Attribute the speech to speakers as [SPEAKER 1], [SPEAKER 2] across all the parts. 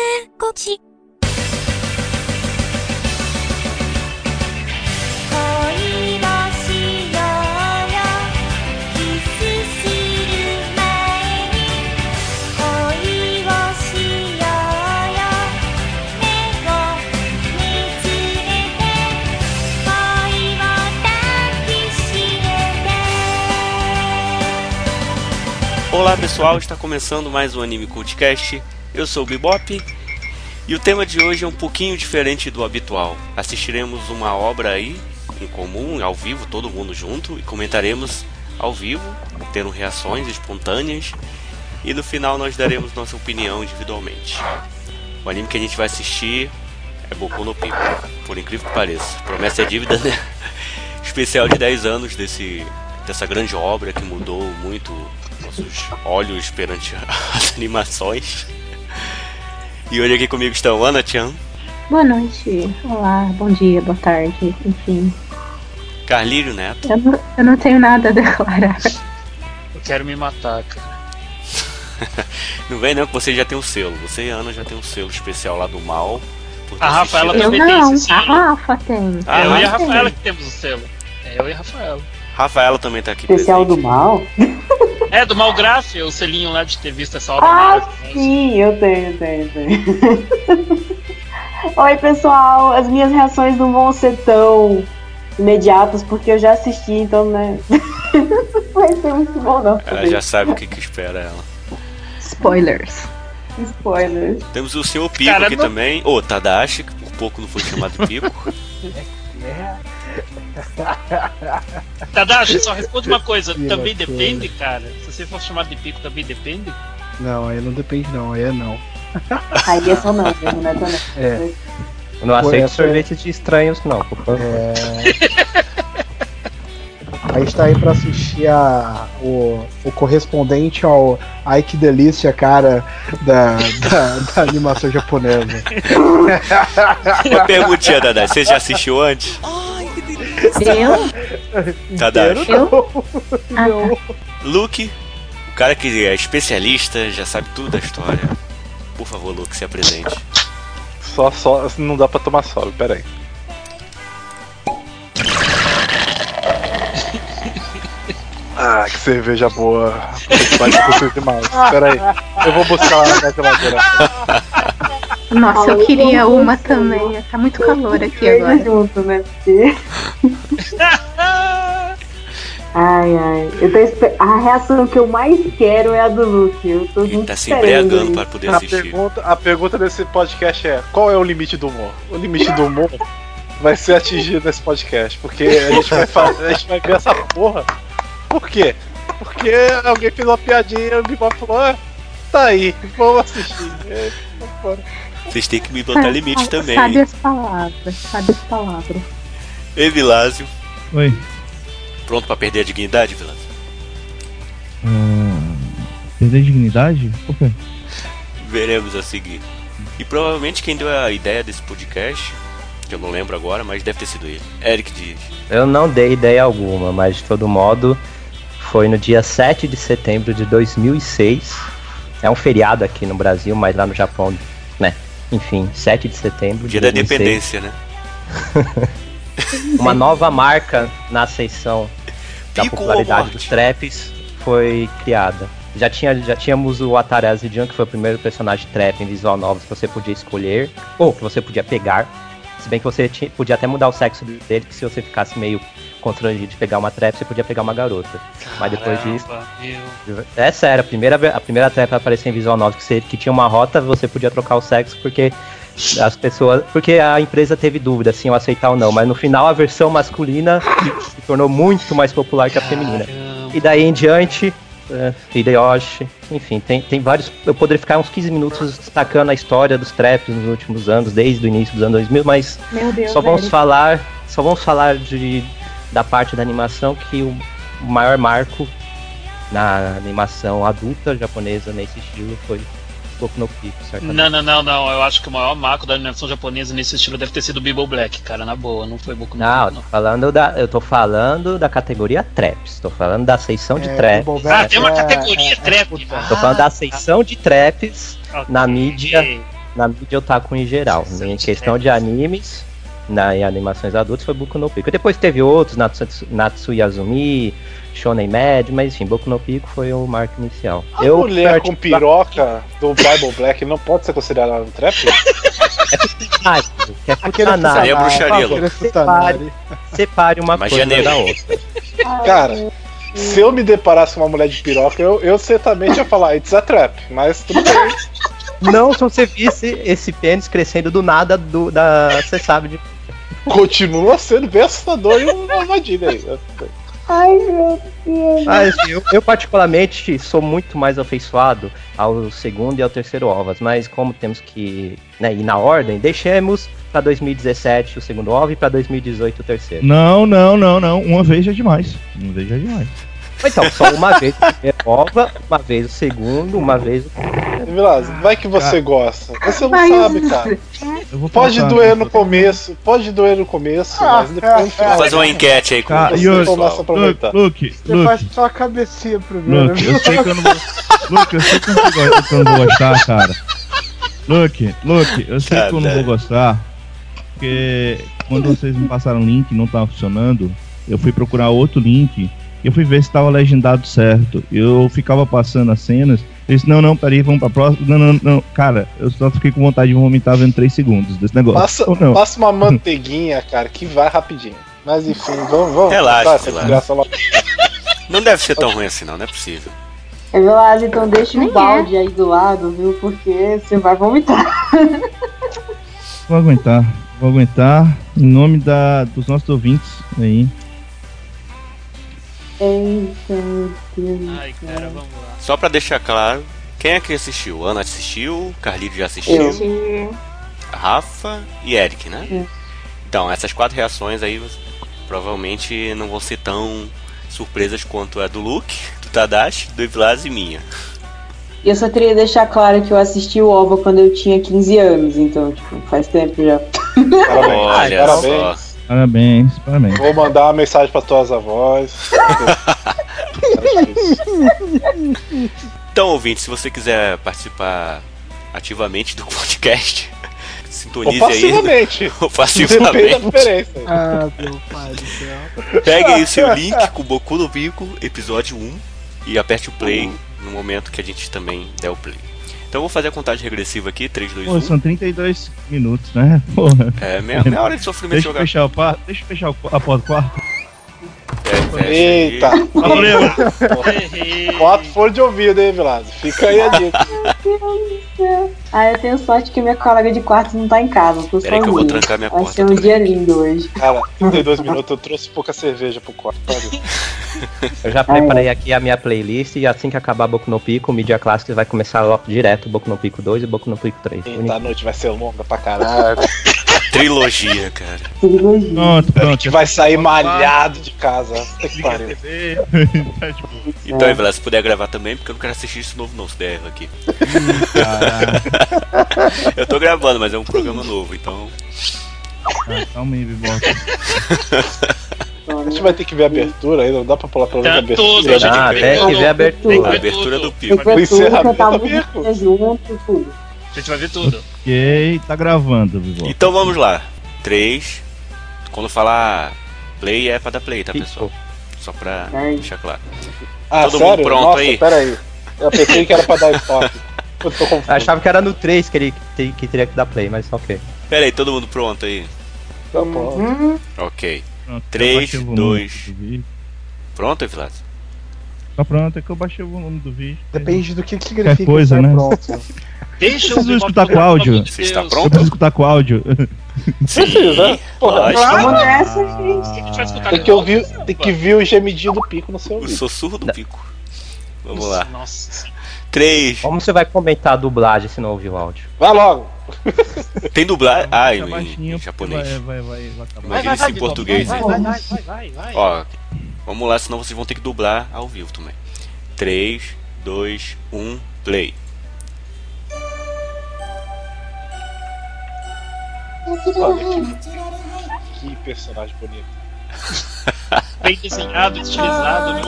[SPEAKER 1] ち恋をしようよキスする前に恋をしようよ目を見つめて恋を抱きしめて
[SPEAKER 2] Olá pessoal, está começando mais um Anime Cultcast. Eu sou o Bebop e o tema de hoje é um pouquinho diferente do habitual. Assistiremos uma obra aí em comum, ao vivo, todo mundo junto e comentaremos ao vivo, tendo reações espontâneas e no final nós daremos nossa opinião individualmente. O anime que a gente vai assistir é Boku no Pico, por incrível que pareça. Promessa é dívida, né? Especial de 10 anos desse, dessa grande obra que mudou muito nossos olhos perante as animações. E hoje aqui comigo estão Ana Chan,
[SPEAKER 3] Boa noite, olá, bom dia, boa tarde, enfim.
[SPEAKER 2] Carlírio Neto,
[SPEAKER 3] Eu não, eu não tenho nada a declarar.
[SPEAKER 4] Eu quero me matar, cara.
[SPEAKER 2] não vem não que você já tem um selo, você e a Ana já tem um selo especial lá do mal. por ter
[SPEAKER 4] A Rafaela
[SPEAKER 2] assistido-
[SPEAKER 3] Eu
[SPEAKER 4] também
[SPEAKER 3] não,
[SPEAKER 4] tem esse
[SPEAKER 3] a
[SPEAKER 4] selo.
[SPEAKER 3] Rafa tem.
[SPEAKER 2] Ah,
[SPEAKER 4] é eu
[SPEAKER 2] não
[SPEAKER 4] e a
[SPEAKER 3] Rafa tem.
[SPEAKER 4] Rafaela que temos o selo. É eu e a Rafaela.
[SPEAKER 2] Rafaela também tá aqui
[SPEAKER 5] Especial do
[SPEAKER 2] presente.
[SPEAKER 5] mal?
[SPEAKER 4] É, do Malgraf, o selinho lá de ter visto essa obra
[SPEAKER 5] Ah,
[SPEAKER 4] maravilhosa.
[SPEAKER 5] sim, eu tenho, eu tenho, eu tenho. Oi, pessoal. As minhas reações não vão ser tão imediatas, porque eu já assisti, então, né? Não vai ser muito bom, não.
[SPEAKER 2] Ela já sabe o que, que espera ela.
[SPEAKER 3] Spoilers.
[SPEAKER 5] Spoilers.
[SPEAKER 2] Temos o senhor Pico
[SPEAKER 4] Cara,
[SPEAKER 2] aqui
[SPEAKER 4] não-
[SPEAKER 2] também. Ô, Tadashi, que por pouco não foi chamado de Pico.
[SPEAKER 4] Tadashi, só responde uma coisa.
[SPEAKER 6] Que
[SPEAKER 4] também
[SPEAKER 6] loucura.
[SPEAKER 4] depende, cara. Se você for chamado de pico, também depende?
[SPEAKER 6] Não, aí não depende não, aí é não.
[SPEAKER 5] Aí é só não, mesmo, né? Então, né?
[SPEAKER 6] É.
[SPEAKER 7] Eu Não
[SPEAKER 6] Pô,
[SPEAKER 7] aceito
[SPEAKER 6] essa é-
[SPEAKER 7] sorvete de estranhos, não, por favor.
[SPEAKER 6] A gente tá aí pra assistir a, o, o correspondente ao Ai que delícia, cara, da, da, da animação japonesa.
[SPEAKER 2] Uma perguntinha, Tadashi, você já assistiu antes?
[SPEAKER 3] Eu?
[SPEAKER 2] Tadashi.
[SPEAKER 3] Eu? Ah,
[SPEAKER 2] Luke, o cara que é especialista, já sabe tudo da história. Por favor, Luke, se apresente.
[SPEAKER 8] Só, só, não dá pra tomar solo, peraí. Ah, que cerveja boa. Vai de vocês demais. Peraí, eu vou buscar lá na geladeira.
[SPEAKER 3] tá. Nossa, eu
[SPEAKER 5] Falou
[SPEAKER 3] queria
[SPEAKER 5] com
[SPEAKER 3] uma
[SPEAKER 5] você.
[SPEAKER 3] também. Tá muito calor aqui
[SPEAKER 5] Tudo
[SPEAKER 3] agora.
[SPEAKER 5] junto, né? Porque...
[SPEAKER 4] Ah,
[SPEAKER 5] Ai, ai. Eu tô esper... A reação que eu mais quero é a do Luke. Eu tô
[SPEAKER 2] Ele
[SPEAKER 5] muito
[SPEAKER 2] tá se
[SPEAKER 5] esperando
[SPEAKER 2] embriagando
[SPEAKER 5] isso.
[SPEAKER 2] para poder
[SPEAKER 8] A
[SPEAKER 2] assistir.
[SPEAKER 8] pergunta, a pergunta desse podcast é: qual é o limite do humor? O limite do humor vai ser atingido nesse podcast, porque a gente vai, fazer, a gente vai ver essa porra. Por quê? Porque alguém fez uma piadinha e o Bibop falou: ah, tá aí, vamos assistir. É, vambora.
[SPEAKER 2] Vocês têm que me botar limite
[SPEAKER 3] Sa-
[SPEAKER 2] também.
[SPEAKER 3] Ah, Sabe
[SPEAKER 2] hein?
[SPEAKER 3] as palavras, sabe as palavras.
[SPEAKER 2] Ei, Vilásio.
[SPEAKER 9] Oi.
[SPEAKER 2] Pronto pra perder a dignidade, Vilásio?
[SPEAKER 9] Hum, perder a dignidade? Por quê?
[SPEAKER 2] Veremos a seguir. E provavelmente quem deu a ideia desse podcast, que eu não lembro agora, mas deve ter sido ele. Eric Dias.
[SPEAKER 7] Eu não dei ideia alguma, mas de todo modo, foi no dia 7 de setembro de 2006. É um feriado aqui no Brasil, mas lá no Japão, né? Enfim, 7 de setembro.
[SPEAKER 2] Dia
[SPEAKER 7] de
[SPEAKER 2] da
[SPEAKER 7] 2006,
[SPEAKER 2] Independência, né?
[SPEAKER 7] Uma nova marca na ascensão da
[SPEAKER 2] Pico ou
[SPEAKER 7] popularidade
[SPEAKER 2] morte?
[SPEAKER 7] dos traps foi criada. Já, tinha, já tínhamos o Atarazi Jun, que foi o primeiro personagem trap em visual novos que você podia escolher, ou que você podia pegar. Se bem que você ti- podia até mudar o sexo dele, que se você ficasse meio constrangido de pegar uma trap, você podia pegar uma garota. Mas depois disso.
[SPEAKER 4] caramba, meu.
[SPEAKER 7] É sério, a primeira, ve- a primeira trap a aparecer em visual novel que, você- que tinha uma rota, você podia trocar o sexo porque as pessoas. Porque a empresa teve dúvida se iam aceitar ou não. Mas no final a versão masculina se tornou muito mais popular que a feminina.
[SPEAKER 4] Caramba.
[SPEAKER 7] E daí em diante, é, Hideyoshi, enfim, tem, tem vários. Eu poderia ficar uns 15 minutos destacando a história dos traps nos últimos anos, desde o início dos anos 2000, mas
[SPEAKER 3] Meu Deus,
[SPEAKER 7] só vamos
[SPEAKER 3] velho.
[SPEAKER 7] falar, só vamos falar de, da parte da animação que o maior marco na animação adulta japonesa nesse estilo foi Boku no Pico, certamente.
[SPEAKER 4] Não, não, não, não. Eu acho que o maior marco da animação japonesa nesse estilo deve ter sido o Bible Black, cara, na boa. Não foi Boku no
[SPEAKER 7] Não, eu
[SPEAKER 4] Pico,
[SPEAKER 7] tô falando da, eu tô falando da categoria traps, tô falando da seção
[SPEAKER 8] É,
[SPEAKER 7] de traps.
[SPEAKER 6] Bubble
[SPEAKER 4] Ah,
[SPEAKER 6] Bat
[SPEAKER 4] tem uma
[SPEAKER 6] é-
[SPEAKER 4] categoria trap.
[SPEAKER 6] puta.
[SPEAKER 4] Ah, tá.
[SPEAKER 7] Tô falando da seção de traps
[SPEAKER 4] ok.
[SPEAKER 7] na mídia. na mídia otaku em geral. Em questão de animes, na, em animações adultas, foi Boku no Pico. E depois teve outros, Natsu, Natsu Yazumi, Shonen Mad, mas enfim, Boku no Pico foi o marco inicial.
[SPEAKER 8] A mulher com piroca do Bible Black não pode ser considerada um trap?
[SPEAKER 7] Ah, que é
[SPEAKER 6] Aquele
[SPEAKER 7] Futanari.
[SPEAKER 2] Aí é bruxaria,
[SPEAKER 6] Aquele Futanari.
[SPEAKER 7] Separe uma
[SPEAKER 2] Mas
[SPEAKER 7] coisa
[SPEAKER 2] janeiro.
[SPEAKER 7] da outra.
[SPEAKER 8] Cara, se eu me deparasse com uma mulher de piroca, eu, eu certamente ia falar, it's a trap, mas tudo bem.
[SPEAKER 7] Não, se você visse esse pênis crescendo do nada, do, da, você sabe de
[SPEAKER 8] Continua sendo bem assustador e uma armadilha aí.
[SPEAKER 5] Ai, meu Deus.
[SPEAKER 7] Ah, assim, eu, eu particularmente sou muito mais afeiçoado ao segundo e ao terceiro ovas, mas como temos que né, ir na ordem, deixemos pra 2017 o segundo ovo e pra 2018 o terceiro.
[SPEAKER 9] Não, não, não, não. Uma vez já é demais. Uma vez já é demais.
[SPEAKER 7] Ou Então, só uma vez o primeiro ova, uma vez o segundo, uma vez o
[SPEAKER 8] Vilas, vai que você gosta. Você não
[SPEAKER 5] Ai,
[SPEAKER 8] sabe, cara.
[SPEAKER 9] Eu vou
[SPEAKER 8] Pode
[SPEAKER 9] passar- né?
[SPEAKER 8] doer no começo, pode doer no começo,
[SPEAKER 5] Ah,
[SPEAKER 8] mas depois no final
[SPEAKER 2] Vamos fazer uma enquete aí com
[SPEAKER 9] Ah,
[SPEAKER 2] o
[SPEAKER 9] e hoje?
[SPEAKER 8] começa a
[SPEAKER 2] pessoal.
[SPEAKER 8] aproveitar.
[SPEAKER 9] Luke, Luke,
[SPEAKER 6] Você
[SPEAKER 3] tá.
[SPEAKER 6] faz
[SPEAKER 9] Luke,
[SPEAKER 6] só a cabecinha né? primeiro.
[SPEAKER 9] Luke, eu sei que eu não vou. Luke, eu sei que eu não vou que eu não vou gostar, cara. Luke, Luke, eu sei que eu não vou gostar. Porque quando vocês me passaram o link e não tava funcionando, eu fui procurar outro link e eu fui ver se tava legendado certo. Eu ficava passando as cenas. Eu disse, não, não, peraí, vamos pra próxima. Não, não, não. Cara, eu só fiquei com vontade de vomitar vendo 3 segundos desse negócio.
[SPEAKER 8] Passa,
[SPEAKER 9] ah. Ou não?
[SPEAKER 8] passa uma manteiguinha, cara, que vai rapidinho. Mas enfim, vamos, vamos.
[SPEAKER 2] Relaxa,
[SPEAKER 8] tá, essa
[SPEAKER 2] relaxa.
[SPEAKER 8] desgraça lá.
[SPEAKER 2] Não deve ser tão ruim assim, não, não é possível.
[SPEAKER 5] Vilas, então deixa
[SPEAKER 3] Nem
[SPEAKER 5] um
[SPEAKER 3] é.
[SPEAKER 5] balde aí do lado, viu? Porque você vai vomitar.
[SPEAKER 9] Vou aguentar, vou aguentar. Em nome da, dos nossos ouvintes aí.
[SPEAKER 5] Eita, meu Deus.
[SPEAKER 4] Ai, cara, vamos lá.
[SPEAKER 2] Só pra deixar claro, quem é que assistiu? Ana assistiu, Carlito já
[SPEAKER 5] Eu.
[SPEAKER 2] assistiu, Rafa e Eric, né?
[SPEAKER 5] Eu.
[SPEAKER 2] Então, essas quatro reações aí você- provavelmente não vão ser tão surpresas quanto a do Luke, do Tadashi, do Evlas e minha.
[SPEAKER 5] E eu só queria deixar claro que eu assisti o OVA quando eu tinha 15 anos, então, tipo, faz tempo já.
[SPEAKER 8] Parabéns.
[SPEAKER 2] Olha
[SPEAKER 8] parabéns.
[SPEAKER 9] Parabéns, parabéns.
[SPEAKER 8] Vou mandar uma mensagem pra tuas avós.
[SPEAKER 2] Então, ouvinte, se você quiser participar ativamente do podcast,
[SPEAKER 8] Ou
[SPEAKER 2] sintonize aí.
[SPEAKER 8] passivamente.
[SPEAKER 2] Ou
[SPEAKER 8] Depende da
[SPEAKER 2] passivamente.
[SPEAKER 8] diferença.
[SPEAKER 6] Ah, meu pai do céu.
[SPEAKER 2] Pegue aí o seu link com o Boku no Bico, episódio 1, e aperte o play
[SPEAKER 9] Uhum.
[SPEAKER 2] no momento que a gente também der o play. Então eu vou fazer a contagem regressiva aqui, 3, 2,
[SPEAKER 9] Pô,
[SPEAKER 2] 1.
[SPEAKER 9] são 32 minutos, né? Porra.
[SPEAKER 2] É, meia, meia hora de sofrimento
[SPEAKER 9] Deixa eu
[SPEAKER 2] jogar.
[SPEAKER 9] fechar o par, deixa eu fechar o qua- a porta do quarto.
[SPEAKER 2] É, é,
[SPEAKER 8] Eita.
[SPEAKER 9] Valeu!
[SPEAKER 4] Errei.
[SPEAKER 8] Quatro fones de ouvido, hein, Vilas? Fica aí a dica.
[SPEAKER 5] Ah, eu tenho sorte que minha colega de quarto não tá em casa, eu tô
[SPEAKER 2] Peraí
[SPEAKER 5] sozinha.
[SPEAKER 2] que eu vou trancar minha
[SPEAKER 5] Vai
[SPEAKER 2] porta.
[SPEAKER 5] ser um dia lindo hoje.
[SPEAKER 8] Cara, 32 minutos, eu trouxe pouca cerveja pro quarto. tá pariu.
[SPEAKER 7] Eu já
[SPEAKER 8] É.
[SPEAKER 5] É.
[SPEAKER 7] preparei aqui a minha playlist e assim que acabar Boku no Pico, o Media Classics vai começar logo direto Boku no Pico 2 e Boku no Pico 3.
[SPEAKER 8] Eita, a noite vai ser longa pra caralho. A
[SPEAKER 2] Trilogia, cara.
[SPEAKER 5] Trilogia.
[SPEAKER 9] Pronto, pronto.
[SPEAKER 8] gente vai sair malhado de casa. Puta que pariu. É.
[SPEAKER 2] Então, Evela, se puder gravar também, porque eu não quero assistir isso novo, não, se der erro aqui. Eu tô gravando, mas é um programa novo, então.
[SPEAKER 9] Ah, Calma aí, Bibota.
[SPEAKER 8] A gente vai ter que ver a abertura ainda, não dá pra pular pelo menos a
[SPEAKER 4] Tá tudo,
[SPEAKER 8] abertura. né?
[SPEAKER 4] gente.
[SPEAKER 7] Ah, até que ver a
[SPEAKER 2] A
[SPEAKER 7] abertura.
[SPEAKER 2] abertura do
[SPEAKER 5] Eu
[SPEAKER 2] Pico.
[SPEAKER 5] vou tudo, tá
[SPEAKER 8] encerramento
[SPEAKER 5] cantar
[SPEAKER 8] é
[SPEAKER 5] música junto, tudo.
[SPEAKER 4] A gente vai ver tudo.
[SPEAKER 9] Ok, tá gravando, Bibota.
[SPEAKER 2] Então vamos lá. 3. Quando falar play, é pra dar play, tá, pessoal? Só pra
[SPEAKER 9] É.
[SPEAKER 5] Ai.
[SPEAKER 2] deixar claro.
[SPEAKER 8] Ah,
[SPEAKER 2] Todo
[SPEAKER 8] sério?
[SPEAKER 2] mundo pronto
[SPEAKER 8] Nossa,
[SPEAKER 2] aí?
[SPEAKER 8] peraí. Eu pensei que era pra dar stop. Eu tô confuso.
[SPEAKER 7] Eu achava que era no 3 que ele te- que teria que dar play, mas ok.
[SPEAKER 2] Pera aí, todo mundo pronto aí?
[SPEAKER 8] Tá bom.
[SPEAKER 9] Uhum.
[SPEAKER 8] Ah,
[SPEAKER 2] Ok.
[SPEAKER 9] Pronto, eu
[SPEAKER 2] Três,
[SPEAKER 9] baixei o volume
[SPEAKER 2] dois.
[SPEAKER 9] do vídeo.
[SPEAKER 2] Pronto, Evilas?
[SPEAKER 9] Tá pronto, é que eu baixei o volume do vídeo.
[SPEAKER 6] Depende do que que significa
[SPEAKER 9] coisa,
[SPEAKER 6] estar
[SPEAKER 9] né?
[SPEAKER 6] pronto.
[SPEAKER 4] Deixa
[SPEAKER 9] Vocês vão
[SPEAKER 4] Bebop
[SPEAKER 9] escutar
[SPEAKER 4] jogar,
[SPEAKER 9] com áudio?
[SPEAKER 4] pelo amor de
[SPEAKER 2] Você está
[SPEAKER 4] Deus.
[SPEAKER 9] Eu
[SPEAKER 2] pronto?
[SPEAKER 9] preciso escutar com o áudio.
[SPEAKER 8] Precisa? Porra,
[SPEAKER 2] Lógico.
[SPEAKER 5] Vamos nessa,
[SPEAKER 4] Ah.
[SPEAKER 5] gente.
[SPEAKER 4] A gente vai escutar
[SPEAKER 8] Tem
[SPEAKER 4] com
[SPEAKER 8] que,
[SPEAKER 4] áudio,
[SPEAKER 8] ouvir,
[SPEAKER 4] né,
[SPEAKER 8] tem
[SPEAKER 4] pô?
[SPEAKER 8] que ver o gemidinho do pico no seu
[SPEAKER 2] O
[SPEAKER 8] ouvido.
[SPEAKER 2] sussurro do Pico. Vamos lá.
[SPEAKER 4] Nossa.
[SPEAKER 2] 3.
[SPEAKER 7] Como você vai comentar a dublagem se não ouvir o áudio?
[SPEAKER 8] Vai logo.
[SPEAKER 2] Tem dublagem. Ah,
[SPEAKER 9] Ai,
[SPEAKER 2] em, em japonês.
[SPEAKER 9] Vai, vai, vai, vai acabar.
[SPEAKER 2] Imagina isso em português, né?
[SPEAKER 4] Vai, vai, vai, vai, vai.
[SPEAKER 2] Ó, vamos lá, senão vocês vão ter que dublar ao vivo também. 3, 2, 1, play.
[SPEAKER 8] Que personagem bonito.
[SPEAKER 4] Bem desenhado, estilizado, né?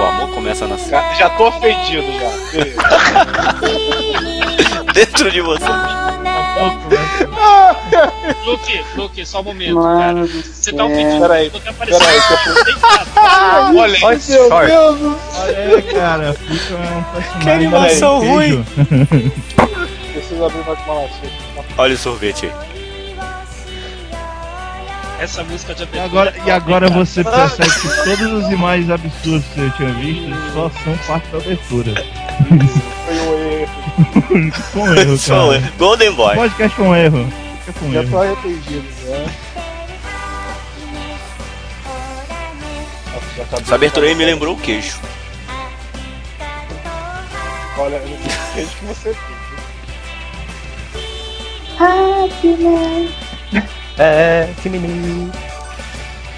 [SPEAKER 2] O amor começa a nascer.
[SPEAKER 8] Cara, Já tô ofendido já. Beleza.
[SPEAKER 2] dentro de você.
[SPEAKER 4] Tá Luke, Luke, só um momento, cara.
[SPEAKER 5] Mano do
[SPEAKER 4] Você
[SPEAKER 5] céu.
[SPEAKER 4] tá um ofendido,
[SPEAKER 8] Peraí,
[SPEAKER 4] tô até aparecendo. deitado.
[SPEAKER 8] Olha,
[SPEAKER 7] Olha
[SPEAKER 8] isso.
[SPEAKER 7] sorte.
[SPEAKER 9] Olha aí, cara. Fica um personagem
[SPEAKER 2] Que animação
[SPEAKER 9] bem feio.
[SPEAKER 8] preciso abrir mais uma latinha.
[SPEAKER 2] Olha o sorvete aí.
[SPEAKER 4] Essa música de
[SPEAKER 9] E
[SPEAKER 4] abertura. é
[SPEAKER 9] agora, e
[SPEAKER 4] top,
[SPEAKER 9] agora
[SPEAKER 4] cara.
[SPEAKER 9] você percebe que todas as imagens absurdas que eu tinha visto só são parte da abertura.
[SPEAKER 8] Foi um erro.
[SPEAKER 9] Com erro,
[SPEAKER 2] Só
[SPEAKER 9] cara.
[SPEAKER 2] é. Golden Boy.
[SPEAKER 9] Podcast com erro. Fica com
[SPEAKER 6] Já tô
[SPEAKER 9] erro.
[SPEAKER 6] arrependido, né?
[SPEAKER 8] Nossa, já acabei de
[SPEAKER 2] Essa abertura aí me lembrou o queijo.
[SPEAKER 8] falar. Olha, eu não sei o queijo que você tem.
[SPEAKER 5] Ah,
[SPEAKER 7] É, que menino.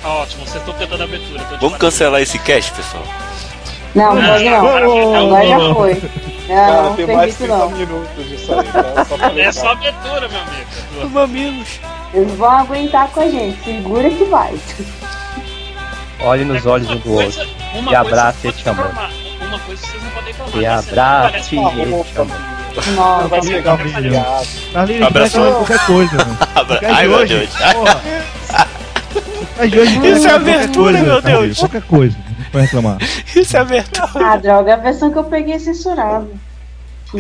[SPEAKER 4] Tá ótimo, vocês estão cantando a abertura. tô de
[SPEAKER 2] Vamos
[SPEAKER 4] parabéns.
[SPEAKER 2] cancelar esse cast, pessoal?
[SPEAKER 4] Ah,
[SPEAKER 5] Não, não pode não.
[SPEAKER 4] Cara,
[SPEAKER 5] Agora
[SPEAKER 4] não,
[SPEAKER 5] já foi. Não,
[SPEAKER 8] Cara,
[SPEAKER 5] É, não
[SPEAKER 8] tem
[SPEAKER 5] tem
[SPEAKER 8] mais
[SPEAKER 5] isso
[SPEAKER 8] 30
[SPEAKER 5] não.
[SPEAKER 8] minutos disso aí, tá? Só pra
[SPEAKER 4] É só
[SPEAKER 8] lembrar.
[SPEAKER 4] abertura, meu amigo.
[SPEAKER 2] Mamilos.
[SPEAKER 5] Eles vão aguentar com a gente. Segura que vai.
[SPEAKER 7] Olhe nos olhos um do
[SPEAKER 4] Uma
[SPEAKER 7] outro.
[SPEAKER 4] coisa- uma
[SPEAKER 7] E
[SPEAKER 4] coisa
[SPEAKER 7] abraça
[SPEAKER 4] vocês
[SPEAKER 7] esse
[SPEAKER 4] não
[SPEAKER 7] amor.
[SPEAKER 4] podem reclamar. Uma coisa vocês não podem reclamar.
[SPEAKER 7] E
[SPEAKER 4] Essa parece
[SPEAKER 7] abrace
[SPEAKER 4] uma
[SPEAKER 8] roupa.
[SPEAKER 7] este amor. tá
[SPEAKER 5] Nossa,
[SPEAKER 8] Vai pegar um feriado.
[SPEAKER 9] Carlinhos,
[SPEAKER 2] Abração.
[SPEAKER 9] abraçou qualquer coisa, mano.
[SPEAKER 2] Um Ai, meu Deus. Ai,
[SPEAKER 9] Porra. Mas de hoje não
[SPEAKER 2] Isso é
[SPEAKER 9] qualquer
[SPEAKER 2] abertura,
[SPEAKER 9] coisa,
[SPEAKER 2] meu
[SPEAKER 9] Carlinhos,
[SPEAKER 2] Deus.
[SPEAKER 9] Qualquer coisa, não vai reclamar.
[SPEAKER 2] isso é abertura.
[SPEAKER 5] Ah, droga, a versão que eu peguei é censurada.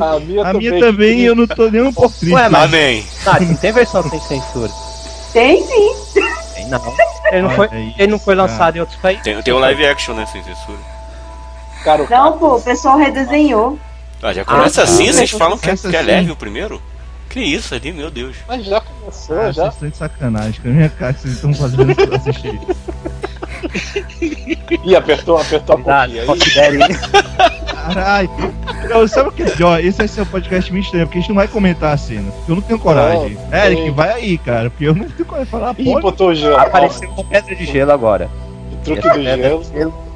[SPEAKER 8] A minha
[SPEAKER 9] A
[SPEAKER 8] também.
[SPEAKER 9] minha também, eu não tô nem um pouco triste.
[SPEAKER 7] Ué, mas-
[SPEAKER 2] Amém.
[SPEAKER 7] Ah, não tem versão sem censura.
[SPEAKER 5] Tem sim.
[SPEAKER 7] Tem não. Ele não
[SPEAKER 9] Olha
[SPEAKER 7] foi,
[SPEAKER 9] isso,
[SPEAKER 7] ele não foi
[SPEAKER 9] cara.
[SPEAKER 7] lançado em outros países.
[SPEAKER 2] Tem, tem um live action, né, sem censura.
[SPEAKER 8] Cara, o
[SPEAKER 5] Não,
[SPEAKER 8] Caco-
[SPEAKER 5] pô, o pessoal redesenhou.
[SPEAKER 2] Ah, já
[SPEAKER 7] tá.
[SPEAKER 2] começa assim? Vocês falam que é,
[SPEAKER 9] Começa
[SPEAKER 2] que é
[SPEAKER 9] assim.
[SPEAKER 2] leve o primeiro? Que isso ali, meu Deus.
[SPEAKER 8] Mas já começou,
[SPEAKER 9] Ah,
[SPEAKER 8] já.
[SPEAKER 9] Vocês estão de sacanagem, com a minha cara que vocês estão fazendo isso pra assistir.
[SPEAKER 8] Ih, apertou, apertou a
[SPEAKER 7] Cuidado,
[SPEAKER 8] pouquinho aí.
[SPEAKER 7] considere
[SPEAKER 9] Caralho. Não, sabe o que é pior? Esse vai ser um podcast meio estranho, porque a gente não vai comentar a cena. porque Eu não tenho coragem.
[SPEAKER 8] Não,
[SPEAKER 9] Eric,
[SPEAKER 8] não.
[SPEAKER 9] vai aí, cara, porque eu não tenho coragem de falar
[SPEAKER 8] Ih,
[SPEAKER 9] porra.
[SPEAKER 8] botou o gelo.
[SPEAKER 7] Apareceu uma pedra de gelo agora.
[SPEAKER 8] Ó, Truque do
[SPEAKER 7] Essa
[SPEAKER 8] gelo.
[SPEAKER 7] gelo.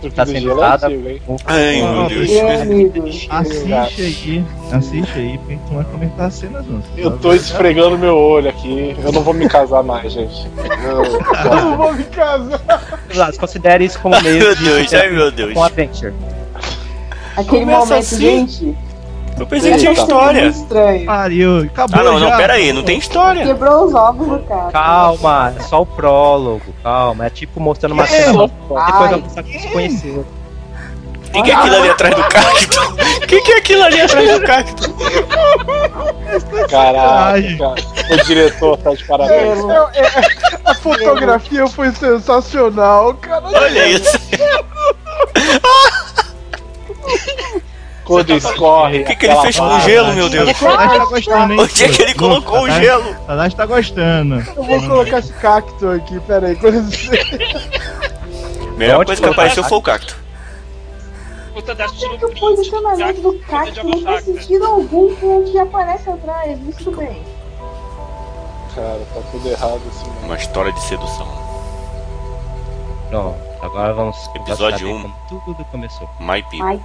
[SPEAKER 8] Truque
[SPEAKER 7] Tá
[SPEAKER 8] do
[SPEAKER 7] sendo
[SPEAKER 8] gelo é
[SPEAKER 7] usada.
[SPEAKER 8] antigo, hein?
[SPEAKER 2] Ai, meu
[SPEAKER 9] Não,
[SPEAKER 2] Deus.
[SPEAKER 5] Meu amigo.
[SPEAKER 9] Assiste aí, assiste aí, porque a gente não vai comentar as cenas, não.
[SPEAKER 8] Eu tô esfregando meu olho aqui. Eu não vou me casar mais, gente. Eu-
[SPEAKER 6] Não vou me casar.
[SPEAKER 7] Cuidado, Considere isso como
[SPEAKER 2] Ai, meu
[SPEAKER 7] é um meio
[SPEAKER 2] Deus, ai, meu Deus.
[SPEAKER 7] com Adventure.
[SPEAKER 5] Aquele
[SPEAKER 2] Começa
[SPEAKER 5] momento,
[SPEAKER 2] assim?
[SPEAKER 5] gente.
[SPEAKER 2] Eu pensei que tinha
[SPEAKER 7] tá.
[SPEAKER 5] essa cena é
[SPEAKER 2] história.
[SPEAKER 5] muito Estranho.
[SPEAKER 9] Pariu, acabou
[SPEAKER 2] Ah, não,
[SPEAKER 9] já.
[SPEAKER 2] não, pera aí, não tem história.
[SPEAKER 5] Quebrou os ovos do cara.
[SPEAKER 7] Calma, é só o prólogo, calma. É tipo mostrando uma
[SPEAKER 9] Que?
[SPEAKER 7] cena depois
[SPEAKER 5] Ai,
[SPEAKER 7] da pessoa que se conheceu.
[SPEAKER 2] O que é aquilo ali atrás do cacto? O que que é aquilo ali atrás do cacto?
[SPEAKER 8] Caraca, cara. O diretor tá de parabéns.
[SPEAKER 5] gelo.
[SPEAKER 6] Eu- é- a fotografia foi sensacional, cara.
[SPEAKER 2] Olha isso.
[SPEAKER 8] Quando escorre.
[SPEAKER 2] O que, que ele fez com o gelo,
[SPEAKER 8] né?
[SPEAKER 2] meu Deus?
[SPEAKER 9] O Tadashi tá gostando, hein?
[SPEAKER 2] Onde é que ele colocou o
[SPEAKER 9] Tadashi-
[SPEAKER 2] gelo?
[SPEAKER 9] Tadashi tá gostando.
[SPEAKER 6] Eu vou colocar esse cacto aqui, peraí. Quando esse-
[SPEAKER 2] A melhor
[SPEAKER 7] Onde
[SPEAKER 2] coisa que
[SPEAKER 7] foi o
[SPEAKER 2] apareceu
[SPEAKER 7] cacto?
[SPEAKER 2] foi o cacto.
[SPEAKER 4] O Tadashi tirou
[SPEAKER 5] é que o posicionamento do cacto não faz sentido algum com o que aparece atrás, mas tudo bem.
[SPEAKER 8] Cara, tá tudo errado assim. mano.
[SPEAKER 2] Uma história de sedução.
[SPEAKER 7] Pronto, agora vamos.
[SPEAKER 2] Episódio
[SPEAKER 7] saber
[SPEAKER 2] um.
[SPEAKER 7] como Tudo começou.
[SPEAKER 2] My people.
[SPEAKER 5] Ai,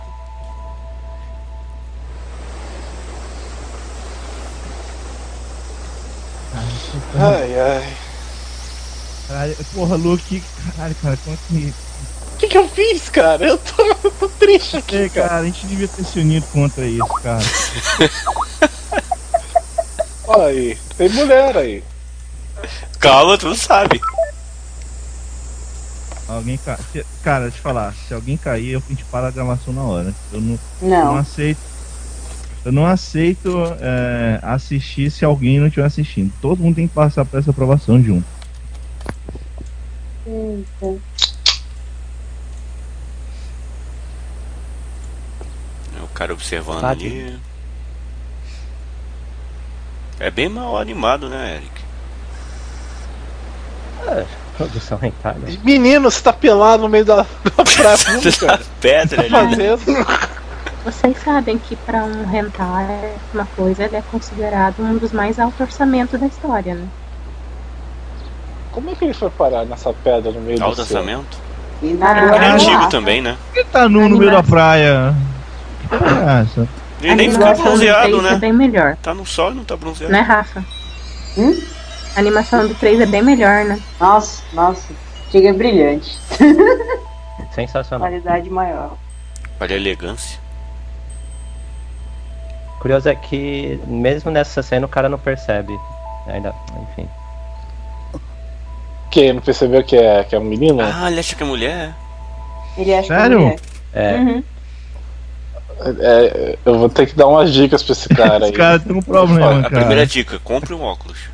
[SPEAKER 8] Ai, ai.
[SPEAKER 9] Caralho, porra, Luke, caralho, cara, como é que.
[SPEAKER 8] O que, que eu fiz, cara? Eu tô, eu tô triste aqui,
[SPEAKER 9] Ei,
[SPEAKER 8] cara.
[SPEAKER 9] cara, a gente devia ter se unido contra isso, cara.
[SPEAKER 8] Olha aí. Tem mulher aí.
[SPEAKER 2] Calma, tu não sabe.
[SPEAKER 9] Alguém ca... se- Cara, deixa eu te falar, se alguém cair, eu- a gente para a gravação na hora. Eu não, não
[SPEAKER 5] Não.
[SPEAKER 9] aceito. Eu não aceito é, assistir se alguém não estiver assistindo. Todo mundo tem que passar por essa aprovação de um. Tá
[SPEAKER 2] É O cara observando
[SPEAKER 7] Sabe.
[SPEAKER 2] ali. É bem mal animado, né, Eric?
[SPEAKER 7] Produção rentável.
[SPEAKER 8] Menino, você tá pelado no meio da, da praia nunca.
[SPEAKER 2] Pedra tá ali. né?
[SPEAKER 8] Tá Fazendo.
[SPEAKER 3] Vocês sabem que para um rentar uma coisa, ele é considerado um dos mais altos orçamentos da história, né?
[SPEAKER 8] Como é que ele foi parar nessa pedra no meio do
[SPEAKER 2] Alto
[SPEAKER 8] céu?
[SPEAKER 2] orçamento.
[SPEAKER 5] E na
[SPEAKER 3] Ah,
[SPEAKER 2] É
[SPEAKER 5] hora
[SPEAKER 3] vamos
[SPEAKER 2] antigo
[SPEAKER 5] lá.
[SPEAKER 2] também, né?
[SPEAKER 9] Por que tá nu no meio da praia? Que porra é essa?
[SPEAKER 2] Ele nem
[SPEAKER 3] A
[SPEAKER 2] fica
[SPEAKER 3] animação do
[SPEAKER 2] bronzeado,
[SPEAKER 3] 3 É
[SPEAKER 2] né?
[SPEAKER 3] bem melhor,
[SPEAKER 2] Tá no sol e não tá bronzeado.
[SPEAKER 3] né, Rafa?
[SPEAKER 5] Hum?
[SPEAKER 3] A animação do 3 é bem melhor, né?
[SPEAKER 5] Nossa, nossa. Chega brilhante.
[SPEAKER 7] Sensacional.
[SPEAKER 5] Qualidade maior.
[SPEAKER 2] Olha a elegância.
[SPEAKER 7] Curioso é que, mesmo nessa cena, o cara não percebe. Ainda, enfim.
[SPEAKER 8] Quem não percebeu que é, que é um menino?
[SPEAKER 2] Ah, ele acha que é mulher?
[SPEAKER 5] Ele acha
[SPEAKER 9] Sério?
[SPEAKER 5] que é mulher.
[SPEAKER 7] É,
[SPEAKER 5] Uhum.
[SPEAKER 8] É, eu vou ter que dar umas dicas pra esse cara aí.
[SPEAKER 9] Esse cara tem um
[SPEAKER 2] Ó,
[SPEAKER 9] problema,
[SPEAKER 2] a primeira
[SPEAKER 9] cara.
[SPEAKER 2] dica, compre um óculos.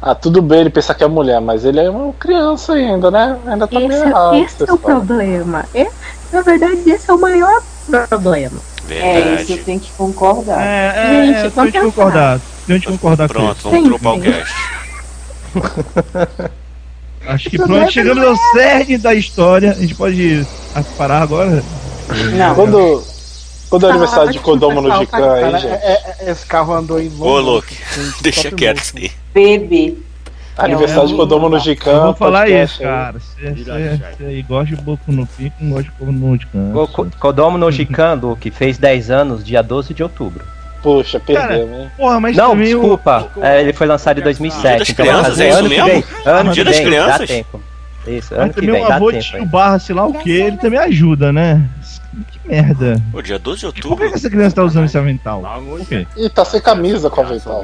[SPEAKER 8] Ah, tudo bem ele pensar que é mulher, mas ele é uma criança ainda, né? Ainda tá meio
[SPEAKER 3] Esse,
[SPEAKER 8] errado.
[SPEAKER 3] esse é o
[SPEAKER 8] pessoal.
[SPEAKER 3] problema. É, na verdade, esse é o maior problema.
[SPEAKER 5] É,
[SPEAKER 2] Verdade.
[SPEAKER 5] isso eu tenho que concordar.
[SPEAKER 9] É,
[SPEAKER 3] Gente,
[SPEAKER 9] é, é, tenho
[SPEAKER 3] vamos
[SPEAKER 9] de
[SPEAKER 3] pensar.
[SPEAKER 9] concordar. Tenho de concordar com
[SPEAKER 2] Pronto,
[SPEAKER 9] isso.
[SPEAKER 2] vamos
[SPEAKER 3] Sim,
[SPEAKER 2] dropar o
[SPEAKER 3] sim.
[SPEAKER 2] cast.
[SPEAKER 9] Acho que
[SPEAKER 3] é
[SPEAKER 9] pronto, chegamos ao cerne da história. A gente pode parar agora?
[SPEAKER 5] Não.
[SPEAKER 8] Quando, quando é o
[SPEAKER 3] Tá,
[SPEAKER 8] aniversário de
[SPEAKER 3] desculpa,
[SPEAKER 8] Condômino de
[SPEAKER 3] pessoal,
[SPEAKER 8] Can
[SPEAKER 6] Cara,
[SPEAKER 8] aí,
[SPEAKER 6] é-
[SPEAKER 8] gente.
[SPEAKER 6] é- é- esse carro andou em
[SPEAKER 2] Ô,
[SPEAKER 6] longo.
[SPEAKER 2] Luke, deixa quieto isso aí.
[SPEAKER 5] Bebe.
[SPEAKER 8] Aniversário de
[SPEAKER 9] É, eu-
[SPEAKER 8] Condômino de Can.
[SPEAKER 9] Eu vou falar
[SPEAKER 8] podcast
[SPEAKER 9] isso,
[SPEAKER 8] aí.
[SPEAKER 9] cara. Você- Você você gosta de Boku no Pico, não gosta de Boku no Pico.
[SPEAKER 7] Kodomo no Jikan, Luke, fez 10 anos, dia 12 de outubro.
[SPEAKER 8] Puxa,
[SPEAKER 9] Cara,
[SPEAKER 8] perdemos, hein?
[SPEAKER 9] Porra, mas
[SPEAKER 7] não,
[SPEAKER 9] também o-
[SPEAKER 7] desculpa, é, ele foi lançado em
[SPEAKER 2] Dia
[SPEAKER 7] 2007.
[SPEAKER 2] das
[SPEAKER 7] então
[SPEAKER 2] Crianças,
[SPEAKER 7] fazer
[SPEAKER 2] é isso
[SPEAKER 7] ano que
[SPEAKER 2] mesmo?
[SPEAKER 7] vem, ano
[SPEAKER 2] Dia
[SPEAKER 7] que
[SPEAKER 2] das
[SPEAKER 7] vem, dá
[SPEAKER 2] Crianças?
[SPEAKER 7] tempo. Isso,
[SPEAKER 9] Mas
[SPEAKER 7] ano que
[SPEAKER 9] também
[SPEAKER 7] vem,
[SPEAKER 9] o
[SPEAKER 7] dá
[SPEAKER 9] avô de
[SPEAKER 7] tempo.
[SPEAKER 9] tio
[SPEAKER 7] ainda.
[SPEAKER 9] Barra, sei lá o que, ele também ajuda, né? Que merda.
[SPEAKER 2] Ô, dia 12 de
[SPEAKER 9] Por
[SPEAKER 2] outubro?
[SPEAKER 9] que que essa criança tá usando esse avental? Por quê?
[SPEAKER 8] Ih, tá sem camisa com a avental.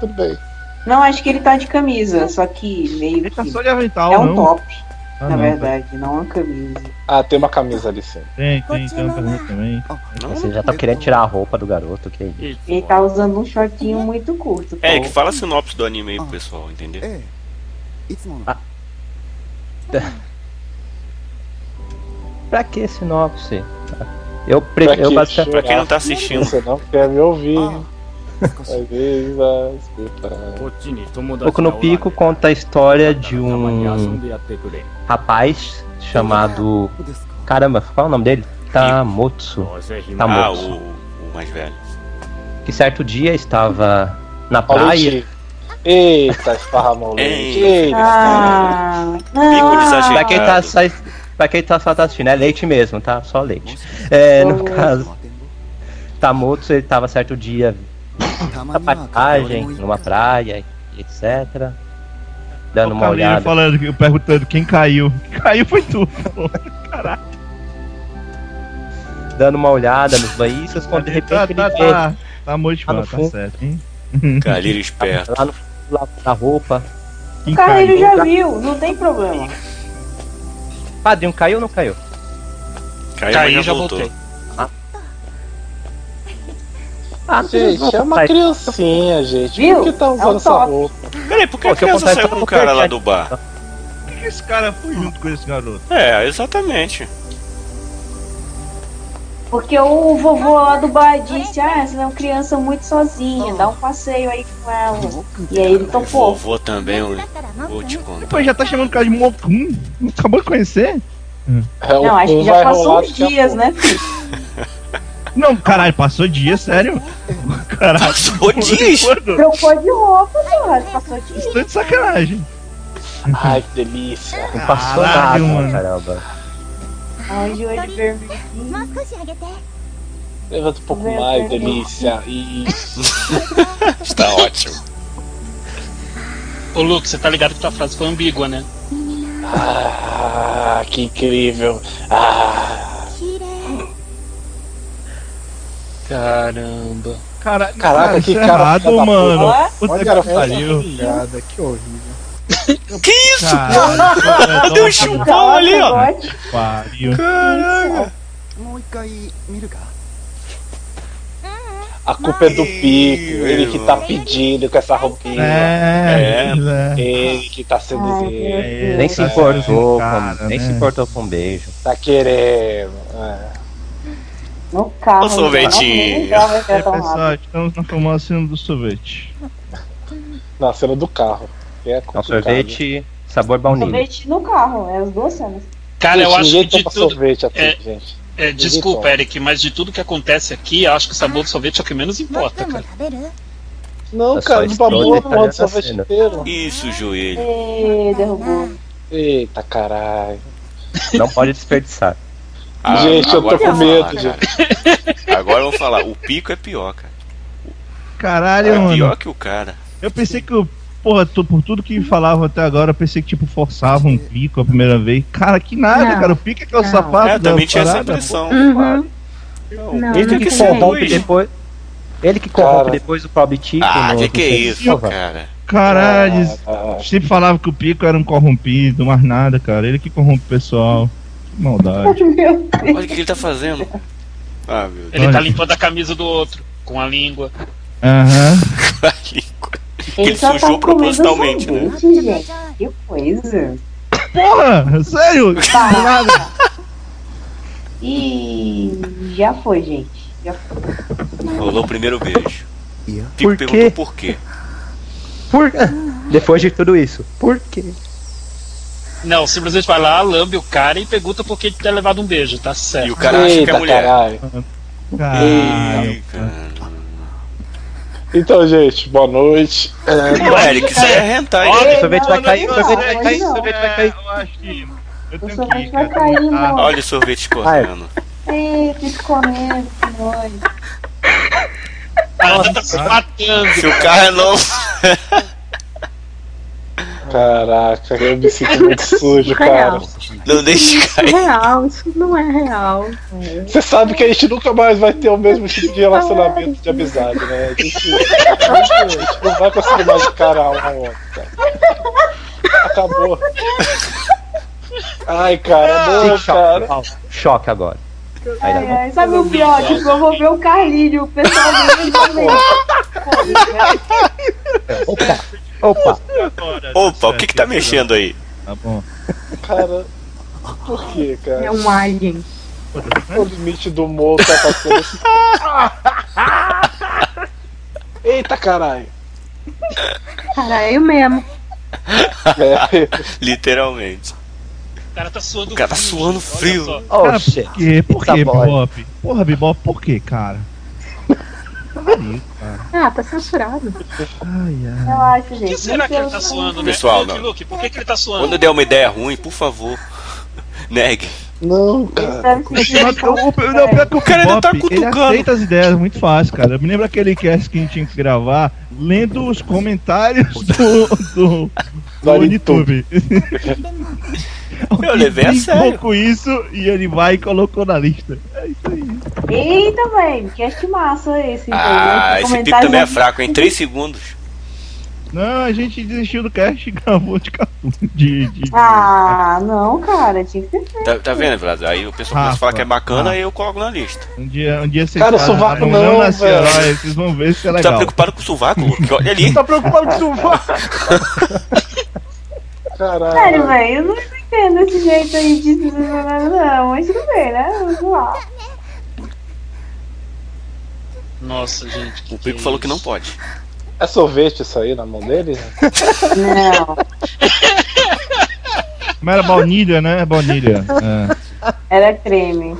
[SPEAKER 8] Tudo bem.
[SPEAKER 5] Não, acho que ele tá de camisa, só que meio
[SPEAKER 9] Ele tá só
[SPEAKER 5] que.
[SPEAKER 9] de avental,
[SPEAKER 5] É um
[SPEAKER 9] não.
[SPEAKER 5] top,
[SPEAKER 9] Ah,
[SPEAKER 5] na
[SPEAKER 9] não, tá.
[SPEAKER 5] verdade, não é uma camisa.
[SPEAKER 8] Ah, tem uma camisa ali sim.
[SPEAKER 9] Tem, tem, tem uma pergunta também.
[SPEAKER 2] Não,
[SPEAKER 7] Vocês já estão querendo tirar a roupa do garoto, que é isso.
[SPEAKER 5] Ele tá usando um shortinho muito curto.
[SPEAKER 2] É,
[SPEAKER 5] pô.
[SPEAKER 2] que fala a sinopse do anime aí pro pessoal, entendeu?
[SPEAKER 10] ええいつもの
[SPEAKER 7] Pra que sinopse? Eu, pre...
[SPEAKER 8] Pra
[SPEAKER 7] eu
[SPEAKER 8] que
[SPEAKER 7] bastante.
[SPEAKER 2] Pra quem não tá
[SPEAKER 8] chorar?
[SPEAKER 2] assistindo,
[SPEAKER 8] Você não quer me ouvir.
[SPEAKER 10] 少し
[SPEAKER 8] Às vezes, ah, escuta.
[SPEAKER 7] Boku no Pico conta a história de um rapaz chamado.
[SPEAKER 10] ですか
[SPEAKER 7] Caramba, qual é o nome dele? Tamotsu.
[SPEAKER 2] ah,
[SPEAKER 7] Tamotsu.
[SPEAKER 2] o, o mais velho.
[SPEAKER 7] Que certo dia estava na
[SPEAKER 8] Olha o
[SPEAKER 7] praia.
[SPEAKER 8] leite. Eita, esparramou o
[SPEAKER 2] É.
[SPEAKER 8] leite. Eita.
[SPEAKER 5] Ah, não.
[SPEAKER 2] desajeitado.
[SPEAKER 7] Pra quem
[SPEAKER 5] é?
[SPEAKER 7] tá só. Pra quem tá só tá assistindo, é leite mesmo, tá? Só leite. É, no caso,
[SPEAKER 10] もう
[SPEAKER 7] Tamotsu, ele tava certo dia
[SPEAKER 10] たま
[SPEAKER 7] na
[SPEAKER 10] には片手
[SPEAKER 7] passagem,
[SPEAKER 10] もいい
[SPEAKER 7] numa
[SPEAKER 10] から
[SPEAKER 7] praia, etc. Dando
[SPEAKER 9] O
[SPEAKER 7] uma
[SPEAKER 9] Calinho
[SPEAKER 7] olhada.
[SPEAKER 9] falando, que- perguntando quem caiu. Quem caiu foi tu. pô. Caraca,
[SPEAKER 7] Dando uma olhada nos banhistas, quando de
[SPEAKER 9] tá,
[SPEAKER 7] repente ele
[SPEAKER 9] tá,
[SPEAKER 7] vê
[SPEAKER 9] tá, tá motivado,
[SPEAKER 7] Tá no
[SPEAKER 9] tá
[SPEAKER 7] fundo.
[SPEAKER 9] certo, hein?
[SPEAKER 2] Calheiro esperto.
[SPEAKER 7] lá no lá na roupa.
[SPEAKER 9] Quem
[SPEAKER 5] O Carreiro
[SPEAKER 9] caiu?
[SPEAKER 5] já viu, não tem problema.
[SPEAKER 7] Padrinho, caiu ou não caiu?
[SPEAKER 2] Caiu,
[SPEAKER 4] Caiu,
[SPEAKER 2] mas já
[SPEAKER 4] já
[SPEAKER 2] voltou.
[SPEAKER 4] voltei.
[SPEAKER 7] Ah,
[SPEAKER 8] Gente, é uma criancinha, gente.
[SPEAKER 5] Viu?
[SPEAKER 8] Por que
[SPEAKER 5] É
[SPEAKER 8] tá
[SPEAKER 5] um
[SPEAKER 8] usando essa
[SPEAKER 5] top.
[SPEAKER 8] roupa?
[SPEAKER 2] Peraí, por que
[SPEAKER 7] Pô,
[SPEAKER 2] a
[SPEAKER 7] se eu
[SPEAKER 2] criança
[SPEAKER 7] contar
[SPEAKER 2] saiu
[SPEAKER 7] isso,
[SPEAKER 2] com
[SPEAKER 7] eu
[SPEAKER 2] o
[SPEAKER 7] tô
[SPEAKER 2] cara lá
[SPEAKER 7] perdido.
[SPEAKER 2] do bar?
[SPEAKER 9] Por que esse cara foi junto com esse garoto?
[SPEAKER 2] É, exatamente.
[SPEAKER 5] Porque o vovô lá do bar disse, ah, essa é uma criança muito sozinha, dá um passeio aí com ela. E aí
[SPEAKER 8] tá
[SPEAKER 5] ele
[SPEAKER 2] O
[SPEAKER 5] topou.
[SPEAKER 2] vovô também, eu vou te contar.
[SPEAKER 9] Depois já tá chamando o cara de Mocum. Acabou de conhecer?
[SPEAKER 8] É, o
[SPEAKER 5] Não, acho que
[SPEAKER 8] cu
[SPEAKER 5] já
[SPEAKER 8] vai
[SPEAKER 5] passou
[SPEAKER 8] rolar
[SPEAKER 5] uns
[SPEAKER 8] daqui a
[SPEAKER 5] dias,
[SPEAKER 8] pouco.
[SPEAKER 5] né? filho?
[SPEAKER 9] Não, caralho, passou dia, sério? Caralho.
[SPEAKER 2] Passou dias!
[SPEAKER 9] Quando?
[SPEAKER 5] Trocou de roupa, Jorge, passou de
[SPEAKER 9] Estou de sacanagem.
[SPEAKER 8] Ai, que delícia.
[SPEAKER 7] Não passou
[SPEAKER 9] Caralho,
[SPEAKER 7] nada,
[SPEAKER 9] mano.
[SPEAKER 7] caramba.
[SPEAKER 5] Ai, de olho vermelho.
[SPEAKER 1] もう少し上げて
[SPEAKER 8] Levanta um
[SPEAKER 5] Né,
[SPEAKER 8] pouco mais, delícia. Isso.
[SPEAKER 2] Está Tá ótimo.
[SPEAKER 4] Ô, Luke, você tá ligado que tua frase foi ambígua, né?
[SPEAKER 8] Ah, que incrível. Ah,
[SPEAKER 1] 綺麗
[SPEAKER 4] Caramba.
[SPEAKER 9] Caralho,
[SPEAKER 8] Caraca, que cara
[SPEAKER 9] errado,
[SPEAKER 8] filha da
[SPEAKER 9] mano.
[SPEAKER 5] Ó,
[SPEAKER 9] Puta
[SPEAKER 8] Olha
[SPEAKER 9] que
[SPEAKER 8] essa
[SPEAKER 9] pariu.
[SPEAKER 6] Cara, que horrível.
[SPEAKER 2] Que isso?
[SPEAKER 9] Caralho,
[SPEAKER 2] Deu um
[SPEAKER 9] puta que
[SPEAKER 2] chupão ali, ó.
[SPEAKER 5] calote,
[SPEAKER 9] pariu.
[SPEAKER 10] もう一回見るか
[SPEAKER 8] a culpa é do Pico. Ele que tá pedindo com essa roupinha.
[SPEAKER 9] É, é.
[SPEAKER 8] Ele que tá sendo
[SPEAKER 5] Ai,
[SPEAKER 8] ele.
[SPEAKER 9] É,
[SPEAKER 7] Nem se
[SPEAKER 9] tá
[SPEAKER 7] importou,
[SPEAKER 9] cara,
[SPEAKER 7] com, nem
[SPEAKER 9] né?
[SPEAKER 7] se importou com um beijo.
[SPEAKER 8] Tá querendo. É.
[SPEAKER 5] No carro.
[SPEAKER 2] Ô, sorvetinho.
[SPEAKER 5] Nossa, nem dá,
[SPEAKER 3] tá
[SPEAKER 5] vai
[SPEAKER 9] É,
[SPEAKER 5] ficar tão
[SPEAKER 9] pessoal,
[SPEAKER 5] rápido.
[SPEAKER 9] estamos na famosa do sorvete.
[SPEAKER 8] Na cena do carro. É
[SPEAKER 7] É um
[SPEAKER 8] complicado.
[SPEAKER 7] sorvete sabor baunilha.
[SPEAKER 5] Sorvete no carro, é as duas cenas.
[SPEAKER 4] Cara, eu
[SPEAKER 8] Gente,
[SPEAKER 4] acho que
[SPEAKER 8] ninguém
[SPEAKER 4] de
[SPEAKER 8] toma
[SPEAKER 4] tudo.
[SPEAKER 8] sorvete aqui,
[SPEAKER 4] É.
[SPEAKER 8] gente.
[SPEAKER 4] É, desculpa,
[SPEAKER 8] toma.
[SPEAKER 4] Eric, mas de tudo que acontece aqui, eu acho que o sabor do sorvete é o que menos
[SPEAKER 1] もっ
[SPEAKER 4] importa,
[SPEAKER 1] とも
[SPEAKER 4] cara.
[SPEAKER 1] 食べる
[SPEAKER 8] Não,
[SPEAKER 7] Tá
[SPEAKER 8] cara,
[SPEAKER 7] só
[SPEAKER 8] não babou a
[SPEAKER 7] estrondo
[SPEAKER 8] porra do
[SPEAKER 7] essa
[SPEAKER 8] sorvete
[SPEAKER 7] cena.
[SPEAKER 8] inteiro.
[SPEAKER 2] Isso, joelho.
[SPEAKER 5] Ê, É, derrubou.
[SPEAKER 8] Eita, caralho.
[SPEAKER 7] Não pode desperdiçar.
[SPEAKER 8] Gente, eu
[SPEAKER 2] Ah, agora
[SPEAKER 8] tô com
[SPEAKER 2] vou falar,
[SPEAKER 8] medo,
[SPEAKER 2] cara. Agora eu vou falar, o pico é pior, cara.
[SPEAKER 9] Caralho,
[SPEAKER 2] É
[SPEAKER 9] mano.
[SPEAKER 2] pior que o cara.
[SPEAKER 9] Eu pensei que, eu- porra, tu- por tudo que falavam até agora, eu pensei que, tipo, forçavam o pico a primeira vez. Cara, que nada,
[SPEAKER 3] Não.
[SPEAKER 9] cara. O pico é que é o
[SPEAKER 3] Não.
[SPEAKER 9] sapato.
[SPEAKER 2] É, eu também
[SPEAKER 9] da
[SPEAKER 2] tinha essa
[SPEAKER 9] parada.
[SPEAKER 2] impressão.
[SPEAKER 3] Uhum. Não,
[SPEAKER 7] Ele
[SPEAKER 3] não
[SPEAKER 7] É que
[SPEAKER 3] tem.
[SPEAKER 7] corrompe depois. Ele que corrompe
[SPEAKER 8] Cara.
[SPEAKER 7] depois o próprio Tico.
[SPEAKER 2] Ah,
[SPEAKER 7] no-
[SPEAKER 2] que
[SPEAKER 7] no
[SPEAKER 2] que é
[SPEAKER 7] Senhor
[SPEAKER 2] isso,
[SPEAKER 7] Silva.
[SPEAKER 2] cara?
[SPEAKER 9] Caralho,
[SPEAKER 8] Ah,
[SPEAKER 9] sempre falava que o Pico era um corrompido, mais nada, cara. Ele que corrompe o pessoal. Que maldade.
[SPEAKER 5] Meu
[SPEAKER 2] Olha o que ele tá fazendo. Ah, meu Deus.
[SPEAKER 4] Ele
[SPEAKER 9] Olha.
[SPEAKER 4] tá limpando a camisa do outro com a língua.
[SPEAKER 9] Aham.
[SPEAKER 2] Ele sujou propositalmente, né?
[SPEAKER 5] gente, gente. Que coisa.
[SPEAKER 9] Porra, sério?
[SPEAKER 5] E já foi, gente. Já foi.
[SPEAKER 2] Rolou o primeiro beijo.
[SPEAKER 10] Yeah.
[SPEAKER 2] Pico
[SPEAKER 7] Por
[SPEAKER 2] perguntou
[SPEAKER 7] quê?
[SPEAKER 2] por quê.
[SPEAKER 7] Por... Depois de tudo isso. Por quê?
[SPEAKER 4] Não, simplesmente vai lá, lambe o cara e pergunta por que ele tá levado um beijo, tá
[SPEAKER 2] E
[SPEAKER 4] certo.
[SPEAKER 2] o cara acha que é
[SPEAKER 8] eita,
[SPEAKER 2] mulher.
[SPEAKER 8] caralho.
[SPEAKER 9] Caralho.
[SPEAKER 2] Ih, cara.
[SPEAKER 8] Então, gente, boa noite.
[SPEAKER 2] Ué, Eric, isso aí é hentai.
[SPEAKER 7] Olha,
[SPEAKER 5] Ei,
[SPEAKER 7] o sorvete
[SPEAKER 5] não,
[SPEAKER 7] vai
[SPEAKER 5] não,
[SPEAKER 7] cair,
[SPEAKER 5] não,
[SPEAKER 7] o sorvete vai
[SPEAKER 5] não,
[SPEAKER 7] cair, o
[SPEAKER 5] não.
[SPEAKER 7] sorvete vai cair.
[SPEAKER 9] eu acho que. Eu
[SPEAKER 5] O
[SPEAKER 9] tenho que
[SPEAKER 5] sorvete
[SPEAKER 9] ir,
[SPEAKER 5] vai
[SPEAKER 9] cara.
[SPEAKER 5] cair,
[SPEAKER 9] Ah,
[SPEAKER 5] mano.
[SPEAKER 2] Olha o sorvete correndo.
[SPEAKER 5] Ei, fica comendo, nós.
[SPEAKER 4] O cara tá se matando.
[SPEAKER 2] Se o é cara não.
[SPEAKER 8] Caraca, eu me sinto muito sujo, cara.
[SPEAKER 3] Real,
[SPEAKER 2] Não deixe
[SPEAKER 5] é
[SPEAKER 2] cair.
[SPEAKER 3] real, isso não é real. velho.
[SPEAKER 8] Você sabe que a gente nunca mais vai ter o mesmo tipo de relacionamento de amizade, né? A gente, a gente não vai conseguir mais encarar um ao outro, cara. Acabou. Ai,
[SPEAKER 2] Ah,
[SPEAKER 8] cara, não,
[SPEAKER 7] Fique
[SPEAKER 8] cara.
[SPEAKER 7] choque, choque agora. Aí
[SPEAKER 5] Ai,
[SPEAKER 7] dá-
[SPEAKER 3] É,
[SPEAKER 5] ai, sabe o pior? Tipo, eu vou ver o Carlinho, o pessoal do Rio também. Pô,
[SPEAKER 7] Opa, opa.
[SPEAKER 2] Opa, o que que tá mexendo aí?
[SPEAKER 9] Tá bom.
[SPEAKER 8] Cara, por que,
[SPEAKER 3] É
[SPEAKER 8] cara?
[SPEAKER 3] um alien.
[SPEAKER 8] O limite do humor tá passando assim. Eita caralho!
[SPEAKER 3] Cara, eu mesmo.
[SPEAKER 8] É,
[SPEAKER 2] Literalmente.
[SPEAKER 4] O cara tá suando
[SPEAKER 2] O cara tá
[SPEAKER 4] frio,
[SPEAKER 2] suando
[SPEAKER 4] gente, olha
[SPEAKER 2] frio.
[SPEAKER 4] só.
[SPEAKER 7] Oh,
[SPEAKER 9] Cara,
[SPEAKER 7] shit.
[SPEAKER 9] por quê? Por
[SPEAKER 7] Tá
[SPEAKER 9] quê,
[SPEAKER 7] bom.
[SPEAKER 9] Bebop? Porra, Bebop, por quê, cara?
[SPEAKER 3] Ah, tá censurado.
[SPEAKER 9] Ai, ai.
[SPEAKER 5] relaxa,
[SPEAKER 4] Por que
[SPEAKER 5] gente.
[SPEAKER 4] será que ele tá
[SPEAKER 5] Não sei,
[SPEAKER 4] suando, né?
[SPEAKER 2] Pessoal,
[SPEAKER 4] Luke,
[SPEAKER 2] não.
[SPEAKER 4] Luke, por que, que ele tá
[SPEAKER 2] Quando
[SPEAKER 4] suando?
[SPEAKER 2] eu der uma ideia ruim, por favor, negue.
[SPEAKER 8] não,
[SPEAKER 5] eles
[SPEAKER 8] cara.
[SPEAKER 5] devem sentir
[SPEAKER 9] Mas
[SPEAKER 5] tão-
[SPEAKER 9] É o- o- não, pior que
[SPEAKER 2] O cara ainda
[SPEAKER 9] Bebop,
[SPEAKER 2] tá
[SPEAKER 9] Ele
[SPEAKER 2] cutucando.
[SPEAKER 9] aceita as ideias muito fácil, cara. Eu me lembro aquele cast que a gente tinha que gravar lendo os comentários do, do,
[SPEAKER 8] Da
[SPEAKER 9] do YouTube.
[SPEAKER 2] Eu levei a sério.
[SPEAKER 9] com isso e ele vai e colocou na lista. É isso aí.
[SPEAKER 5] Eita, velho, cast massa esse.
[SPEAKER 2] Ah, esse pico também é fraco, em 3 segundos.
[SPEAKER 9] Não, a gente desistiu do cast e gravou de cartoon. De, de-
[SPEAKER 5] Ah, não, cara, tinha que ter feito.
[SPEAKER 2] Tá, tá vendo, Vlad? Aí o pessoal começa a falar que é bacana, aí eu coloco na lista.
[SPEAKER 9] Um dia, um dia vocês
[SPEAKER 8] Cara,
[SPEAKER 9] fazem
[SPEAKER 8] sovaco
[SPEAKER 9] uma reunião
[SPEAKER 8] não,
[SPEAKER 9] nacional,
[SPEAKER 8] velho.
[SPEAKER 9] aí vocês vão ver se é
[SPEAKER 2] Tá
[SPEAKER 9] legal.
[SPEAKER 2] preocupado com o sovaco, Luke? Olha ali.
[SPEAKER 8] Tá preocupado com o sovaco?
[SPEAKER 6] Ah.
[SPEAKER 8] Caralho.
[SPEAKER 5] Sério, velho, eu não entendo esse jeito aí de. Não, mas tudo bem, né? Vamos lá.
[SPEAKER 4] Nossa, gente.
[SPEAKER 2] O Pico falou que não pode.
[SPEAKER 8] É sorvete isso aí na mão dele?
[SPEAKER 5] Não,
[SPEAKER 9] Mas era baunilha, né? Baunilha. É.
[SPEAKER 5] era creme.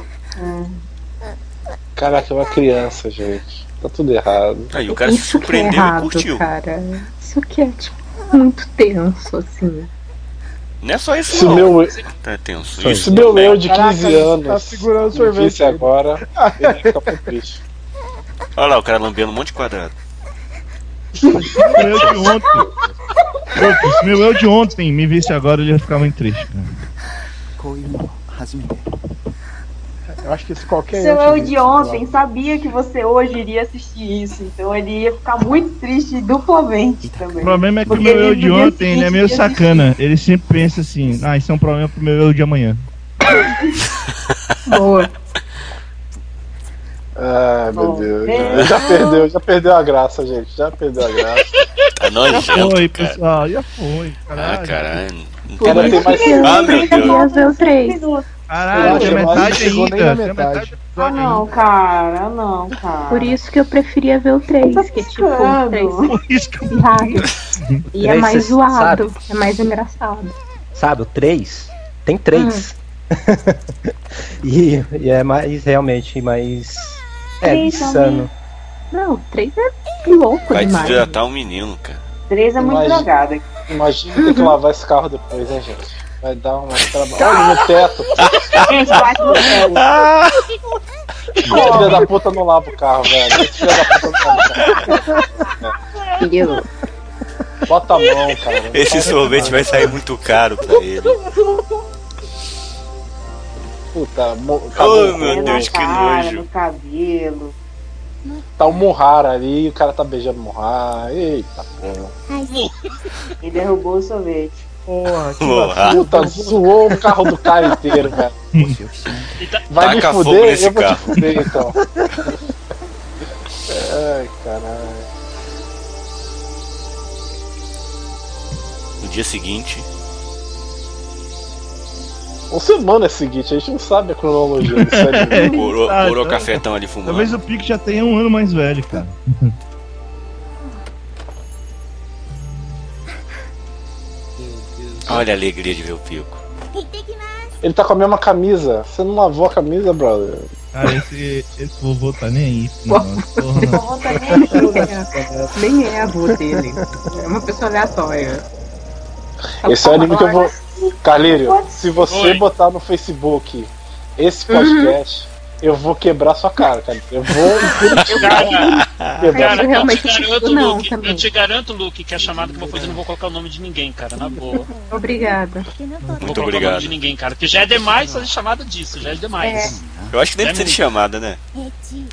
[SPEAKER 8] Caraca, é uma criança, gente. Tá tudo errado.
[SPEAKER 2] Aí o cara se
[SPEAKER 3] isso que é
[SPEAKER 2] surpreendeu e
[SPEAKER 3] errado,
[SPEAKER 2] curtiu.
[SPEAKER 3] cara. Isso que é, tipo, muito tenso, assim.
[SPEAKER 2] Não é só isso,
[SPEAKER 8] Se
[SPEAKER 2] não.
[SPEAKER 8] o meu,
[SPEAKER 2] Tá tenso.
[SPEAKER 8] se
[SPEAKER 2] Isso. né?
[SPEAKER 8] o meu eu de 15
[SPEAKER 6] Caraca, ele
[SPEAKER 8] anos
[SPEAKER 6] tá segurando o
[SPEAKER 8] me
[SPEAKER 6] sorvete
[SPEAKER 8] visse
[SPEAKER 6] aí.
[SPEAKER 8] agora, ele fica muito triste.
[SPEAKER 2] Olha lá, o cara lambendo um monte de quadrado.
[SPEAKER 9] Meu eu de ontem. Putz, se meu eu de ontem me visse agora, ele ia ficar muito triste. cara.
[SPEAKER 10] こういうの初めて。
[SPEAKER 6] Eu acho que é esse qualquer.
[SPEAKER 5] Seu
[SPEAKER 6] eu
[SPEAKER 5] eu
[SPEAKER 6] tivesse
[SPEAKER 5] de ontem sabia que você hoje iria assistir isso, então ele ia ficar muito triste duplamente
[SPEAKER 9] O
[SPEAKER 5] também.
[SPEAKER 9] problema é que
[SPEAKER 5] Porque
[SPEAKER 9] o meu
[SPEAKER 5] ele
[SPEAKER 9] eu de
[SPEAKER 5] no dia
[SPEAKER 9] ontem ele é
[SPEAKER 5] seguinte
[SPEAKER 9] meio
[SPEAKER 5] ia
[SPEAKER 9] sacana. Ele sempre pensa assim: ah, isso é um problema pro meu eu de amanhã.
[SPEAKER 3] Boa.
[SPEAKER 8] Ai, meu
[SPEAKER 5] Bom,
[SPEAKER 8] Deus.
[SPEAKER 5] é.
[SPEAKER 8] Já perdeu, já perdeu a graça, gente. Já perdeu a graça.
[SPEAKER 2] Tá
[SPEAKER 9] Já foi,
[SPEAKER 2] nojento, cara.
[SPEAKER 9] pessoal, já foi.
[SPEAKER 2] Ah,
[SPEAKER 9] Caralho,
[SPEAKER 2] caralho. Não tem
[SPEAKER 8] Cara,
[SPEAKER 2] mais-
[SPEAKER 8] tem mais
[SPEAKER 2] Ah, meu Deus.
[SPEAKER 3] Deus, eu três.
[SPEAKER 5] minutos.
[SPEAKER 9] Caralho,
[SPEAKER 8] Eu
[SPEAKER 9] tem
[SPEAKER 8] acho que não
[SPEAKER 9] metade
[SPEAKER 6] chegou
[SPEAKER 9] ainda.
[SPEAKER 6] nem na
[SPEAKER 9] tem
[SPEAKER 6] metade.
[SPEAKER 9] metade.
[SPEAKER 5] Ah, não, cara, não, cara.
[SPEAKER 3] Por isso que eu preferia ver o três,
[SPEAKER 5] Tá
[SPEAKER 3] que é tipo o três
[SPEAKER 5] piscando.
[SPEAKER 9] Por isso que eu
[SPEAKER 3] errado. E é
[SPEAKER 7] Três,
[SPEAKER 3] mais
[SPEAKER 7] cê
[SPEAKER 3] zoado, é mais engraçado.
[SPEAKER 7] Sabe, o 3? Tem
[SPEAKER 3] Hum.
[SPEAKER 7] 3. e, e é mais, realmente, mais. É,
[SPEAKER 5] Três
[SPEAKER 7] insano.
[SPEAKER 3] Não, o três é louco
[SPEAKER 2] Vai
[SPEAKER 3] demais.
[SPEAKER 2] desidratar um menino, cara.
[SPEAKER 5] Três é muito
[SPEAKER 8] Imagina.
[SPEAKER 5] drogada.
[SPEAKER 8] Imagina ter que lavar esse carro depois, hein, gente? Vai dar uma trabalho. Olha no teto.
[SPEAKER 5] Gente, bate no teto.
[SPEAKER 8] Esse filho da puta não lava o carro, velho. Esse filho da puta não lava o carro. Bota a mão, cara.
[SPEAKER 2] Esse sorvete vai sair muito caro pra ele.
[SPEAKER 8] Puta, mo- tá, o-
[SPEAKER 2] Oh, meu
[SPEAKER 5] É
[SPEAKER 2] Deus,
[SPEAKER 5] na
[SPEAKER 2] que
[SPEAKER 5] cara,
[SPEAKER 2] nojo.
[SPEAKER 5] No cabelo.
[SPEAKER 8] tá o Mohara ali, o cara tá beijando o Mohara. Eita porra.
[SPEAKER 5] E derrubou o sorvete.
[SPEAKER 6] Porra, que
[SPEAKER 2] Vamos lá.
[SPEAKER 8] Puta, zoou o carro do cara inteiro, velho. Vai
[SPEAKER 2] Taca
[SPEAKER 8] me
[SPEAKER 2] fogo
[SPEAKER 8] fuder,
[SPEAKER 2] nesse
[SPEAKER 8] eu vou
[SPEAKER 2] carro.
[SPEAKER 8] te fuder então. Ai, caralho.
[SPEAKER 2] No dia seguinte,
[SPEAKER 8] Ou semana seguinte, a gente não sabe a cronologia disso aí. né?
[SPEAKER 2] morou,
[SPEAKER 9] Tá,
[SPEAKER 2] morou
[SPEAKER 9] então.
[SPEAKER 2] cafetão ali fumando.
[SPEAKER 9] Talvez o Pico já tenha um ano mais velho, cara.
[SPEAKER 2] Olha a alegria de ver o Pico.
[SPEAKER 8] Ele tá com a mesma camisa. Você não lavou a camisa, brother?
[SPEAKER 9] Cara, esse, esse vovô tá nem aí. Não, porra, não.
[SPEAKER 5] Bom, tá nem aí.
[SPEAKER 3] Hum. Nem é a avó dele. É uma pessoa aleatória.
[SPEAKER 8] Esse é o anime que eu vou. Carlírio, se você
[SPEAKER 4] Oi.
[SPEAKER 8] botar no Facebook esse podcast, eu vou quebrar sua cara, cara. Eu vou
[SPEAKER 4] Cara,
[SPEAKER 8] quebrar
[SPEAKER 4] cara,
[SPEAKER 8] sua
[SPEAKER 3] Eu
[SPEAKER 4] Ah, eu
[SPEAKER 3] realmente tipo,
[SPEAKER 4] te garanto,
[SPEAKER 3] não,
[SPEAKER 4] Luke,
[SPEAKER 3] também.
[SPEAKER 4] eu te garanto, Luke, que a chamada que eu vou fazer eu não vou colocar o nome de ninguém, cara, na boa.
[SPEAKER 3] Obrigada.
[SPEAKER 4] Não vou
[SPEAKER 2] Muito
[SPEAKER 4] colocar o nome
[SPEAKER 2] obrigado.
[SPEAKER 4] de ninguém, cara. Que já é demais fazer chamada disso, já é demais.
[SPEAKER 2] Eu acho que nem
[SPEAKER 4] É
[SPEAKER 2] precisa de
[SPEAKER 4] muito.
[SPEAKER 2] chamada, né?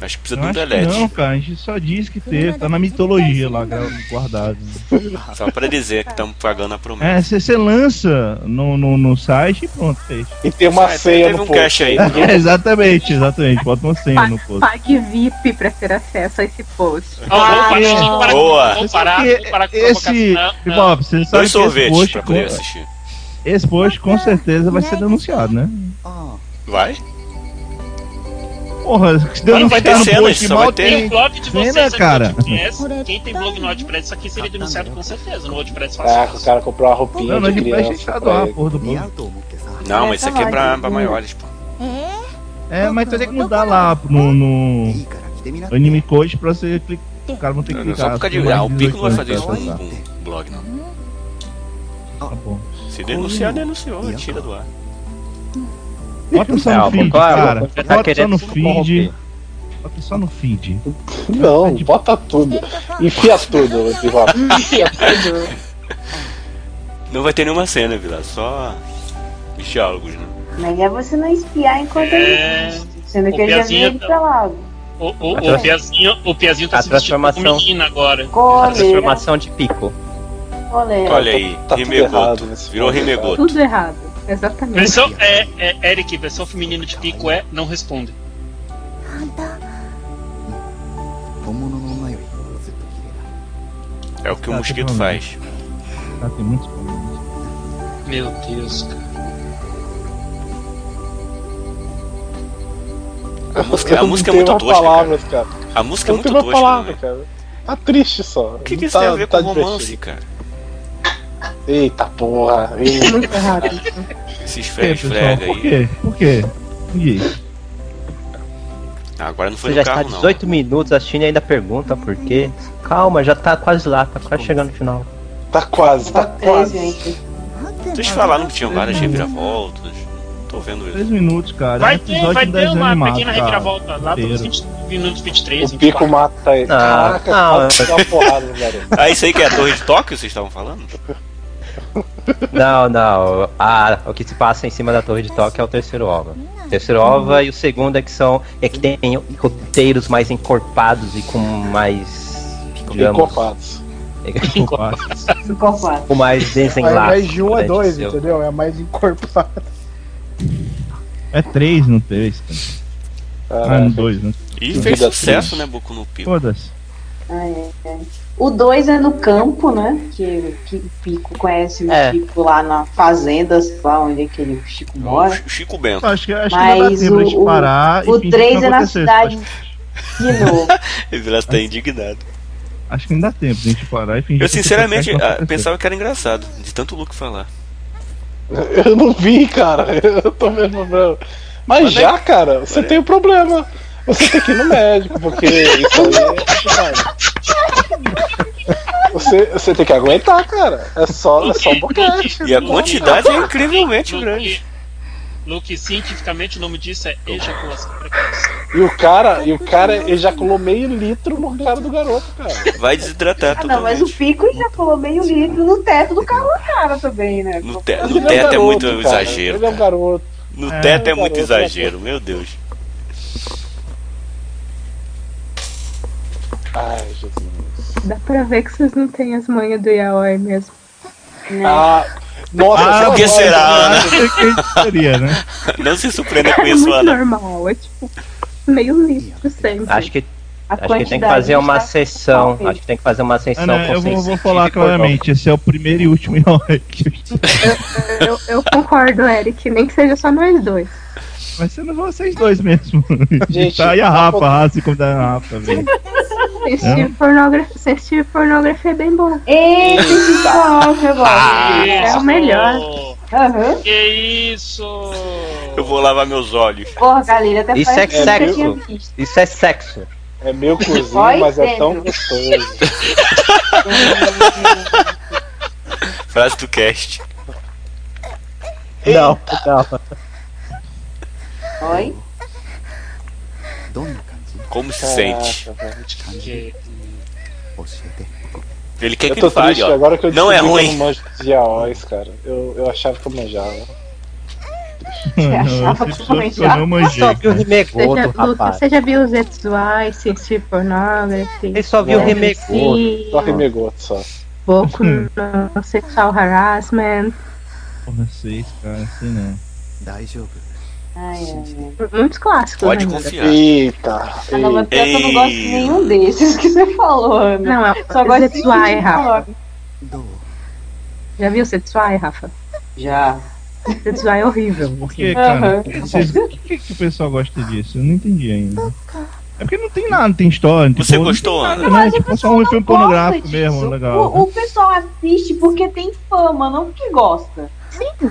[SPEAKER 2] Acho que precisa
[SPEAKER 9] Eu
[SPEAKER 2] de um
[SPEAKER 9] acho que
[SPEAKER 2] delete.
[SPEAKER 9] não, cara, a gente só diz que teve, tá na mitologia lá, gra- guardado.
[SPEAKER 2] Só pra dizer que estamos pagando a promessa.
[SPEAKER 9] É, você lança no, no, no site e pronto, fez.
[SPEAKER 8] E tem uma
[SPEAKER 2] Ah, então
[SPEAKER 8] ceia
[SPEAKER 2] teve
[SPEAKER 8] Tá no
[SPEAKER 2] um
[SPEAKER 8] post.
[SPEAKER 2] cash aí.
[SPEAKER 9] É, exatamente, exatamente. Bota uma senha no post.
[SPEAKER 3] Pague VIP pra ter acesso a esse post.
[SPEAKER 4] Ah, vou parar,
[SPEAKER 9] é.
[SPEAKER 4] vou parar,
[SPEAKER 2] Boa.
[SPEAKER 4] Vou parar,
[SPEAKER 9] Porque
[SPEAKER 4] vou parar com essa
[SPEAKER 9] esse,
[SPEAKER 4] vocação. Não, não.
[SPEAKER 9] Bebop, você sabe
[SPEAKER 2] Dois
[SPEAKER 9] que é esse
[SPEAKER 2] sorvetes
[SPEAKER 9] post,
[SPEAKER 2] pra poder
[SPEAKER 9] com,
[SPEAKER 2] assistir.
[SPEAKER 9] esse post com certeza vai ser denunciado, né?
[SPEAKER 2] Vai?
[SPEAKER 9] Porra, se
[SPEAKER 2] Mas não vai ter
[SPEAKER 9] denunciar no
[SPEAKER 2] cenas,
[SPEAKER 9] post
[SPEAKER 2] só
[SPEAKER 9] um mal
[SPEAKER 2] vai ter-
[SPEAKER 4] Tem o blog de vocês
[SPEAKER 9] Cena,
[SPEAKER 4] aqui
[SPEAKER 9] cara.
[SPEAKER 4] no WordPress. Quem tem blog no WordPress, isso aqui seria denunciado com certeza. No WordPress
[SPEAKER 8] Caraca, É, o
[SPEAKER 7] Ah,
[SPEAKER 4] fácil.
[SPEAKER 8] cara comprou uma roupinha
[SPEAKER 9] Não, não,
[SPEAKER 8] de
[SPEAKER 9] de preste
[SPEAKER 8] criança.
[SPEAKER 9] estado
[SPEAKER 8] pra
[SPEAKER 9] lá,
[SPEAKER 8] ele.
[SPEAKER 9] porra do blog.
[SPEAKER 10] と思ってさ
[SPEAKER 2] Não, mas isso aqui é pra, pra maiores, pô.
[SPEAKER 7] Hum?
[SPEAKER 9] É, mas tu tem que mudar lá no, no
[SPEAKER 10] いいから着てみな
[SPEAKER 9] anime code pra você clicar. O cara não tem que
[SPEAKER 2] Não, não,
[SPEAKER 9] clicar.
[SPEAKER 2] Só por causa de.
[SPEAKER 9] tem mais
[SPEAKER 2] Ah, o Pico não vai
[SPEAKER 9] 18
[SPEAKER 2] fazer isso
[SPEAKER 9] anos
[SPEAKER 2] com
[SPEAKER 9] pra usar.
[SPEAKER 2] com blog, não.
[SPEAKER 9] Tá bom.
[SPEAKER 2] Se denunciar, denunciou. Tira do ar.
[SPEAKER 9] Bota só
[SPEAKER 7] Não,
[SPEAKER 9] no feed,
[SPEAKER 7] botou a-
[SPEAKER 9] cara.
[SPEAKER 7] tá
[SPEAKER 9] Bota só
[SPEAKER 7] querendo
[SPEAKER 9] no
[SPEAKER 7] se
[SPEAKER 9] feed.
[SPEAKER 7] corromper.
[SPEAKER 9] Bota É só no feed. Tá
[SPEAKER 8] Não, bota tudo. Enfia tudo, Pivola.
[SPEAKER 2] Não vai ter nenhuma cena, Vila. Só os diálogos, né?
[SPEAKER 5] Mas é você não espiar enquanto
[SPEAKER 4] É.
[SPEAKER 5] ele existe. Sendo que
[SPEAKER 4] O
[SPEAKER 5] ele já
[SPEAKER 4] Piazinho
[SPEAKER 5] veio ele
[SPEAKER 4] tá-
[SPEAKER 5] pelado.
[SPEAKER 4] O, o, o, Piazinho, o Piazinho tá
[SPEAKER 7] A
[SPEAKER 4] se vestindo como
[SPEAKER 7] transformação.
[SPEAKER 4] menina agora.
[SPEAKER 7] A
[SPEAKER 5] Coleira,
[SPEAKER 7] transformação de pico.
[SPEAKER 5] coleira.
[SPEAKER 2] Olha aí,
[SPEAKER 8] tá tudo errado
[SPEAKER 2] Rimegoto.
[SPEAKER 8] nesse
[SPEAKER 2] Virou
[SPEAKER 8] podcast.
[SPEAKER 2] Rimegoto.
[SPEAKER 3] Tudo errado. Exatamente.
[SPEAKER 4] Versão, é, é, Eric, versão feminina de pico é não responde.
[SPEAKER 10] 本物の女よりずっと綺麗だ
[SPEAKER 2] É o que o
[SPEAKER 9] Ah,
[SPEAKER 2] mosquito
[SPEAKER 8] um
[SPEAKER 9] tá bom.
[SPEAKER 2] faz.
[SPEAKER 9] Tá, tem muitos problemas.
[SPEAKER 4] Meu Deus, cara.
[SPEAKER 2] A música, a
[SPEAKER 8] Eu
[SPEAKER 2] música é
[SPEAKER 8] não
[SPEAKER 2] muito
[SPEAKER 8] tenho mais
[SPEAKER 2] tosca. cara.
[SPEAKER 8] palavras, cara.
[SPEAKER 2] A música
[SPEAKER 8] Eu
[SPEAKER 2] é muito
[SPEAKER 8] não tenho mais
[SPEAKER 2] tosca.
[SPEAKER 8] palavras,
[SPEAKER 2] né?
[SPEAKER 8] cara. Tá triste só.
[SPEAKER 2] O que, que
[SPEAKER 8] Não
[SPEAKER 2] isso tem a ver com
[SPEAKER 8] tá
[SPEAKER 2] romance,
[SPEAKER 8] divertido.
[SPEAKER 2] cara?
[SPEAKER 8] Eita porra. eita.
[SPEAKER 3] Muito errado.
[SPEAKER 2] Esses
[SPEAKER 8] É,
[SPEAKER 9] Por quê,
[SPEAKER 2] férias
[SPEAKER 9] pessoal?
[SPEAKER 2] frega
[SPEAKER 9] Por
[SPEAKER 2] aí.
[SPEAKER 9] quê? Por quê? Por quê?
[SPEAKER 2] Ah, Agora não foi no
[SPEAKER 7] Você já está
[SPEAKER 2] carro, não.
[SPEAKER 7] 18 minutos, a China ainda pergunta por quê. Calma, já tá quase lá, tá quase chegando no final.
[SPEAKER 8] Tá quase, tá
[SPEAKER 5] É,
[SPEAKER 8] quase.
[SPEAKER 5] gente.
[SPEAKER 2] Vocês falaram que tinham várias reviravoltas. Não tô vendo isso.
[SPEAKER 9] 3 minutos, cara.
[SPEAKER 4] Vai
[SPEAKER 9] É um
[SPEAKER 4] ter, vai
[SPEAKER 9] episódio
[SPEAKER 4] ter uma
[SPEAKER 9] desanimado,
[SPEAKER 4] pequena
[SPEAKER 9] cara.
[SPEAKER 4] reviravolta lá pelos
[SPEAKER 9] Inteiro.
[SPEAKER 4] 20 minutos 23,
[SPEAKER 8] O pico
[SPEAKER 4] 24.
[SPEAKER 8] mata ele.
[SPEAKER 7] Ah,
[SPEAKER 8] Caraca,
[SPEAKER 7] não.
[SPEAKER 8] quase deu uma porrada, velho.
[SPEAKER 2] Ah, isso aí que é a Torre de Tóquio, vocês estavam falando?
[SPEAKER 7] Não, não. Ah, o que se passa em cima da torre de toque é o terceiro ova. O
[SPEAKER 5] Hum.
[SPEAKER 7] terceiro ova e o segundo é que são. É que tem roteiros mais encorpados e com mais. Digamos,
[SPEAKER 8] Picopados.
[SPEAKER 9] Desculpa.
[SPEAKER 5] Incorporado.
[SPEAKER 7] com mais né,
[SPEAKER 6] Ao
[SPEAKER 7] desenlaço.
[SPEAKER 6] invés de um é
[SPEAKER 7] poderia
[SPEAKER 6] dois,
[SPEAKER 7] dizer.
[SPEAKER 6] entendeu? É mais encorpado.
[SPEAKER 9] É 3, não 3. Ah, não 2, né?
[SPEAKER 2] E fez
[SPEAKER 8] Vida
[SPEAKER 2] sucesso,
[SPEAKER 8] triste.
[SPEAKER 2] né, Boku no Pico?
[SPEAKER 9] Foda-se.
[SPEAKER 5] É, é. O 2 é no campo, né? Que, que o Pico conhece o
[SPEAKER 7] É.
[SPEAKER 5] Chico lá na fazenda, sei lá onde é que ele, o Chico
[SPEAKER 2] O
[SPEAKER 5] mora.
[SPEAKER 2] Ch- Chico Bento.
[SPEAKER 9] Acho que, acho que não dá
[SPEAKER 5] Mas
[SPEAKER 9] tempo
[SPEAKER 5] o-
[SPEAKER 9] pra gente
[SPEAKER 5] o-
[SPEAKER 9] parar e
[SPEAKER 5] O
[SPEAKER 9] fingir
[SPEAKER 5] 3
[SPEAKER 9] que
[SPEAKER 5] é na
[SPEAKER 9] aconteceu esse
[SPEAKER 5] cidade de novo.
[SPEAKER 2] Vila tá indignado.
[SPEAKER 9] Acho que não dá tempo de a gente parar e fingir.
[SPEAKER 2] Eu
[SPEAKER 9] que tá esse
[SPEAKER 2] sinceramente
[SPEAKER 9] podcast não
[SPEAKER 2] ah,
[SPEAKER 9] aconteceu.
[SPEAKER 2] pensava que era engraçado, de tanto Luke falar.
[SPEAKER 8] Eu não vi, cara. Eu tô mesmo bravo. Mas,
[SPEAKER 2] Mas é
[SPEAKER 8] já, cara, você tem um problema. Você tem que ir no médico, porque isso aí é complicado. Você, você tem que aguentar, cara. É só, é só um boquete.
[SPEAKER 2] E a quantidade é incrivelmente grande.
[SPEAKER 4] Luke, Luke, cientificamente o nome disso é ejaculação precoce.
[SPEAKER 8] E o cara, e o cara ejaculou meio litro no cara do garoto, cara.
[SPEAKER 2] Vai desidratar
[SPEAKER 5] Ah, não, mas o
[SPEAKER 2] totalmente.
[SPEAKER 5] Pico já colou meio litro no teto do carro do cara também, né?
[SPEAKER 2] No, te-
[SPEAKER 8] Mas
[SPEAKER 2] no
[SPEAKER 8] ele
[SPEAKER 2] teto é
[SPEAKER 8] um garoto,
[SPEAKER 2] muito
[SPEAKER 8] cara.
[SPEAKER 2] exagero.
[SPEAKER 8] Ele é um
[SPEAKER 2] cara.
[SPEAKER 8] garoto.
[SPEAKER 2] No
[SPEAKER 9] É,
[SPEAKER 2] teto é
[SPEAKER 8] garoto,
[SPEAKER 2] muito
[SPEAKER 8] né?
[SPEAKER 2] exagero, meu Deus.
[SPEAKER 8] Ai,
[SPEAKER 2] Hum.
[SPEAKER 8] Jesus.
[SPEAKER 3] Dá pra ver que vocês não têm as manhas do Yaoi mesmo.
[SPEAKER 7] Né?
[SPEAKER 8] Ah, nossa,
[SPEAKER 2] Ah,
[SPEAKER 8] só
[SPEAKER 2] o que
[SPEAKER 8] nós,
[SPEAKER 2] será, né?
[SPEAKER 9] Sei que a gente seria, né?
[SPEAKER 2] Não se surpreenda com
[SPEAKER 3] É
[SPEAKER 2] isso,
[SPEAKER 3] muito
[SPEAKER 2] Ana.
[SPEAKER 3] normal, é tipo meio lixo sempre.
[SPEAKER 7] Acho que,
[SPEAKER 5] A
[SPEAKER 7] acho que
[SPEAKER 5] quantidade
[SPEAKER 7] tem que fazer
[SPEAKER 5] está-
[SPEAKER 7] uma sessão.
[SPEAKER 5] Talvez.
[SPEAKER 7] Acho que tem que fazer uma sessão
[SPEAKER 9] Ana, Ah, eu vou,
[SPEAKER 7] consciente-
[SPEAKER 9] vou falar claramente, esse é o primeiro e último herói.
[SPEAKER 3] Eu, eu concordo, Eric, nem que seja só nós dois.
[SPEAKER 9] Mas sendo vocês dois mesmo.
[SPEAKER 8] Gente,
[SPEAKER 9] tá, e a
[SPEAKER 8] tá
[SPEAKER 9] Rafa,
[SPEAKER 8] pouco.
[SPEAKER 9] a Rafa, como da Rafa, velho.
[SPEAKER 3] Se
[SPEAKER 9] É.
[SPEAKER 3] assistir tipo pornogra- se assistir pornografia é bem bom.
[SPEAKER 5] Eita,
[SPEAKER 7] tipo
[SPEAKER 5] que bom, que bom.
[SPEAKER 2] Ah,
[SPEAKER 3] É o melhor.
[SPEAKER 5] Aham.
[SPEAKER 4] Que isso?
[SPEAKER 2] Eu vou lavar meus olhos.
[SPEAKER 5] Porra, Galilha, até
[SPEAKER 7] Isso é
[SPEAKER 5] parece que
[SPEAKER 7] sexo.
[SPEAKER 5] eu tinha visto.
[SPEAKER 7] Isso é sexo.
[SPEAKER 8] É meu cozinho,
[SPEAKER 5] Vai
[SPEAKER 8] mas é
[SPEAKER 5] sendo.
[SPEAKER 8] tão gostoso.
[SPEAKER 2] Frase do cast.
[SPEAKER 7] Não, não.
[SPEAKER 5] Oi?
[SPEAKER 10] どんな感じ
[SPEAKER 2] Como se sente?
[SPEAKER 8] Caraca, velho.
[SPEAKER 10] 感じ
[SPEAKER 4] Que-
[SPEAKER 10] 教えて
[SPEAKER 2] Ele quer
[SPEAKER 8] Eu
[SPEAKER 2] que
[SPEAKER 8] tô
[SPEAKER 2] ele fale,
[SPEAKER 8] triste
[SPEAKER 2] ó.
[SPEAKER 8] agora que eu
[SPEAKER 2] Não
[SPEAKER 8] descobri
[SPEAKER 2] é
[SPEAKER 8] que
[SPEAKER 2] ruim.
[SPEAKER 8] eu não manjo de yaois, cara. Eu, eu achava que eu manjava.
[SPEAKER 5] Você achava
[SPEAKER 9] Esse tipo
[SPEAKER 5] que também
[SPEAKER 9] episódio que eu
[SPEAKER 5] já-
[SPEAKER 9] não
[SPEAKER 7] Você só
[SPEAKER 9] manjei.
[SPEAKER 7] viu o
[SPEAKER 3] Você já,
[SPEAKER 7] remegodo,
[SPEAKER 3] Lucas,
[SPEAKER 7] rapaz.
[SPEAKER 3] você já viu os Etsuai, se assistir tipo pornografia?
[SPEAKER 7] Ele só viu o
[SPEAKER 8] Não.
[SPEAKER 7] remegodo.
[SPEAKER 8] Só remegoto só.
[SPEAKER 3] Boku
[SPEAKER 9] Hum.
[SPEAKER 3] no sexual harassment.
[SPEAKER 9] Porra, vocês, cara, assim não.
[SPEAKER 10] 大丈夫
[SPEAKER 5] Ai, ai, ai.
[SPEAKER 3] Muitos clássicos.
[SPEAKER 2] Pode
[SPEAKER 3] ainda.
[SPEAKER 2] confiar.
[SPEAKER 8] Eita,
[SPEAKER 5] Ah, Não, mas
[SPEAKER 8] eita.
[SPEAKER 5] pior que eu não gosto de
[SPEAKER 2] Ei.
[SPEAKER 5] nenhum desses que você falou, Ana.
[SPEAKER 3] Não, é
[SPEAKER 5] Só
[SPEAKER 3] o
[SPEAKER 5] gosto de
[SPEAKER 3] Zetsuai,
[SPEAKER 5] sentir
[SPEAKER 3] Rafa.
[SPEAKER 5] calor.
[SPEAKER 10] どう
[SPEAKER 3] um. Já viu o Zetsuai, Rafa?
[SPEAKER 5] Já.
[SPEAKER 3] Zetsuai é horrível.
[SPEAKER 9] Por que,
[SPEAKER 5] Aham.
[SPEAKER 9] cara? Vocês- Por que, que o pessoal gosta disso? Eu não entendi ainda. É porque não tem nada, não tem história. Tipo,
[SPEAKER 2] Você gostou, Ana?
[SPEAKER 9] Não,
[SPEAKER 5] Mas o
[SPEAKER 9] tipo, só
[SPEAKER 5] pessoal
[SPEAKER 9] um
[SPEAKER 5] não
[SPEAKER 9] filme
[SPEAKER 5] gosta
[SPEAKER 9] pornográfico
[SPEAKER 5] disso.
[SPEAKER 9] mesmo, legal. né?
[SPEAKER 5] O, o pessoal assiste porque tem fama, não porque gosta.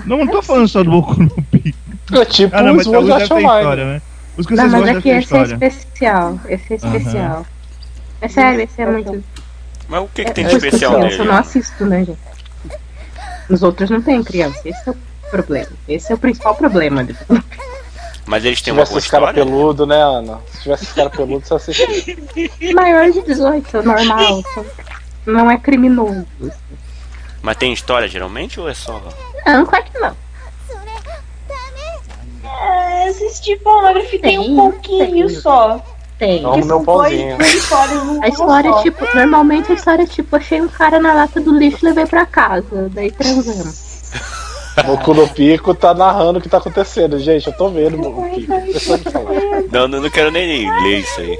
[SPEAKER 9] Não, não tô falando só do Boku no Pico.
[SPEAKER 8] É tipo
[SPEAKER 9] Ah, não,
[SPEAKER 8] os
[SPEAKER 9] mas
[SPEAKER 8] World
[SPEAKER 9] alguns
[SPEAKER 8] of
[SPEAKER 9] devem ter
[SPEAKER 8] Online.
[SPEAKER 9] história, né? Os que
[SPEAKER 3] Não, mas
[SPEAKER 9] vocês gostam
[SPEAKER 3] aqui
[SPEAKER 9] deve ter
[SPEAKER 3] esse é
[SPEAKER 9] história.
[SPEAKER 3] especial. Esse é
[SPEAKER 9] Aham.
[SPEAKER 3] especial. É sério, esse é muito.
[SPEAKER 2] Mas o que, que tem de
[SPEAKER 3] Eu escuto
[SPEAKER 2] especial
[SPEAKER 3] criança,
[SPEAKER 2] nele?
[SPEAKER 3] eu não assisto, né, gente? Nos outros não tem criança. Esse é o problema. Esse é o principal problema.
[SPEAKER 2] Mas eles
[SPEAKER 8] Se
[SPEAKER 2] têm uma
[SPEAKER 8] tivesse
[SPEAKER 2] boa
[SPEAKER 8] os caras
[SPEAKER 2] história?
[SPEAKER 8] peludos, né, Ana? Se tivesse os caras peludos, você assistia.
[SPEAKER 3] Maior de 18, normal. Não é criminoso.
[SPEAKER 2] Mas tem história geralmente ou é só.
[SPEAKER 3] Não, claro que não.
[SPEAKER 5] É, assistir pornografia
[SPEAKER 3] Tem,
[SPEAKER 5] tem, um pouquinho
[SPEAKER 3] tem.
[SPEAKER 5] só.
[SPEAKER 3] Tem.
[SPEAKER 8] Não. Toma
[SPEAKER 5] Porque
[SPEAKER 8] meu
[SPEAKER 5] são dois,
[SPEAKER 8] pauzinho.
[SPEAKER 5] duas histórias numa
[SPEAKER 3] A história
[SPEAKER 5] só.
[SPEAKER 3] é tipo, normalmente a história é tipo, achei um cara na lata do lixo e levei pra casa. Daí transamos.
[SPEAKER 8] Boku no Pico tá narrando o que tá acontecendo. Gente, eu tô vendo o Boku no Pico. Vocês sabem falar.
[SPEAKER 2] Não, não, não quero nem ler isso aí.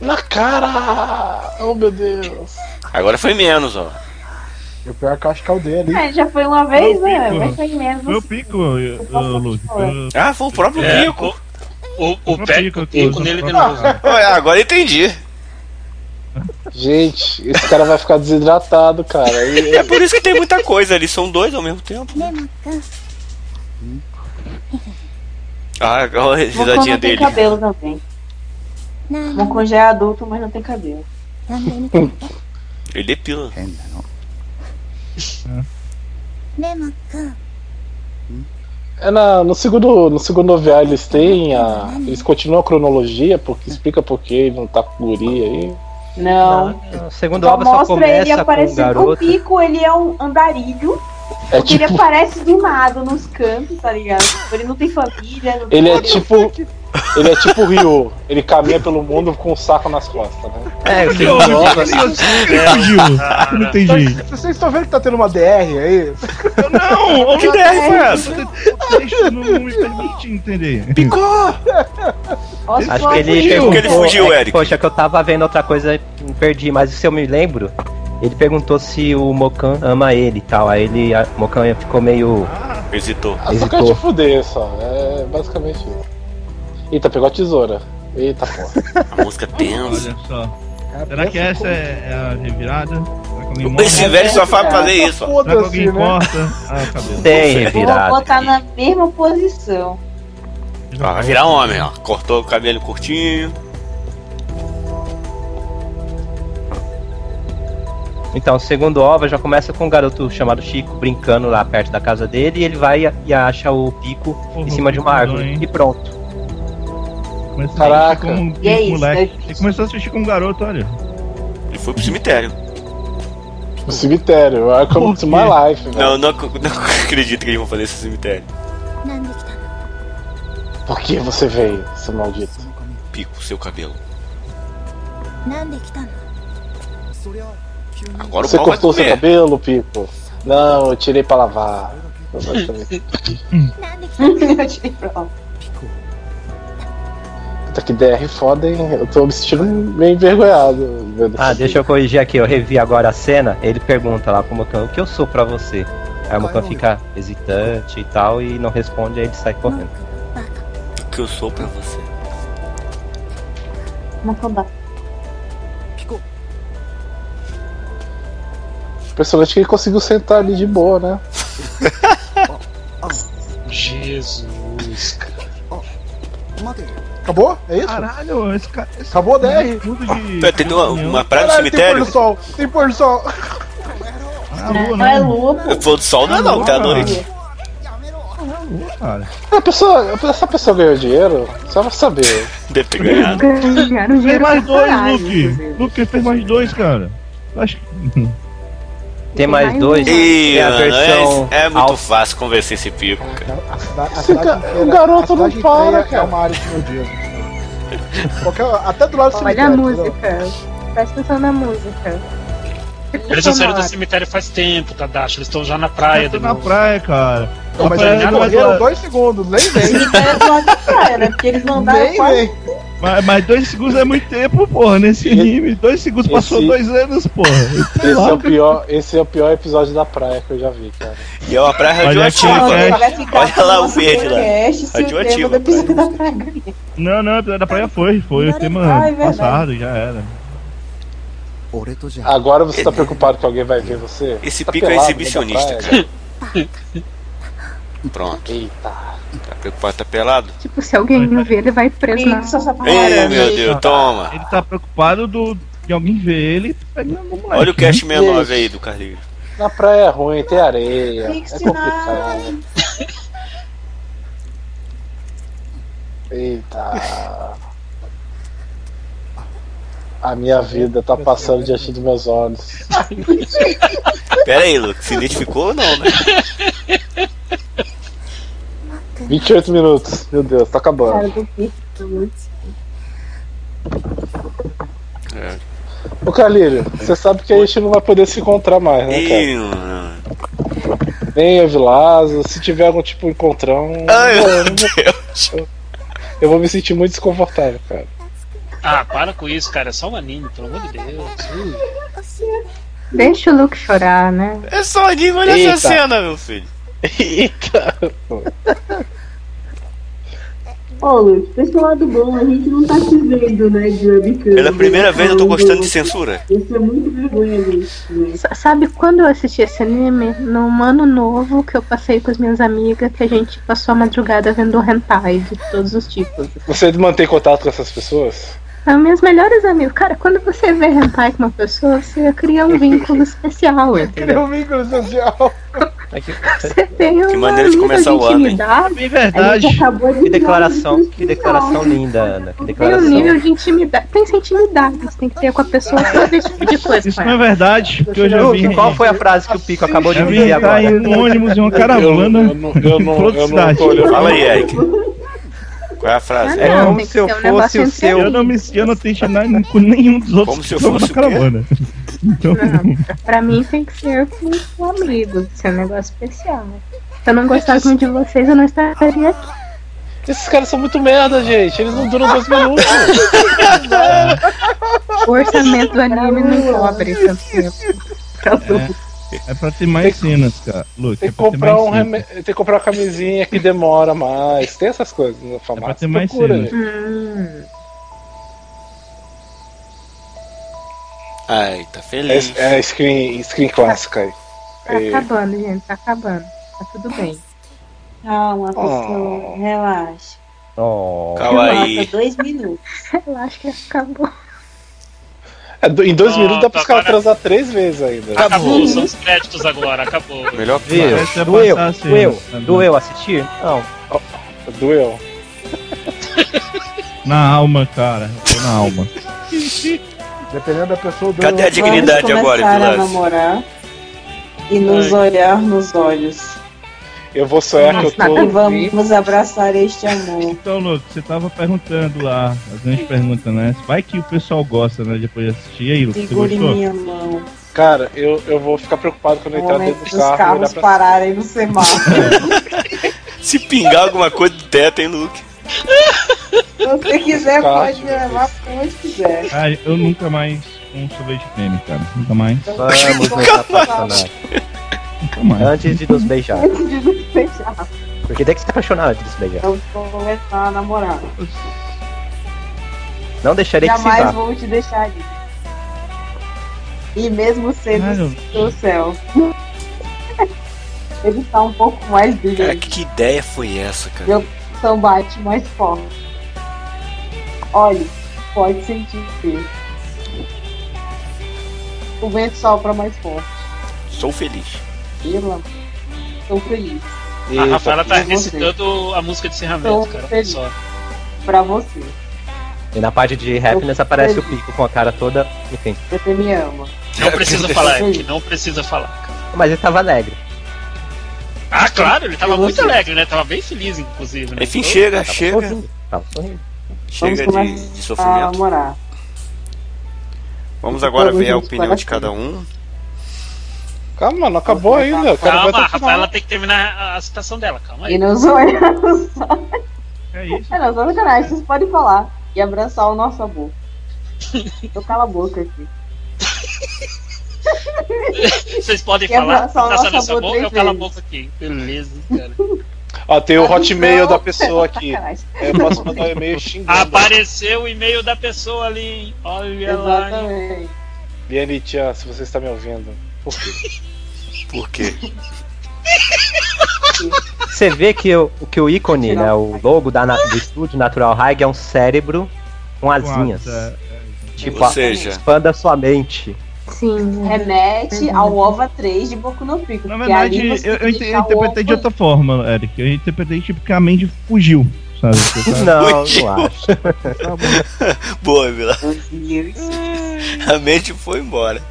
[SPEAKER 8] Na cara! Oh, meu Deus.
[SPEAKER 2] Agora foi menos, ó.
[SPEAKER 6] E o pior é que eu acho que é o dele. hein?
[SPEAKER 5] É, já foi uma vez, né?
[SPEAKER 9] pico.
[SPEAKER 5] Mas foi
[SPEAKER 9] Foi
[SPEAKER 5] mesmo.
[SPEAKER 9] o Pico, eh, eu- eu- Luke. foi o-
[SPEAKER 2] Ah, foi o próprio
[SPEAKER 4] É,
[SPEAKER 2] Pico.
[SPEAKER 4] O, o,
[SPEAKER 9] foi
[SPEAKER 4] o pé, o
[SPEAKER 9] que
[SPEAKER 4] pico
[SPEAKER 9] usou
[SPEAKER 4] nele
[SPEAKER 9] pra-
[SPEAKER 4] de novo.
[SPEAKER 2] Ah, agora entendi.
[SPEAKER 8] Gente, esse cara vai ficar desidratado, cara. E-
[SPEAKER 2] É por isso que tem muita coisa ali. São dois ao mesmo tempo, né? Ah, olha a
[SPEAKER 5] Mocô
[SPEAKER 2] risadinha
[SPEAKER 5] não tem
[SPEAKER 2] dele.
[SPEAKER 5] cabelo também. Mocô já é adulto, mas não tem cabelo.
[SPEAKER 2] Ele depila.
[SPEAKER 10] 変なの
[SPEAKER 8] É na- no segundo, no segundo OVA eles têm a. Eles continuam a cronologia, porque explica por que ele não tá com guri aí.
[SPEAKER 5] Não.
[SPEAKER 7] O segundo
[SPEAKER 5] Só
[SPEAKER 7] obra só
[SPEAKER 5] mostra ele
[SPEAKER 7] começa com um
[SPEAKER 5] aparecendo. O
[SPEAKER 7] garoto.
[SPEAKER 5] Pico, ele é um andarilho.
[SPEAKER 8] É
[SPEAKER 5] Porque ele
[SPEAKER 8] tipo.
[SPEAKER 5] aparece do nada nos cantos, tá ligado? Ele não tem família. Não tem
[SPEAKER 8] Ele é
[SPEAKER 5] cabelo.
[SPEAKER 8] tipo. Ele é tipo o Ryu. Ele caminha pelo mundo com um saco nas costas, né?
[SPEAKER 7] É, o
[SPEAKER 9] Que
[SPEAKER 7] segundo
[SPEAKER 9] ódio,
[SPEAKER 7] obra.
[SPEAKER 2] tipo
[SPEAKER 9] que ódio, que
[SPEAKER 2] É.
[SPEAKER 9] ódio. Não entendi.
[SPEAKER 6] Vocês estão vendo que tá tendo uma DR aí?
[SPEAKER 9] Não, que ideia foi essa? O texto não me permite entender.
[SPEAKER 5] Olha
[SPEAKER 7] Acho
[SPEAKER 5] só,
[SPEAKER 7] que ele
[SPEAKER 5] Pico.
[SPEAKER 2] Por que ele
[SPEAKER 7] perguntou-
[SPEAKER 2] fugiu,
[SPEAKER 7] é,
[SPEAKER 2] Eric?
[SPEAKER 7] Poxa, que eu tava vendo outra coisa, me perdi, mas se eu me lembro, ele perguntou se o Mokan ama ele e tal. Aí ele, a- o Mokan ficou meio.
[SPEAKER 2] Hesitou.
[SPEAKER 8] Ah, só quero te
[SPEAKER 7] Hesitou.
[SPEAKER 2] tipo,
[SPEAKER 8] fuder só. É basicamente isso. Eita, pegou a tesoura. Eita porra.
[SPEAKER 2] A música é tensa.
[SPEAKER 9] Olha só. Será que essa é é a revirada? Será que alguém morre?
[SPEAKER 2] Esse
[SPEAKER 9] Será
[SPEAKER 2] velho só faz fazer isso, ó.
[SPEAKER 9] que alguém
[SPEAKER 6] Foda-se, né?
[SPEAKER 9] corta? Ah, cabelo.
[SPEAKER 7] Tem
[SPEAKER 2] Vou
[SPEAKER 5] Vou
[SPEAKER 7] revirado.
[SPEAKER 5] botar na mesma posição.
[SPEAKER 2] Ó, Ah, Vai virar homem, ó. Cortou o cabelo curtinho.
[SPEAKER 7] Então, o segundo obra já começa com um garoto chamado Chico brincando lá perto da casa dele e ele vai e- e acha o pico
[SPEAKER 9] Porra,
[SPEAKER 2] Uhum,
[SPEAKER 7] em cima de uma
[SPEAKER 9] que doido,
[SPEAKER 7] árvore.
[SPEAKER 9] hein?
[SPEAKER 7] E pronto.
[SPEAKER 9] Começou a
[SPEAKER 8] Caraca.
[SPEAKER 9] assistir como um
[SPEAKER 5] E é isso,
[SPEAKER 9] moleque.
[SPEAKER 5] né?
[SPEAKER 9] Ele começou a assistir como um garoto, olha.
[SPEAKER 2] Ele foi pro cemitério.
[SPEAKER 8] O cemitério. I come
[SPEAKER 9] Por
[SPEAKER 8] to
[SPEAKER 9] quê?
[SPEAKER 8] é my life, velho.
[SPEAKER 2] Não, não, ac- não acredito que eles vão fazer esse cemitério.
[SPEAKER 1] なんで来たの
[SPEAKER 8] Por que você veio, seu maldito?
[SPEAKER 10] その髪
[SPEAKER 2] Pico seu cabelo.
[SPEAKER 1] なんで来たの
[SPEAKER 10] そりゃ急に
[SPEAKER 2] Agora
[SPEAKER 8] Você
[SPEAKER 2] o pau vai
[SPEAKER 8] cortou seu
[SPEAKER 2] comer.
[SPEAKER 8] cabelo, Pico? Não, eu tirei pra lavar. Basicamente.
[SPEAKER 1] なんで来たの
[SPEAKER 5] Eu tirei pra lá.
[SPEAKER 10] ピコ
[SPEAKER 8] Puta Tá que DR foda, hein? Eu tô me sentindo meio envergonhado. vendo
[SPEAKER 7] Ah,
[SPEAKER 8] isso.
[SPEAKER 7] deixa eu corrigir aqui, eu revi agora a cena, ele pergunta lá pro Mocan, o que eu sou pra você? Aí o Mocan
[SPEAKER 2] é
[SPEAKER 7] fica hesitante e tal, e não responde, aí ele sai correndo.
[SPEAKER 1] バカ
[SPEAKER 2] O que eu sou pra você?
[SPEAKER 5] Uma cobaia.
[SPEAKER 10] ピコ
[SPEAKER 8] Impressionante que ele conseguiu sentar ali de boa, né?
[SPEAKER 4] Jesus, cara.
[SPEAKER 10] 待て
[SPEAKER 6] Acabou? É isso?
[SPEAKER 9] Caralho, esse cara. Esse
[SPEAKER 6] Acabou a DR.
[SPEAKER 9] tudo de.
[SPEAKER 2] Tá tendo uma, uma praia no
[SPEAKER 6] Caralho, tem pôr
[SPEAKER 2] cemitério?
[SPEAKER 6] do sol. Tem pôr do sol.
[SPEAKER 9] Ah, lua,
[SPEAKER 5] Não é
[SPEAKER 9] né?
[SPEAKER 5] lua, pô.
[SPEAKER 2] Pôr do sol não é não, tá à noite.
[SPEAKER 9] Ah, lua, cara.
[SPEAKER 8] É, A pessoa, essa pessoa ganhou dinheiro? Só pra saber.
[SPEAKER 2] Deve ter ganhado.
[SPEAKER 3] Ganharam
[SPEAKER 9] Fez
[SPEAKER 3] um dinheiro
[SPEAKER 9] mais
[SPEAKER 3] pra
[SPEAKER 9] dois,
[SPEAKER 3] caralho,
[SPEAKER 9] Luke.
[SPEAKER 3] inclusive.
[SPEAKER 9] Luke fez mais dois, cara. Eu Acho que.
[SPEAKER 7] Tem mais
[SPEAKER 3] mais
[SPEAKER 7] dois? né?
[SPEAKER 3] um.
[SPEAKER 2] Ih,
[SPEAKER 7] Tem a
[SPEAKER 2] mano,
[SPEAKER 7] versão
[SPEAKER 2] é, é muito
[SPEAKER 7] alfa.
[SPEAKER 2] fácil convencer esse pico, cara.
[SPEAKER 6] A cida- a
[SPEAKER 8] Esse
[SPEAKER 6] cidade
[SPEAKER 8] ca-
[SPEAKER 6] inteira-
[SPEAKER 8] o garoto
[SPEAKER 6] a cidade
[SPEAKER 8] não para,
[SPEAKER 6] inteira
[SPEAKER 8] cara.
[SPEAKER 6] É uma área de nudismo. Qualquer, até do lado
[SPEAKER 3] Olha
[SPEAKER 6] do
[SPEAKER 3] a
[SPEAKER 6] cemitério. né? entendeu?
[SPEAKER 3] música. Presta atenção na música.
[SPEAKER 4] Eles já saíram do cemitério faz tempo, Tadashi. Eles estão já na praia
[SPEAKER 9] Tá
[SPEAKER 4] do
[SPEAKER 9] na praia, cara.
[SPEAKER 6] Não, mas
[SPEAKER 4] Não,
[SPEAKER 6] eles
[SPEAKER 4] não,
[SPEAKER 6] morreram
[SPEAKER 9] mas- é
[SPEAKER 6] dois segundos, nem vem.
[SPEAKER 5] Cemitério do lado da praia, né? Porque eles mandaram
[SPEAKER 6] Nem
[SPEAKER 5] quase.
[SPEAKER 6] vem.
[SPEAKER 9] Mas, mas dois segundos é muito tempo, porra, nesse anime. Dois segundos passou
[SPEAKER 8] Esse-
[SPEAKER 9] dois anos, porra. Sei
[SPEAKER 8] Esse
[SPEAKER 9] lá,
[SPEAKER 8] é, o pior, esse é o pior episódio da praia que eu já vi, cara.
[SPEAKER 2] E é uma praia
[SPEAKER 9] Olha aqui,
[SPEAKER 2] radioativa.
[SPEAKER 9] né?
[SPEAKER 2] Olha lá o verde lá. tá Radioativa,
[SPEAKER 5] Radioativa. Da piscina da praia.
[SPEAKER 9] Não, não, episódio da praia foi. Foi o tema
[SPEAKER 5] Ah, é verdade.
[SPEAKER 9] passado, já era.
[SPEAKER 10] 俺とじゃ
[SPEAKER 8] Agora você tá preocupado que alguém vai ver você?
[SPEAKER 2] Esse
[SPEAKER 8] tá
[SPEAKER 2] pico é
[SPEAKER 8] pelado no meio da
[SPEAKER 2] exibicionista,
[SPEAKER 8] praia?
[SPEAKER 2] cara. Pronto,
[SPEAKER 8] Eita.
[SPEAKER 2] tá preocupado, tá pelado?
[SPEAKER 3] Tipo, se alguém não vê, ele vai preso na.
[SPEAKER 5] Isso, essa
[SPEAKER 2] Ih,
[SPEAKER 5] praia.
[SPEAKER 2] meu Deus, toma.
[SPEAKER 9] Ele tá preocupado do, de alguém ver ele. pegando o moleque,
[SPEAKER 2] Olha o
[SPEAKER 9] né?
[SPEAKER 2] cast 69 aí do Carlinhos.
[SPEAKER 8] Na praia é ruim, tem areia. É
[SPEAKER 5] Fixe
[SPEAKER 8] complicado. Eita. A minha vida tá passando diante dos meus olhos.
[SPEAKER 2] Pera aí, Luke, se identificou ou não, né?
[SPEAKER 8] 28 minutos. Meu Deus, tá acabando.
[SPEAKER 2] É.
[SPEAKER 8] Ô Calírio, você sabe que a gente não vai poder se encontrar mais, né, cara?
[SPEAKER 2] Ih, mano.
[SPEAKER 8] Nem eu, Vilazo. Se tiver algum tipo de encontrão,
[SPEAKER 2] Ai,
[SPEAKER 8] eu,
[SPEAKER 2] meu
[SPEAKER 8] eu-
[SPEAKER 2] Deus.
[SPEAKER 8] eu vou me sentir muito desconfortável, cara.
[SPEAKER 4] Ah, para com isso, cara. É só um anime, pelo amor de Deus. Uh,
[SPEAKER 3] Deixa o Luke chorar, né?
[SPEAKER 2] É só anime, olha essa
[SPEAKER 8] Eita.
[SPEAKER 2] cena, meu filho.
[SPEAKER 8] Eita!
[SPEAKER 5] Ô, Luiz, desse lado bom, a gente não tá te vendo, né, de webcam.
[SPEAKER 2] Pela primeira vez eu tô gostando de censura.
[SPEAKER 5] Isso é muito vergonha, gente. né?
[SPEAKER 3] S- Sabe quando eu assisti esse anime? Num ano novo que eu passei com as minhas amigas, que a gente passou a madrugada vendo hentai de todos os tipos.
[SPEAKER 8] Você mantém contato com essas pessoas?
[SPEAKER 3] São minhas melhores amigas. Cara, quando você vê hentai com uma pessoa, você cria um vínculo especial, entendeu?
[SPEAKER 6] Criou um vínculo social.
[SPEAKER 7] É que-
[SPEAKER 3] Você tem uma
[SPEAKER 2] maneira de
[SPEAKER 3] nível
[SPEAKER 2] começar o ano, hein?
[SPEAKER 3] intimidade,
[SPEAKER 7] Bem
[SPEAKER 5] A
[SPEAKER 7] É verdade.
[SPEAKER 5] gente acabou de
[SPEAKER 7] Que
[SPEAKER 5] dar uma
[SPEAKER 7] declaração, que
[SPEAKER 5] discussão.
[SPEAKER 7] declaração linda, Ana. Que
[SPEAKER 3] Tem um
[SPEAKER 7] declaração.
[SPEAKER 3] nível de intimidade. Tem essa intimidade que você tem que ter com a pessoa pra fazer esse tipo de coisa.
[SPEAKER 9] Isso
[SPEAKER 3] com
[SPEAKER 9] não é
[SPEAKER 3] ela.
[SPEAKER 9] verdade, porque eu já
[SPEAKER 6] Luke,
[SPEAKER 9] vi.
[SPEAKER 7] Qual foi a frase que o Pico acabou de
[SPEAKER 9] Já vi
[SPEAKER 7] dizer
[SPEAKER 9] entrar em
[SPEAKER 7] agora?
[SPEAKER 9] um ônibus e uma caravana.
[SPEAKER 8] Eu, não- eu, não- eu, não- eu não
[SPEAKER 9] Produtividade.
[SPEAKER 8] tô olhando.
[SPEAKER 2] Fala aí, Eric. Qual é a frase?
[SPEAKER 3] Ah,
[SPEAKER 7] É
[SPEAKER 3] não,
[SPEAKER 7] como
[SPEAKER 3] tem que
[SPEAKER 7] se eu
[SPEAKER 3] ser um
[SPEAKER 7] fosse
[SPEAKER 3] negócio
[SPEAKER 7] o
[SPEAKER 3] entre
[SPEAKER 7] seu.
[SPEAKER 9] Eu não me eu não tenho nada com nenhum dos outros
[SPEAKER 2] Como se eu
[SPEAKER 9] que estão
[SPEAKER 2] fosse o
[SPEAKER 9] na
[SPEAKER 2] quê?
[SPEAKER 9] caravana. Então,
[SPEAKER 3] Não, pra- pra mim tem que ser com um amigo, ser um negócio especial.
[SPEAKER 5] né?
[SPEAKER 3] Se eu não gostasse muito de vocês, eu não estaria aqui.
[SPEAKER 8] Esses caras são muito merda, gente. Eles não duram dois minutos.
[SPEAKER 3] O orçamento do anime não cobre tanto tempo. Pra Lu.
[SPEAKER 9] é pra ter mais cenas, cara. Luke,
[SPEAKER 8] Tem
[SPEAKER 9] é
[SPEAKER 8] que
[SPEAKER 9] pra ter
[SPEAKER 8] comprar
[SPEAKER 9] mais
[SPEAKER 8] um
[SPEAKER 9] cenas.
[SPEAKER 8] reme... Tem que comprar uma camisinha que demora mais. Tem essas coisas na
[SPEAKER 9] É pra
[SPEAKER 8] farmácia.
[SPEAKER 9] ter mais
[SPEAKER 8] Procura,
[SPEAKER 9] cenas.
[SPEAKER 8] gente.
[SPEAKER 3] Hum,
[SPEAKER 2] Ai, tá feliz.
[SPEAKER 8] É, é screen, screen clássica aí.
[SPEAKER 3] tá
[SPEAKER 8] É.
[SPEAKER 3] acabando, gente, tá acabando. Tá tudo bem.
[SPEAKER 6] Ah.
[SPEAKER 5] Calma, pessoa,
[SPEAKER 8] Oh.
[SPEAKER 5] relaxa.
[SPEAKER 7] Oh,
[SPEAKER 2] Kawaii.
[SPEAKER 5] Falta dois minutos.
[SPEAKER 3] Eu acho que acabou.
[SPEAKER 8] É, do- em dois
[SPEAKER 4] Nossa,
[SPEAKER 8] minutos dá pros caras
[SPEAKER 4] agora- é-
[SPEAKER 8] transar três vezes ainda.
[SPEAKER 4] acabou, são os créditos agora, acabou.
[SPEAKER 2] Melhor
[SPEAKER 7] Viu?
[SPEAKER 9] Parece que vai é
[SPEAKER 7] Doeu,
[SPEAKER 9] passar assim, tá né? a cena.
[SPEAKER 7] doeu, doeu
[SPEAKER 8] assim.
[SPEAKER 7] assistir? Não.
[SPEAKER 8] Doeu.
[SPEAKER 9] Na alma, cara. Tô na alma.
[SPEAKER 6] Dependendo da pessoa, do
[SPEAKER 2] Cadê a dignidade
[SPEAKER 5] Vamos
[SPEAKER 2] agora,
[SPEAKER 5] começar a
[SPEAKER 2] Vilas?
[SPEAKER 5] namorar. e nos olhar nos olhos.
[SPEAKER 8] Eu vou sonhar é que eu
[SPEAKER 5] E
[SPEAKER 8] tô.
[SPEAKER 5] vamos abraçar este amor.
[SPEAKER 9] Então, Luke, você tava perguntando lá, a gente pergunta, né? Vai que o pessoal gosta, né? Depois de assistir. E aí, Luke, você
[SPEAKER 5] Segure
[SPEAKER 9] gostou?
[SPEAKER 5] minha mão.
[SPEAKER 8] Cara, eu, eu vou ficar preocupado quando eu entrar
[SPEAKER 5] Homem,
[SPEAKER 8] dentro
[SPEAKER 5] os
[SPEAKER 8] do carro e olhar
[SPEAKER 5] Um carros
[SPEAKER 8] pra
[SPEAKER 5] pararem no semáforo.
[SPEAKER 2] Se pingar alguma coisa do teto, hein, Luke?
[SPEAKER 5] Se você quiser,
[SPEAKER 8] Carro,
[SPEAKER 5] pode
[SPEAKER 8] meu
[SPEAKER 5] levar pra onde quiser.
[SPEAKER 9] Ah, eu nunca mais um sorvete creme, cara. Nunca mais.
[SPEAKER 7] Vamos tá nos apaixonar.
[SPEAKER 9] Nunca mais.
[SPEAKER 7] Antes de nos beijar.
[SPEAKER 5] Antes de nos beijar,
[SPEAKER 7] Porque tem que se apaixonar antes de se beijar.
[SPEAKER 5] eu vou começar a namorar.
[SPEAKER 7] Não deixarei que se
[SPEAKER 5] Jamais
[SPEAKER 7] vá.
[SPEAKER 5] vou te deixar ir. E mesmo sendo
[SPEAKER 9] Caralho.
[SPEAKER 5] do céu. Ele tá um pouco mais
[SPEAKER 2] Cara,
[SPEAKER 5] brilhante.
[SPEAKER 2] que ideia foi essa, cara?
[SPEAKER 5] Então bate mais forte. Olha, pode sentir o peso. O vento sopra mais forte.
[SPEAKER 2] Sou feliz.
[SPEAKER 5] Irlanda. Estou feliz.
[SPEAKER 8] mim.
[SPEAKER 4] A Rafaela tá
[SPEAKER 5] eu gostei.
[SPEAKER 4] recitando a música de encerramento,
[SPEAKER 5] Tô
[SPEAKER 4] cara. olha
[SPEAKER 5] feliz.
[SPEAKER 4] Só.
[SPEAKER 5] Pra você.
[SPEAKER 7] E na parte de happiness aparece o pico com a cara toda. Enfim.
[SPEAKER 5] Você me ama.
[SPEAKER 4] Não precisa falar,
[SPEAKER 5] Sim.
[SPEAKER 4] Eric, não precisa falar. cara.
[SPEAKER 7] Mas ele tava alegre.
[SPEAKER 4] Ah, claro, ele tava
[SPEAKER 5] Eu
[SPEAKER 4] muito
[SPEAKER 5] gostei.
[SPEAKER 4] alegre, né? Tava bem feliz, inclusive. Né?
[SPEAKER 2] Enfim, chega,
[SPEAKER 7] Tava
[SPEAKER 2] chega.
[SPEAKER 7] sorrindo.
[SPEAKER 8] Tá.
[SPEAKER 7] Tava sorrindo.
[SPEAKER 5] Vamos
[SPEAKER 2] Chega de, de
[SPEAKER 5] começar a
[SPEAKER 2] sofrimento.
[SPEAKER 5] namorar.
[SPEAKER 2] Vamos agora ver a
[SPEAKER 5] Vamos
[SPEAKER 2] opinião
[SPEAKER 5] para
[SPEAKER 2] de cada um.
[SPEAKER 8] Calma, mano, acabou ainda. O cara
[SPEAKER 4] Calma,
[SPEAKER 8] vai
[SPEAKER 4] tá-
[SPEAKER 8] até
[SPEAKER 4] a
[SPEAKER 8] o final.
[SPEAKER 4] Rafaela tem que terminar a, a citação dela, calma
[SPEAKER 5] E
[SPEAKER 4] aí.
[SPEAKER 5] nos olhos.
[SPEAKER 9] É isso.
[SPEAKER 5] É, não, só sacanagem. Vocês podem falar. E abraçar o nosso amor. Eu cala a boca aqui.
[SPEAKER 4] Vocês podem
[SPEAKER 5] Quer
[SPEAKER 4] falar,
[SPEAKER 5] abraçar o
[SPEAKER 4] passar
[SPEAKER 5] nosso
[SPEAKER 4] nessa
[SPEAKER 5] amor
[SPEAKER 4] boca,
[SPEAKER 5] três
[SPEAKER 4] eu calo a
[SPEAKER 5] vezes.
[SPEAKER 4] boca aqui. Beleza, cara.
[SPEAKER 8] Ó, tem o
[SPEAKER 5] Não,
[SPEAKER 8] hotmail
[SPEAKER 5] não.
[SPEAKER 8] da pessoa aqui.
[SPEAKER 5] Sacanagem.
[SPEAKER 8] Eu posso mandar um e-mail xingando.
[SPEAKER 4] Apareceu o e-mail da pessoa ali, hein? Olha lá. hein?
[SPEAKER 5] Exatamente.
[SPEAKER 8] Liane Tchan, se você está me ouvindo. Por quê?
[SPEAKER 2] Por quê?
[SPEAKER 7] Você vê que o, que o ícone, né? O logo da, na- do estúdio Natural High é um cérebro com asinhas.
[SPEAKER 9] Nossa,
[SPEAKER 7] Tipo,
[SPEAKER 2] Ou
[SPEAKER 7] a-
[SPEAKER 2] seja,
[SPEAKER 7] expanda sua mente.
[SPEAKER 3] Sim. é.
[SPEAKER 5] Remete ao OVA 3 de Boku no Pico.
[SPEAKER 9] Na
[SPEAKER 5] que
[SPEAKER 9] verdade,
[SPEAKER 5] ali
[SPEAKER 9] eu,
[SPEAKER 5] você
[SPEAKER 9] eu,
[SPEAKER 5] deixa
[SPEAKER 9] eu interpretei de
[SPEAKER 5] o ovo-
[SPEAKER 9] outra forma, Eric. Eu interpretei tipo que a Mandy fugiu, sabe? Você sabe?
[SPEAKER 7] Não,
[SPEAKER 2] Fugiu.
[SPEAKER 7] não acho.
[SPEAKER 3] Tá
[SPEAKER 2] boa, Vila.
[SPEAKER 5] Dois mil e-
[SPEAKER 2] A mente foi embora.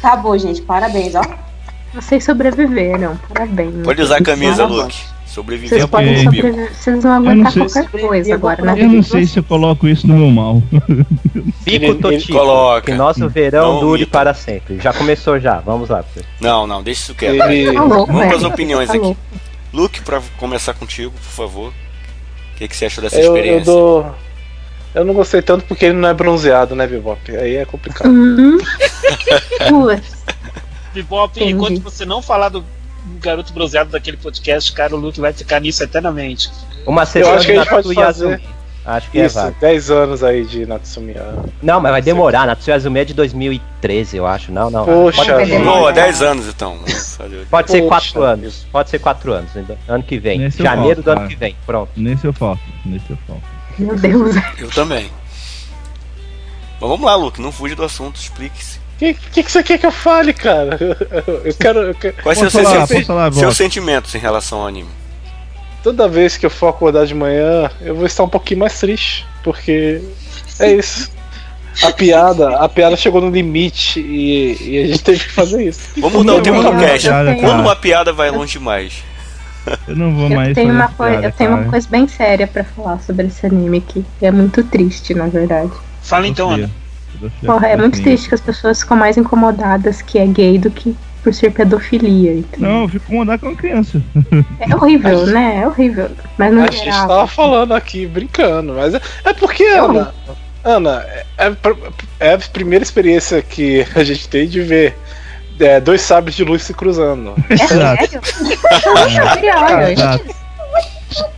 [SPEAKER 5] Tá bom, gente. Parabéns, ó.
[SPEAKER 3] Vocês sobreviveram, parabéns.
[SPEAKER 2] Pode usar a camisa,
[SPEAKER 5] Caramba.
[SPEAKER 2] Luke.
[SPEAKER 3] Vocês
[SPEAKER 2] Sobreviveu.
[SPEAKER 9] Eu
[SPEAKER 3] podem
[SPEAKER 9] peguei.
[SPEAKER 3] sobreviver. Vocês vão
[SPEAKER 9] não
[SPEAKER 3] aguentar
[SPEAKER 9] sei
[SPEAKER 3] qualquer
[SPEAKER 5] se-
[SPEAKER 3] coisa agora, né?
[SPEAKER 9] Eu não sei se eu coloco isso no meu mal.
[SPEAKER 8] Ele- ele
[SPEAKER 7] Fico Totico.
[SPEAKER 2] Coloca.
[SPEAKER 7] Que nosso verão
[SPEAKER 2] Não,
[SPEAKER 7] dure
[SPEAKER 2] Vitor.
[SPEAKER 7] para sempre. Já começou já, vamos lá. Pedro.
[SPEAKER 2] Não, não, deixa isso quieto.
[SPEAKER 8] Ele,
[SPEAKER 3] Tá louco,
[SPEAKER 2] Vamos
[SPEAKER 3] velho.
[SPEAKER 2] pras opiniões
[SPEAKER 3] Tá
[SPEAKER 2] aqui.
[SPEAKER 3] louco.
[SPEAKER 2] Luke, pra começar contigo, por favor. O que, que você achou dessa
[SPEAKER 8] eu, eu
[SPEAKER 2] experiência?
[SPEAKER 8] dou. Eu não gostei tanto porque ele não é bronzeado, né, Bebop? Aí é complicado.
[SPEAKER 3] Hum. Putz.
[SPEAKER 4] Bebop,
[SPEAKER 3] Entendi.
[SPEAKER 4] enquanto você não falar do garoto bronzeado daquele podcast, cara, o Luke vai ficar nisso eternamente.
[SPEAKER 7] Uma sessão
[SPEAKER 8] acho que a gente
[SPEAKER 7] de
[SPEAKER 8] pode
[SPEAKER 7] Natsuya
[SPEAKER 8] fazer.
[SPEAKER 7] Azumi. Acho que é
[SPEAKER 8] Isso,
[SPEAKER 7] vaga.
[SPEAKER 8] 10 anos aí de Natsumi. ah.
[SPEAKER 7] Não, mas vai demorar. Natsuya Azumi é de 2013, eu acho. Não, não.
[SPEAKER 8] Poxa,
[SPEAKER 7] pode,
[SPEAKER 3] vida.
[SPEAKER 7] ser-
[SPEAKER 2] Boa, 10 anos então. Nossa, Deus.
[SPEAKER 7] pode ser
[SPEAKER 8] Poxa.
[SPEAKER 7] 4 anos. Pode ser 4 anos. ainda- Ano que vem.
[SPEAKER 9] Nesse eu
[SPEAKER 7] Janeiro
[SPEAKER 9] volto,
[SPEAKER 7] do ano
[SPEAKER 9] é cara.
[SPEAKER 7] que vem. Pronto.
[SPEAKER 9] Nesse eu falto, nesse eu falto.
[SPEAKER 3] Meu Deus.
[SPEAKER 2] Eu também. Mas vamos lá, Luke, não fuja do assunto, explique-se.
[SPEAKER 8] O que, que, que você quer que eu fale, cara? Eu quero, eu quero-
[SPEAKER 2] Quais
[SPEAKER 9] Posso
[SPEAKER 2] seus,
[SPEAKER 9] falar,
[SPEAKER 2] seus-
[SPEAKER 9] posso falar,
[SPEAKER 2] seus
[SPEAKER 9] Bob?
[SPEAKER 2] sentimentos em relação ao anime?
[SPEAKER 8] Toda vez que eu for acordar de manhã, eu vou estar um pouquinho mais triste. Porque é isso. A piada, a piada chegou no limite e, e a gente teve que fazer isso.
[SPEAKER 2] Vamos mudar o
[SPEAKER 9] Eu
[SPEAKER 2] tema
[SPEAKER 9] vou
[SPEAKER 2] do
[SPEAKER 9] mudar
[SPEAKER 2] cast.
[SPEAKER 9] a piada,
[SPEAKER 2] Quando
[SPEAKER 9] cara.
[SPEAKER 2] uma piada vai longe demais.
[SPEAKER 9] Eu não vou mais
[SPEAKER 3] Eu tenho,
[SPEAKER 9] fazer
[SPEAKER 3] uma
[SPEAKER 9] essa
[SPEAKER 3] coi-
[SPEAKER 9] piada,
[SPEAKER 3] eu tenho uma
[SPEAKER 9] cara. tá?
[SPEAKER 3] coisa bem séria pra falar sobre esse anime aqui. É muito triste, na verdade.
[SPEAKER 4] Fala então,
[SPEAKER 9] Sofia.
[SPEAKER 4] Ana.
[SPEAKER 9] Sofia,
[SPEAKER 3] Porra, é
[SPEAKER 9] Sofia.
[SPEAKER 3] muito triste que as pessoas ficam mais incomodadas que é gay do que por ser pedofilia. Então.
[SPEAKER 9] Não, eu fico andar com a criança.
[SPEAKER 3] É horrível, né? É horrível. Mas no
[SPEAKER 8] A gente
[SPEAKER 3] geral.
[SPEAKER 8] tava falando aqui, brincando, mas é, é porque,
[SPEAKER 3] Eu
[SPEAKER 8] Ana. Ana, é, é pr- é a primeira experiência que a gente tem de ver é, dois sabres de luz se cruzando.
[SPEAKER 3] É
[SPEAKER 9] Exato.
[SPEAKER 3] sério? Eu nunca vi olha.
[SPEAKER 9] Exato.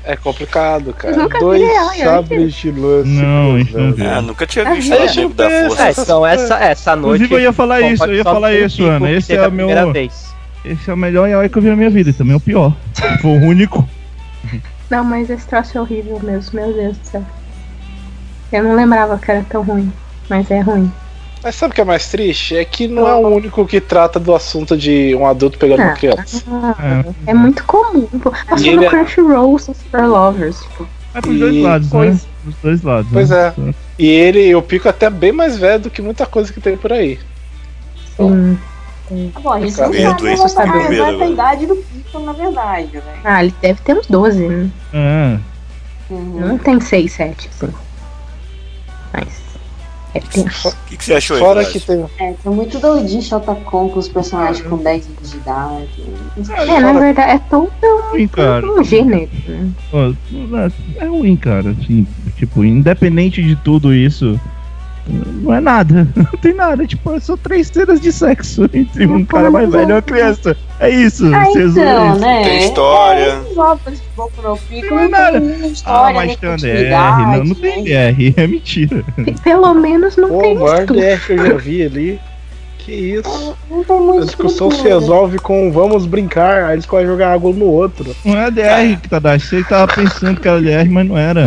[SPEAKER 8] É complicado, cara.
[SPEAKER 3] Eu nunca
[SPEAKER 8] dois
[SPEAKER 3] vi antes.
[SPEAKER 8] sabres de luz se
[SPEAKER 9] Não, a gente não
[SPEAKER 8] cruzando.
[SPEAKER 9] viu.
[SPEAKER 2] Ah, nunca tinha
[SPEAKER 3] Ah,
[SPEAKER 2] visto
[SPEAKER 3] é.
[SPEAKER 2] o amigo da
[SPEAKER 8] É,
[SPEAKER 2] força.
[SPEAKER 7] É, então essa, essa noite.
[SPEAKER 9] Inclusive, eu ia falar
[SPEAKER 7] Bom,
[SPEAKER 9] isso,
[SPEAKER 7] pode
[SPEAKER 9] eu ia
[SPEAKER 7] só
[SPEAKER 9] falar
[SPEAKER 7] ter um
[SPEAKER 9] isso,
[SPEAKER 7] pico
[SPEAKER 9] Ana.
[SPEAKER 7] que
[SPEAKER 9] Esse
[SPEAKER 7] teve
[SPEAKER 9] é
[SPEAKER 7] a
[SPEAKER 9] o meu-
[SPEAKER 7] primeira vez.
[SPEAKER 9] Esse é o melhor herói que eu vi na minha vida, e também é o pior. Foi o único.
[SPEAKER 3] Não, mas esse troço é horrível mesmo, meu Deus do céu. Eu não lembrava que era tão ruim, mas é ruim.
[SPEAKER 8] Mas sabe o que é mais triste? É que não é o único que trata do assunto de um adulto pegando uma
[SPEAKER 3] Ah.
[SPEAKER 8] criança.
[SPEAKER 3] Ah, é muito comum. pô. Passou
[SPEAKER 8] E ele
[SPEAKER 3] no
[SPEAKER 8] é-
[SPEAKER 3] Crunchyroll, são Super Lovers. Tipo,
[SPEAKER 9] É pros dois
[SPEAKER 8] E
[SPEAKER 9] lados,
[SPEAKER 3] coisa.
[SPEAKER 9] né? Dos dois lados.
[SPEAKER 8] Pois
[SPEAKER 9] né?
[SPEAKER 8] é. E ele, eu pico até bem mais velho do que muita coisa que tem por aí.
[SPEAKER 3] assim,
[SPEAKER 5] Tá bom, a gente não
[SPEAKER 2] Medo,
[SPEAKER 5] sabe é a
[SPEAKER 2] hein? Vocês
[SPEAKER 5] nossa
[SPEAKER 2] estão com medo
[SPEAKER 5] exata
[SPEAKER 2] agora.
[SPEAKER 5] idade do Piton, na verdade, né?
[SPEAKER 3] Ah, ele deve ter uns 12, né?
[SPEAKER 9] Ah,
[SPEAKER 5] Uhum.
[SPEAKER 3] Não tem 6, 7, assim. Mas. É tenso.
[SPEAKER 2] O que, que você achou aí,
[SPEAKER 8] Fora
[SPEAKER 2] Flácio?
[SPEAKER 8] que tem.
[SPEAKER 5] É, tô muito doidinho Shotacon com os personagens com 10 anos de idade.
[SPEAKER 3] É, na verdade, é todo
[SPEAKER 9] ruim, cara.
[SPEAKER 3] um gênero. né?
[SPEAKER 9] Ó, É ruim, cara. Assim, tipo, independente de tudo isso, não é nada. Não tem nada. Tipo, são três cenas de sexo entre um cara mais velho e uma criança. É isso.
[SPEAKER 5] Ah,
[SPEAKER 9] vocês
[SPEAKER 5] então,
[SPEAKER 9] isso.
[SPEAKER 5] né?
[SPEAKER 2] Tem história.
[SPEAKER 5] É, esses obras de Boku no Pico
[SPEAKER 9] Não é
[SPEAKER 5] não
[SPEAKER 9] nada.
[SPEAKER 5] tem nenhuma
[SPEAKER 9] Ah,
[SPEAKER 5] história,
[SPEAKER 3] né,
[SPEAKER 5] né,
[SPEAKER 9] mas é.
[SPEAKER 5] nem
[SPEAKER 9] tem DR.
[SPEAKER 5] continuidade,
[SPEAKER 9] Não, não tem
[SPEAKER 5] né?
[SPEAKER 9] DR. É mentira.
[SPEAKER 3] P- Pelo menos não
[SPEAKER 6] Pô,
[SPEAKER 3] tem
[SPEAKER 6] o maior
[SPEAKER 3] estudo.
[SPEAKER 6] DR que eu já vi ali. Que isso?
[SPEAKER 5] Não tem
[SPEAKER 6] A
[SPEAKER 5] muito
[SPEAKER 6] discussão se
[SPEAKER 5] estrutura.
[SPEAKER 6] resolve com vamos brincar, aí eles podem jogar água um no outro.
[SPEAKER 9] Não é DR que tá da Você tava pensando que era DR, mas não era.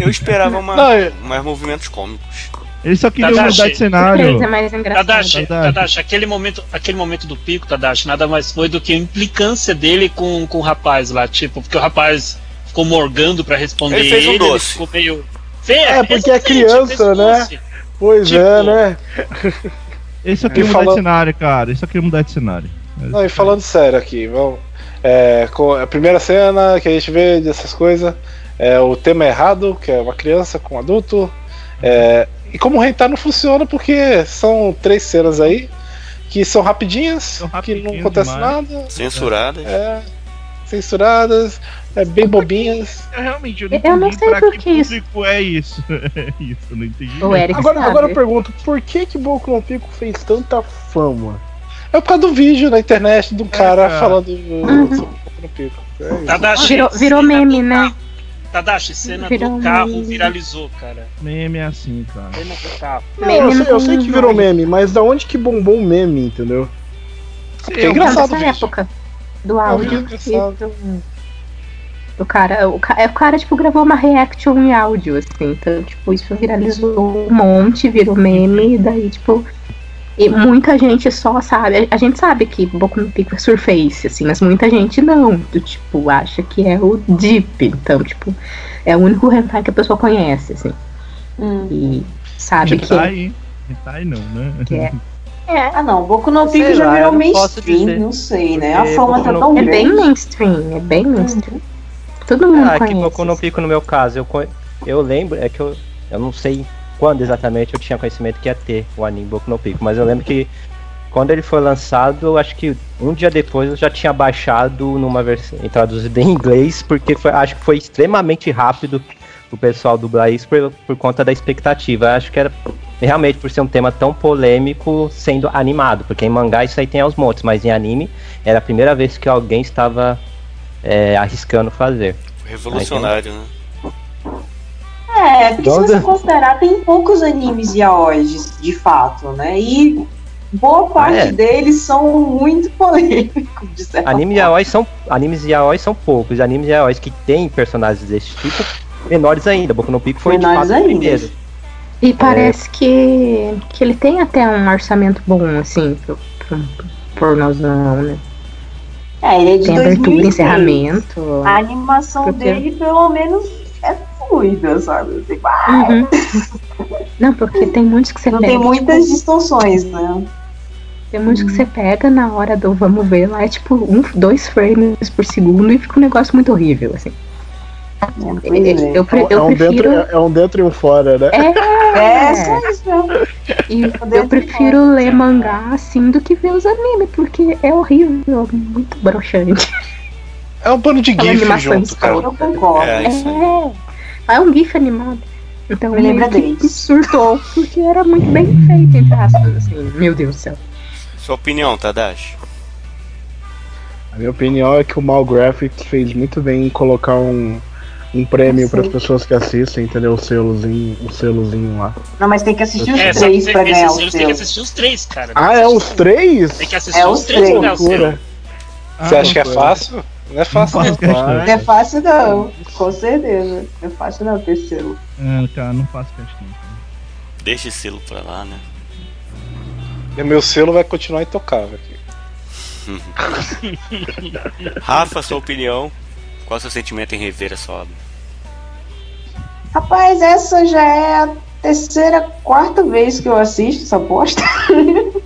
[SPEAKER 2] Eu esperava uma,
[SPEAKER 8] Não, é-
[SPEAKER 2] mais movimentos cômicos.
[SPEAKER 9] Ele só queria
[SPEAKER 4] Tadashi.
[SPEAKER 9] mudar de
[SPEAKER 3] Surpresa
[SPEAKER 9] cenário.
[SPEAKER 3] é mais engraçada.
[SPEAKER 4] Tadashi,
[SPEAKER 9] Tadashi.
[SPEAKER 4] Tadashi, aquele momento, aquele momento do pico, Tadashi, nada mais foi do que a implicância dele com, com o rapaz lá, tipo, porque o rapaz ficou morgando pra responder
[SPEAKER 2] Ele fez um doce.
[SPEAKER 4] ficou meio. Fê,
[SPEAKER 6] É, porque é
[SPEAKER 4] responde,
[SPEAKER 6] criança,
[SPEAKER 4] fez um
[SPEAKER 6] né?
[SPEAKER 4] doce.
[SPEAKER 6] Pois
[SPEAKER 4] Tipo-
[SPEAKER 6] é, né?
[SPEAKER 9] Ele só queria
[SPEAKER 8] Ele
[SPEAKER 9] mudar
[SPEAKER 8] falou-
[SPEAKER 9] de cenário, cara. Ele só queria mudar de cenário.
[SPEAKER 8] Não, e falando sério aqui, vamos. É, com a primeira cena que a gente vê dessas coisas é o tema errado, que é uma criança com um adulto. é, e como o Hentai não funciona, porque são três cenas aí que são rapidinhas,
[SPEAKER 9] São
[SPEAKER 8] que não
[SPEAKER 9] rapidinhas
[SPEAKER 8] acontece
[SPEAKER 9] demais.
[SPEAKER 8] nada,
[SPEAKER 2] Censuradas.
[SPEAKER 8] é, censuradas, é, bem bobinhas.
[SPEAKER 9] Eu realmente
[SPEAKER 3] não Eu não entendi sei pra por que que isso-
[SPEAKER 9] público é isso. É isso, eu não entendi.
[SPEAKER 3] O Eric
[SPEAKER 6] Agora,
[SPEAKER 3] sabe.
[SPEAKER 6] agora eu pergunto, por que que Boku no Pico fez tanta fama?
[SPEAKER 8] É por causa do vídeo na internet de um cara,
[SPEAKER 9] cara.
[SPEAKER 8] falando. Uhum. sobre o pico. É isso.
[SPEAKER 4] Tadashi,
[SPEAKER 3] Uhum. Virou-
[SPEAKER 4] cena
[SPEAKER 3] virou
[SPEAKER 4] do
[SPEAKER 3] meme, né?
[SPEAKER 4] carro. Tadashi, cena
[SPEAKER 3] Virou
[SPEAKER 4] do carro
[SPEAKER 3] meme.
[SPEAKER 4] viralizou, cara.
[SPEAKER 9] Meme é assim, cara.
[SPEAKER 4] Cena do carro.
[SPEAKER 6] Não,
[SPEAKER 3] Meme
[SPEAKER 6] eu, sei, eu
[SPEAKER 3] não
[SPEAKER 6] sei
[SPEAKER 3] tem
[SPEAKER 6] que virou
[SPEAKER 3] nome.
[SPEAKER 6] meme, mas da onde que bombou o meme, entendeu?
[SPEAKER 8] Porque é
[SPEAKER 3] Então,
[SPEAKER 8] engraçado o
[SPEAKER 3] dessa
[SPEAKER 8] vídeo.
[SPEAKER 3] época do
[SPEAKER 8] É um
[SPEAKER 3] áudio.
[SPEAKER 8] vídeo engraçado.
[SPEAKER 3] do, do cara, o, ca- é, o cara, tipo, gravou uma reaction em áudio, assim. Então, tipo, isso viralizou um monte, virou meme, e daí, tipo. E muita gente só sabe. A, a gente sabe que Boku no Pico é surface, assim, mas muita gente não. Do, tipo, acha que é o Deep. Então, tipo, é o único hentai que a pessoa conhece, assim.
[SPEAKER 5] Hum.
[SPEAKER 3] E sabe que.
[SPEAKER 5] tá
[SPEAKER 9] Hentai, hein? Hentai não, né?
[SPEAKER 3] Que é.
[SPEAKER 5] Ah não, Boku no
[SPEAKER 7] Sei
[SPEAKER 5] Pico já
[SPEAKER 7] lá,
[SPEAKER 5] virou
[SPEAKER 7] eu não posso
[SPEAKER 5] mainstream,
[SPEAKER 7] dizer.
[SPEAKER 5] não sei, né? A
[SPEAKER 7] Porque
[SPEAKER 5] fama
[SPEAKER 7] Boku
[SPEAKER 5] tá
[SPEAKER 7] no-
[SPEAKER 5] tão
[SPEAKER 3] É
[SPEAKER 5] grande. Uhum.
[SPEAKER 3] bem mainstream, é bem mainstream. Todo mundo
[SPEAKER 7] Ah, que
[SPEAKER 3] conhece.
[SPEAKER 7] Boku no Pico no meu caso. Eu, co- eu lembro, é que eu, eu não sei quando exatamente eu tinha conhecimento que ia ter o anime Boku no Pico, mas eu lembro que quando ele foi lançado, eu acho que um dia depois eu já tinha baixado numa versão traduzida em inglês, porque foi- acho que foi extremamente rápido o pessoal dublar isso por, por conta da expectativa. Eu acho que era realmente por ser um tema tão polêmico sendo animado, porque em mangá isso aí tem aos montes, mas em anime era a primeira vez que alguém estava é, arriscando fazer.
[SPEAKER 2] Revolucionário, né?
[SPEAKER 5] É, porque se
[SPEAKER 7] Nossa.
[SPEAKER 5] você considerar, tem poucos animes yaoi, de, de fato, né? E boa parte
[SPEAKER 7] Ah, é.
[SPEAKER 5] deles são muito polêmicos, de
[SPEAKER 3] É
[SPEAKER 5] certa
[SPEAKER 7] Anime
[SPEAKER 5] forma.
[SPEAKER 7] yaoi são, animes yaoi são poucos. e Animes yaoi que têm personagens desse tipo, menores ainda. Boku no Pico foi
[SPEAKER 5] Menores
[SPEAKER 7] de fato o
[SPEAKER 5] ainda.
[SPEAKER 7] primeiro.
[SPEAKER 5] É.
[SPEAKER 3] E parece que, que ele tem até um orçamento bom, assim, pro, pro, pornozão, né?
[SPEAKER 5] É, ele é de
[SPEAKER 3] Tem abertura,
[SPEAKER 5] 2003.
[SPEAKER 3] encerramento.
[SPEAKER 5] A animação
[SPEAKER 3] Porque-
[SPEAKER 5] dele, pelo menos, é fluida, sabe? Assim, ah,
[SPEAKER 3] Uhum. Não, porque tem muitos que você
[SPEAKER 5] Não
[SPEAKER 3] pega.
[SPEAKER 5] tem
[SPEAKER 3] tipo,
[SPEAKER 5] muitas distorções, né?
[SPEAKER 3] tem muitos que você pega na hora do vamos ver lá, é tipo um, dois frames por segundo e fica um negócio muito horrível, assim.
[SPEAKER 5] É,
[SPEAKER 3] Eu,
[SPEAKER 5] pois é.
[SPEAKER 3] eu, pre-
[SPEAKER 6] é,
[SPEAKER 3] eu
[SPEAKER 6] um
[SPEAKER 3] prefiro.
[SPEAKER 6] dentro, é, é um dentro e um fora, né?
[SPEAKER 5] É, só isso mesmo.
[SPEAKER 3] E
[SPEAKER 5] dentro
[SPEAKER 3] eu
[SPEAKER 5] e
[SPEAKER 3] prefiro ler mangá assim do que ver os anime, porque é horrível, muito broxante.
[SPEAKER 8] É um bando de
[SPEAKER 3] Aquela
[SPEAKER 8] gif
[SPEAKER 3] animação
[SPEAKER 8] junto, cara.
[SPEAKER 5] Eu concordo.
[SPEAKER 2] É, isso aí.
[SPEAKER 3] É. É um GIF animado. Então
[SPEAKER 5] Me lembra
[SPEAKER 3] meio que
[SPEAKER 5] deles.
[SPEAKER 3] surtou, porque era muito bem feito, entre aspas, assim. Meu Deus do céu.
[SPEAKER 2] Sua opinião, Tadashi?
[SPEAKER 6] A minha opinião é que o Mal Graphics fez muito bem em colocar um, um prêmio
[SPEAKER 5] Sim.
[SPEAKER 6] para as pessoas que assistem, entendeu? O selozinho, o selozinho lá.
[SPEAKER 5] Não, mas tem que assistir os
[SPEAKER 4] É, só que
[SPEAKER 5] três
[SPEAKER 4] você
[SPEAKER 5] pra
[SPEAKER 4] tem que
[SPEAKER 5] ganhar
[SPEAKER 4] assistir-
[SPEAKER 5] o
[SPEAKER 4] você tem que
[SPEAKER 5] seu.
[SPEAKER 4] assistir os três, cara.
[SPEAKER 6] Ah, é os três?
[SPEAKER 4] Tem que assistir
[SPEAKER 5] É
[SPEAKER 4] os
[SPEAKER 5] os
[SPEAKER 4] três
[SPEAKER 5] três.
[SPEAKER 4] pra ganhar o seu.
[SPEAKER 6] Loucura. Ah,
[SPEAKER 8] Você acha que é fácil? Não é fácil,
[SPEAKER 9] Não
[SPEAKER 8] não.
[SPEAKER 9] faz questão.
[SPEAKER 5] Não é fácil não, com certeza. Não é fácil não, terceiro.
[SPEAKER 9] Ah, cara, não faço questão.
[SPEAKER 2] Deixa esse selo pra lá, né?
[SPEAKER 8] E meu selo vai continuar intocável aqui.
[SPEAKER 2] Rafa, sua opinião? Qual o seu sentimento em rever essa obra?
[SPEAKER 5] Rapaz, essa já é a terceira, quarta vez que eu assisto essa bosta.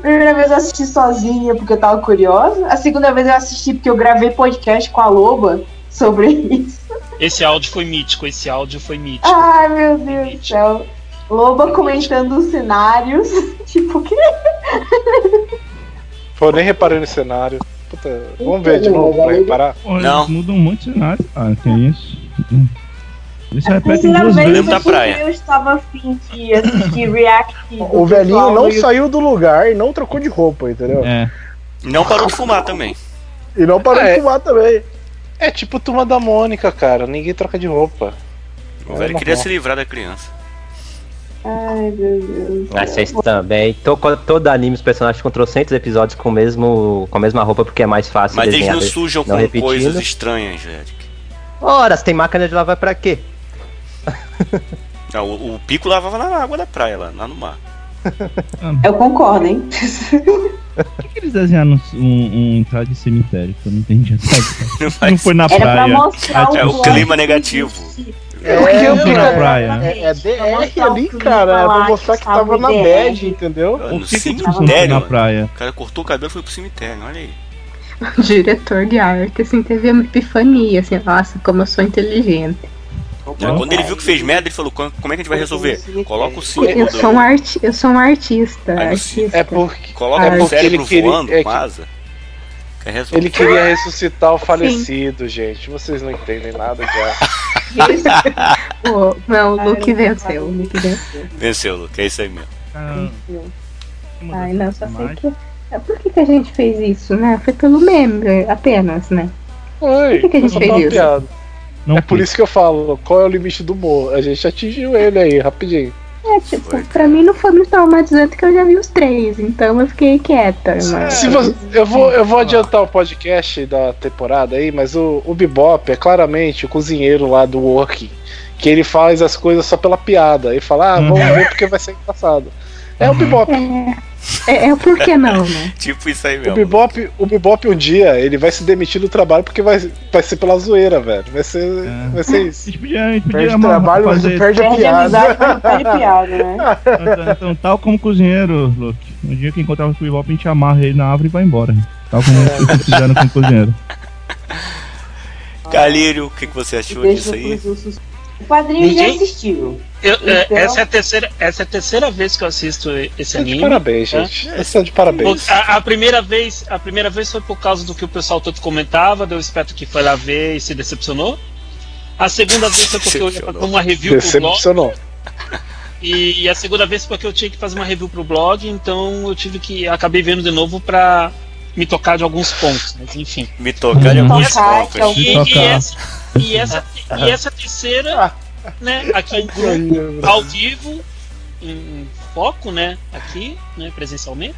[SPEAKER 5] primeira vez eu assisti sozinha porque eu tava curiosa. A segunda vez eu assisti porque eu gravei podcast com a Loba sobre isso.
[SPEAKER 4] Esse áudio foi mítico, esse áudio foi mítico.
[SPEAKER 5] Ai, meu Deus do céu. Loba comentando os cenários. Tipo, que
[SPEAKER 8] Pô, eu nem reparei no cenário. Puta, vamos ver de novo pra reparar.
[SPEAKER 9] Pô,
[SPEAKER 2] Não.
[SPEAKER 9] Eles mudam muito de cenário, cara. Que isso? Eles
[SPEAKER 3] Ah,
[SPEAKER 9] repetem
[SPEAKER 5] primeira
[SPEAKER 9] duas
[SPEAKER 5] vez
[SPEAKER 9] vezes.
[SPEAKER 2] lembro da
[SPEAKER 5] foi
[SPEAKER 2] praia.
[SPEAKER 5] porque eu estava afim de assistir React. do
[SPEAKER 6] O velhinho
[SPEAKER 5] pessoal
[SPEAKER 6] não
[SPEAKER 5] no YouTube.
[SPEAKER 6] saiu do lugar e não trocou de roupa, entendeu?
[SPEAKER 9] É.
[SPEAKER 2] Não parou de fumar também.
[SPEAKER 6] E não parou
[SPEAKER 8] É.
[SPEAKER 6] de fumar também.
[SPEAKER 8] É tipo turma da Mônica, cara. Ninguém troca de roupa.
[SPEAKER 2] O
[SPEAKER 8] É
[SPEAKER 2] velho
[SPEAKER 8] normal.
[SPEAKER 2] queria se livrar da criança.
[SPEAKER 5] Ai, meu Deus.
[SPEAKER 7] Ah, vocês também. Tô, co- todo anime, os personagens com trocentos episódios com, o mesmo, com a mesma roupa, porque é mais fácil
[SPEAKER 2] Mas eles
[SPEAKER 7] desenhar.
[SPEAKER 2] não sujam
[SPEAKER 7] não
[SPEAKER 2] com
[SPEAKER 7] repetindo.
[SPEAKER 2] coisas estranhas, Eric.
[SPEAKER 7] Ora, se tem máquina de lavar pra quê?
[SPEAKER 2] Ah, O, o pico lavava na água da praia, lá, lá no mar.
[SPEAKER 9] Ah.
[SPEAKER 5] Eu concordo, hein?
[SPEAKER 9] Por que eles desenharam um, um entrada de cemitério? Que eu não entendi até agora. Não foi na
[SPEAKER 5] Era pra
[SPEAKER 9] praia.
[SPEAKER 5] mostrar
[SPEAKER 9] É,
[SPEAKER 5] o
[SPEAKER 9] o
[SPEAKER 5] plot
[SPEAKER 2] Ah, clima né?
[SPEAKER 5] que
[SPEAKER 2] negativo.
[SPEAKER 5] existe.
[SPEAKER 6] É,
[SPEAKER 8] Por que eu
[SPEAKER 9] fui na
[SPEAKER 6] cara,
[SPEAKER 9] praia?
[SPEAKER 6] É, é DR
[SPEAKER 5] Pra mostrar
[SPEAKER 6] ali,
[SPEAKER 5] o clima
[SPEAKER 6] cara. É
[SPEAKER 5] lá
[SPEAKER 6] pra
[SPEAKER 5] que
[SPEAKER 6] mostrar que
[SPEAKER 5] estava
[SPEAKER 6] tava na
[SPEAKER 5] DR.
[SPEAKER 6] bad, entendeu?
[SPEAKER 2] Ah,
[SPEAKER 9] Por
[SPEAKER 2] No
[SPEAKER 9] que, que eles não foi
[SPEAKER 2] cemitério,
[SPEAKER 9] na
[SPEAKER 2] mano.
[SPEAKER 9] praia?
[SPEAKER 2] o cara cortou o cabelo e foi pro cemitério, olha aí.
[SPEAKER 3] diretor de arte, assim, teve uma epifania, assim, nossa, como eu sou inteligente.
[SPEAKER 9] Não.
[SPEAKER 2] Quando ele viu que fez merda, ele falou, "Como- como é que a gente vai resolver? Coloca o símbolo
[SPEAKER 3] Eu sou um,
[SPEAKER 2] do...
[SPEAKER 3] arti eu sou um artista.
[SPEAKER 2] Aí você-
[SPEAKER 3] artista.
[SPEAKER 8] É porque.
[SPEAKER 2] Coloca
[SPEAKER 3] É
[SPEAKER 2] Tá o
[SPEAKER 8] porque
[SPEAKER 2] cérebro
[SPEAKER 8] ele queria-
[SPEAKER 2] voando,
[SPEAKER 8] é que-
[SPEAKER 2] com asa. Quer resolver.
[SPEAKER 8] Ele queria ressuscitar o falecido, gente. Vocês não entendem nada já.
[SPEAKER 3] Pô, não, o Luke
[SPEAKER 5] Ai,
[SPEAKER 3] venceu. O Luke venceu.
[SPEAKER 2] Venceu, Luke, é isso aí mesmo.
[SPEAKER 9] Cara,
[SPEAKER 3] Ai, não, só sei que. Ah, Por que, que a gente fez isso, né? Foi pelo meme apenas, né?
[SPEAKER 8] Oi,
[SPEAKER 3] que que a gente
[SPEAKER 8] só
[SPEAKER 3] fez
[SPEAKER 8] tá uma
[SPEAKER 3] isso?
[SPEAKER 8] piada.
[SPEAKER 9] Não
[SPEAKER 8] é por isso que eu falo, qual é o limite do humor? A gente atingiu ele aí, rapidinho.
[SPEAKER 3] É, tipo,
[SPEAKER 2] Foi,
[SPEAKER 3] pra mim não foi muito traumatizante que eu já vi os três, então eu fiquei quieta. Mas...
[SPEAKER 8] Se você- eu, vou, eu vou adiantar o podcast da temporada aí, mas o, o Bebop é claramente o cozinheiro lá do Working, que ele faz as coisas só pela piada. Ele fala, ah, vamos
[SPEAKER 9] Uhum.
[SPEAKER 8] ver porque vai ser engraçado. É o
[SPEAKER 9] Uhum.
[SPEAKER 8] Bebop.
[SPEAKER 3] É, é, é por que não, né?
[SPEAKER 2] Tipo isso aí
[SPEAKER 8] O
[SPEAKER 2] mesmo.
[SPEAKER 8] Bebop, o Bebop um dia, ele vai se demitir do trabalho porque vai, vai ser pela zoeira, velho. Vai ser,
[SPEAKER 9] É.
[SPEAKER 8] vai ser isso.
[SPEAKER 9] Eles podiam, eles podiam
[SPEAKER 6] Perde
[SPEAKER 9] amar-
[SPEAKER 6] trabalho, mas
[SPEAKER 9] fazer,
[SPEAKER 6] perde a
[SPEAKER 5] Perde a
[SPEAKER 6] piada.
[SPEAKER 5] amizade quando perde piada, tá né?
[SPEAKER 9] então, então, tal como cozinheiro, Luke. Um dia que encontrar o Bebop, a gente amarra ele na árvore e vai embora. Tal como eles fizeram com o cozinheiro.
[SPEAKER 3] Tipo,
[SPEAKER 2] Calírio, o que, que você achou
[SPEAKER 5] Deixa
[SPEAKER 2] disso aí?
[SPEAKER 5] pros ursos. O padrinho já
[SPEAKER 4] Ninguém-
[SPEAKER 5] assistiu.
[SPEAKER 4] Eu- é,
[SPEAKER 5] Então-
[SPEAKER 4] Essa, é a terceira, essa é a terceira vez que eu assisto esse
[SPEAKER 8] Vocês estão é de
[SPEAKER 4] anime. tá?
[SPEAKER 8] parabéns, gente. Vocês estão de parabéns.
[SPEAKER 4] A, a primeira vez, a primeira vez foi por causa do que o pessoal todo comentava, deu esperto que foi lá ver e se decepcionou. A segunda vez foi porque eu ia fazer uma review pro blog.
[SPEAKER 8] Decepcionou.
[SPEAKER 4] E, e a segunda vez porque eu tinha que fazer uma review pro blog, então eu tive que. Acabei vendo de novo pra me tocar de alguns pontos, mas enfim.
[SPEAKER 2] Me tocar de
[SPEAKER 9] Hum.
[SPEAKER 2] alguns
[SPEAKER 5] Tocar, então.
[SPEAKER 2] pontos.
[SPEAKER 4] E, e
[SPEAKER 9] tocar.
[SPEAKER 4] essa, e, essa, e essa terceira, né, aqui em grupo, ao vivo, em, em foco, né, aqui, né, presencialmente.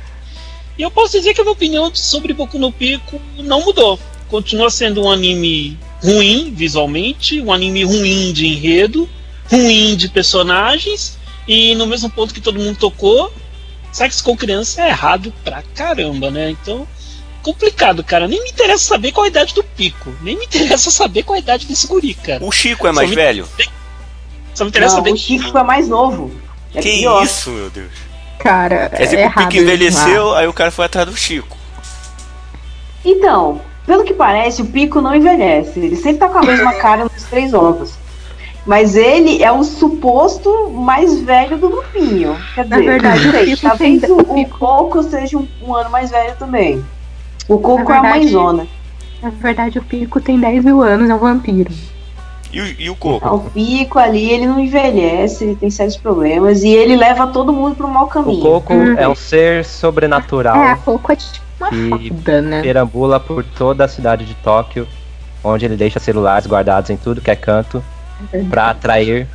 [SPEAKER 4] E eu posso dizer que a minha opinião sobre Boku no Pico não mudou. Continua sendo um anime ruim visualmente, um anime ruim de enredo, ruim de personagens, e no mesmo ponto que todo mundo tocou, sexo com criança é errado pra caramba, né? Então, complicado, cara. Nem me interessa saber qual a idade do Pico, nem me interessa saber qual a idade desse guri, cara.
[SPEAKER 2] O Chico é mais
[SPEAKER 4] Sou
[SPEAKER 2] velho?
[SPEAKER 4] Só me interessa
[SPEAKER 5] Não,
[SPEAKER 4] saber
[SPEAKER 5] o Chico é mais novo. É
[SPEAKER 2] que
[SPEAKER 5] pior.
[SPEAKER 2] isso, meu Deus.
[SPEAKER 3] Cara,
[SPEAKER 2] Quer dizer que
[SPEAKER 3] é
[SPEAKER 2] o
[SPEAKER 3] errado.
[SPEAKER 2] Pique envelheceu, aí o cara foi atrás do Chico.
[SPEAKER 5] Então, pelo que parece, o Pico não envelhece. Ele sempre tá com a mesma cara nos três ovos. Mas ele é o suposto mais velho do grupinho. Quer dizer,
[SPEAKER 3] Na verdade,
[SPEAKER 5] não
[SPEAKER 3] o
[SPEAKER 5] sei,
[SPEAKER 3] Pico
[SPEAKER 5] talvez
[SPEAKER 3] tem-
[SPEAKER 5] o,
[SPEAKER 3] o
[SPEAKER 5] o
[SPEAKER 3] Pico-
[SPEAKER 5] Coco seja um, um ano mais velho também. O Coco
[SPEAKER 3] Na
[SPEAKER 5] é a
[SPEAKER 3] verdade-
[SPEAKER 5] mãezona.
[SPEAKER 3] Na verdade, o Pico tem 10 mil anos, é um vampiro.
[SPEAKER 2] E, o- e o Coco?
[SPEAKER 5] O Pico ali, ele não envelhece, ele tem sérios problemas e ele leva todo mundo pro mau
[SPEAKER 7] O
[SPEAKER 5] caminho.
[SPEAKER 7] Coco
[SPEAKER 3] Uhum.
[SPEAKER 7] é um ser sobrenatural.
[SPEAKER 3] É, a Coco é tipo uma
[SPEAKER 7] E-
[SPEAKER 3] foda, né?
[SPEAKER 7] perambula por toda a cidade de Tóquio, onde ele deixa celulares guardados em tudo que é canto pra atrair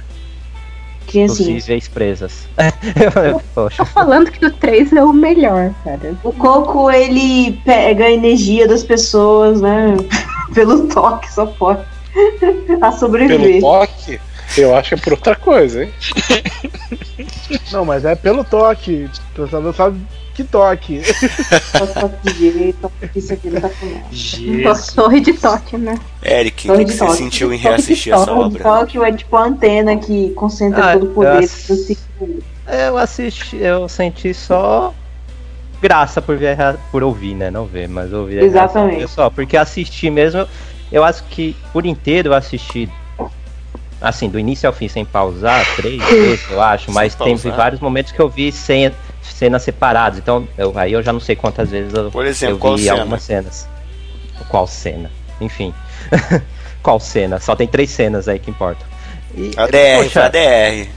[SPEAKER 5] Criancinha.
[SPEAKER 7] possíveis presas.
[SPEAKER 3] Tô
[SPEAKER 7] Poxa,
[SPEAKER 3] falando que o 3 é o melhor, cara.
[SPEAKER 5] O Coco, ele pega a energia das pessoas, né? Pelo toque, só pode. a
[SPEAKER 8] Pelo
[SPEAKER 5] sobreviver.
[SPEAKER 8] toque, eu acho que é por outra coisa, hein?
[SPEAKER 6] Não, mas é pelo toque. Você não sabe que toque.
[SPEAKER 5] Só toque de jeito, toque disso, aquilo, toque lá.
[SPEAKER 4] Jesus.
[SPEAKER 3] Torre de Toque, né?
[SPEAKER 2] Eric, o que,
[SPEAKER 5] Torre
[SPEAKER 2] que
[SPEAKER 5] de
[SPEAKER 2] você
[SPEAKER 5] toque.
[SPEAKER 2] sentiu em
[SPEAKER 3] Torre de
[SPEAKER 2] reassistir essa
[SPEAKER 3] toque.
[SPEAKER 5] O
[SPEAKER 2] obra?
[SPEAKER 5] toque é tipo a antena que concentra
[SPEAKER 7] Ah,
[SPEAKER 5] todo o poder
[SPEAKER 7] eu ass-
[SPEAKER 5] do ciclo.
[SPEAKER 7] eu assisti, eu senti só graça por, ver, por ouvir, né? Não ver, mas ouvir. é
[SPEAKER 5] Exatamente.
[SPEAKER 7] graça. Só, porque assistir mesmo, eu acho que por inteiro eu assisti, assim, do início ao fim, sem pausar, três vezes, eu acho,
[SPEAKER 2] Sem
[SPEAKER 7] mas tem
[SPEAKER 2] pausar.
[SPEAKER 7] vários momentos que eu vi sem cenas separadas, então eu- aí eu já não sei quantas vezes eu,
[SPEAKER 2] Por exemplo,
[SPEAKER 7] eu
[SPEAKER 2] qual
[SPEAKER 7] vi
[SPEAKER 2] cena?
[SPEAKER 7] algumas cenas. Qual cena? Enfim. qual cena? Só tem três cenas aí que importam. E,
[SPEAKER 2] ADR,
[SPEAKER 7] poxa,
[SPEAKER 2] ADR.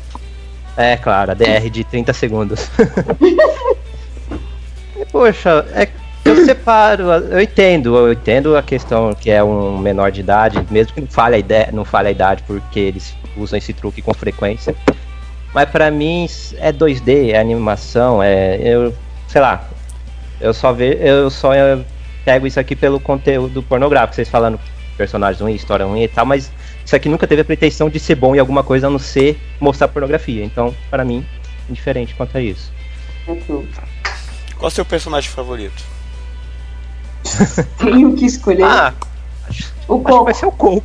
[SPEAKER 7] é, claro, a DR de 30 segundos. E, Poxa, é, eu separo, eu entendo, eu entendo a questão que é um menor de idade, mesmo que não fale a ideia, não fale a idade, porque eles usam esse truque com frequência. Mas pra mim é 2D, é animação, é eu, sei lá. Eu só ve, eu só eh, pego isso aqui pelo conteúdo pornográfico, vocês falando personagens ruins, história ruim e tal, mas isso aqui nunca teve a pretensão de ser bom em alguma coisa a não ser mostrar pornografia. Então, pra mim, indiferente quanto a isso.
[SPEAKER 5] É tudo.
[SPEAKER 2] Qual o seu personagem favorito?
[SPEAKER 5] Tenho que escolher
[SPEAKER 7] Ah,
[SPEAKER 5] o
[SPEAKER 7] acho que
[SPEAKER 5] coco.
[SPEAKER 7] vai ser o Coco.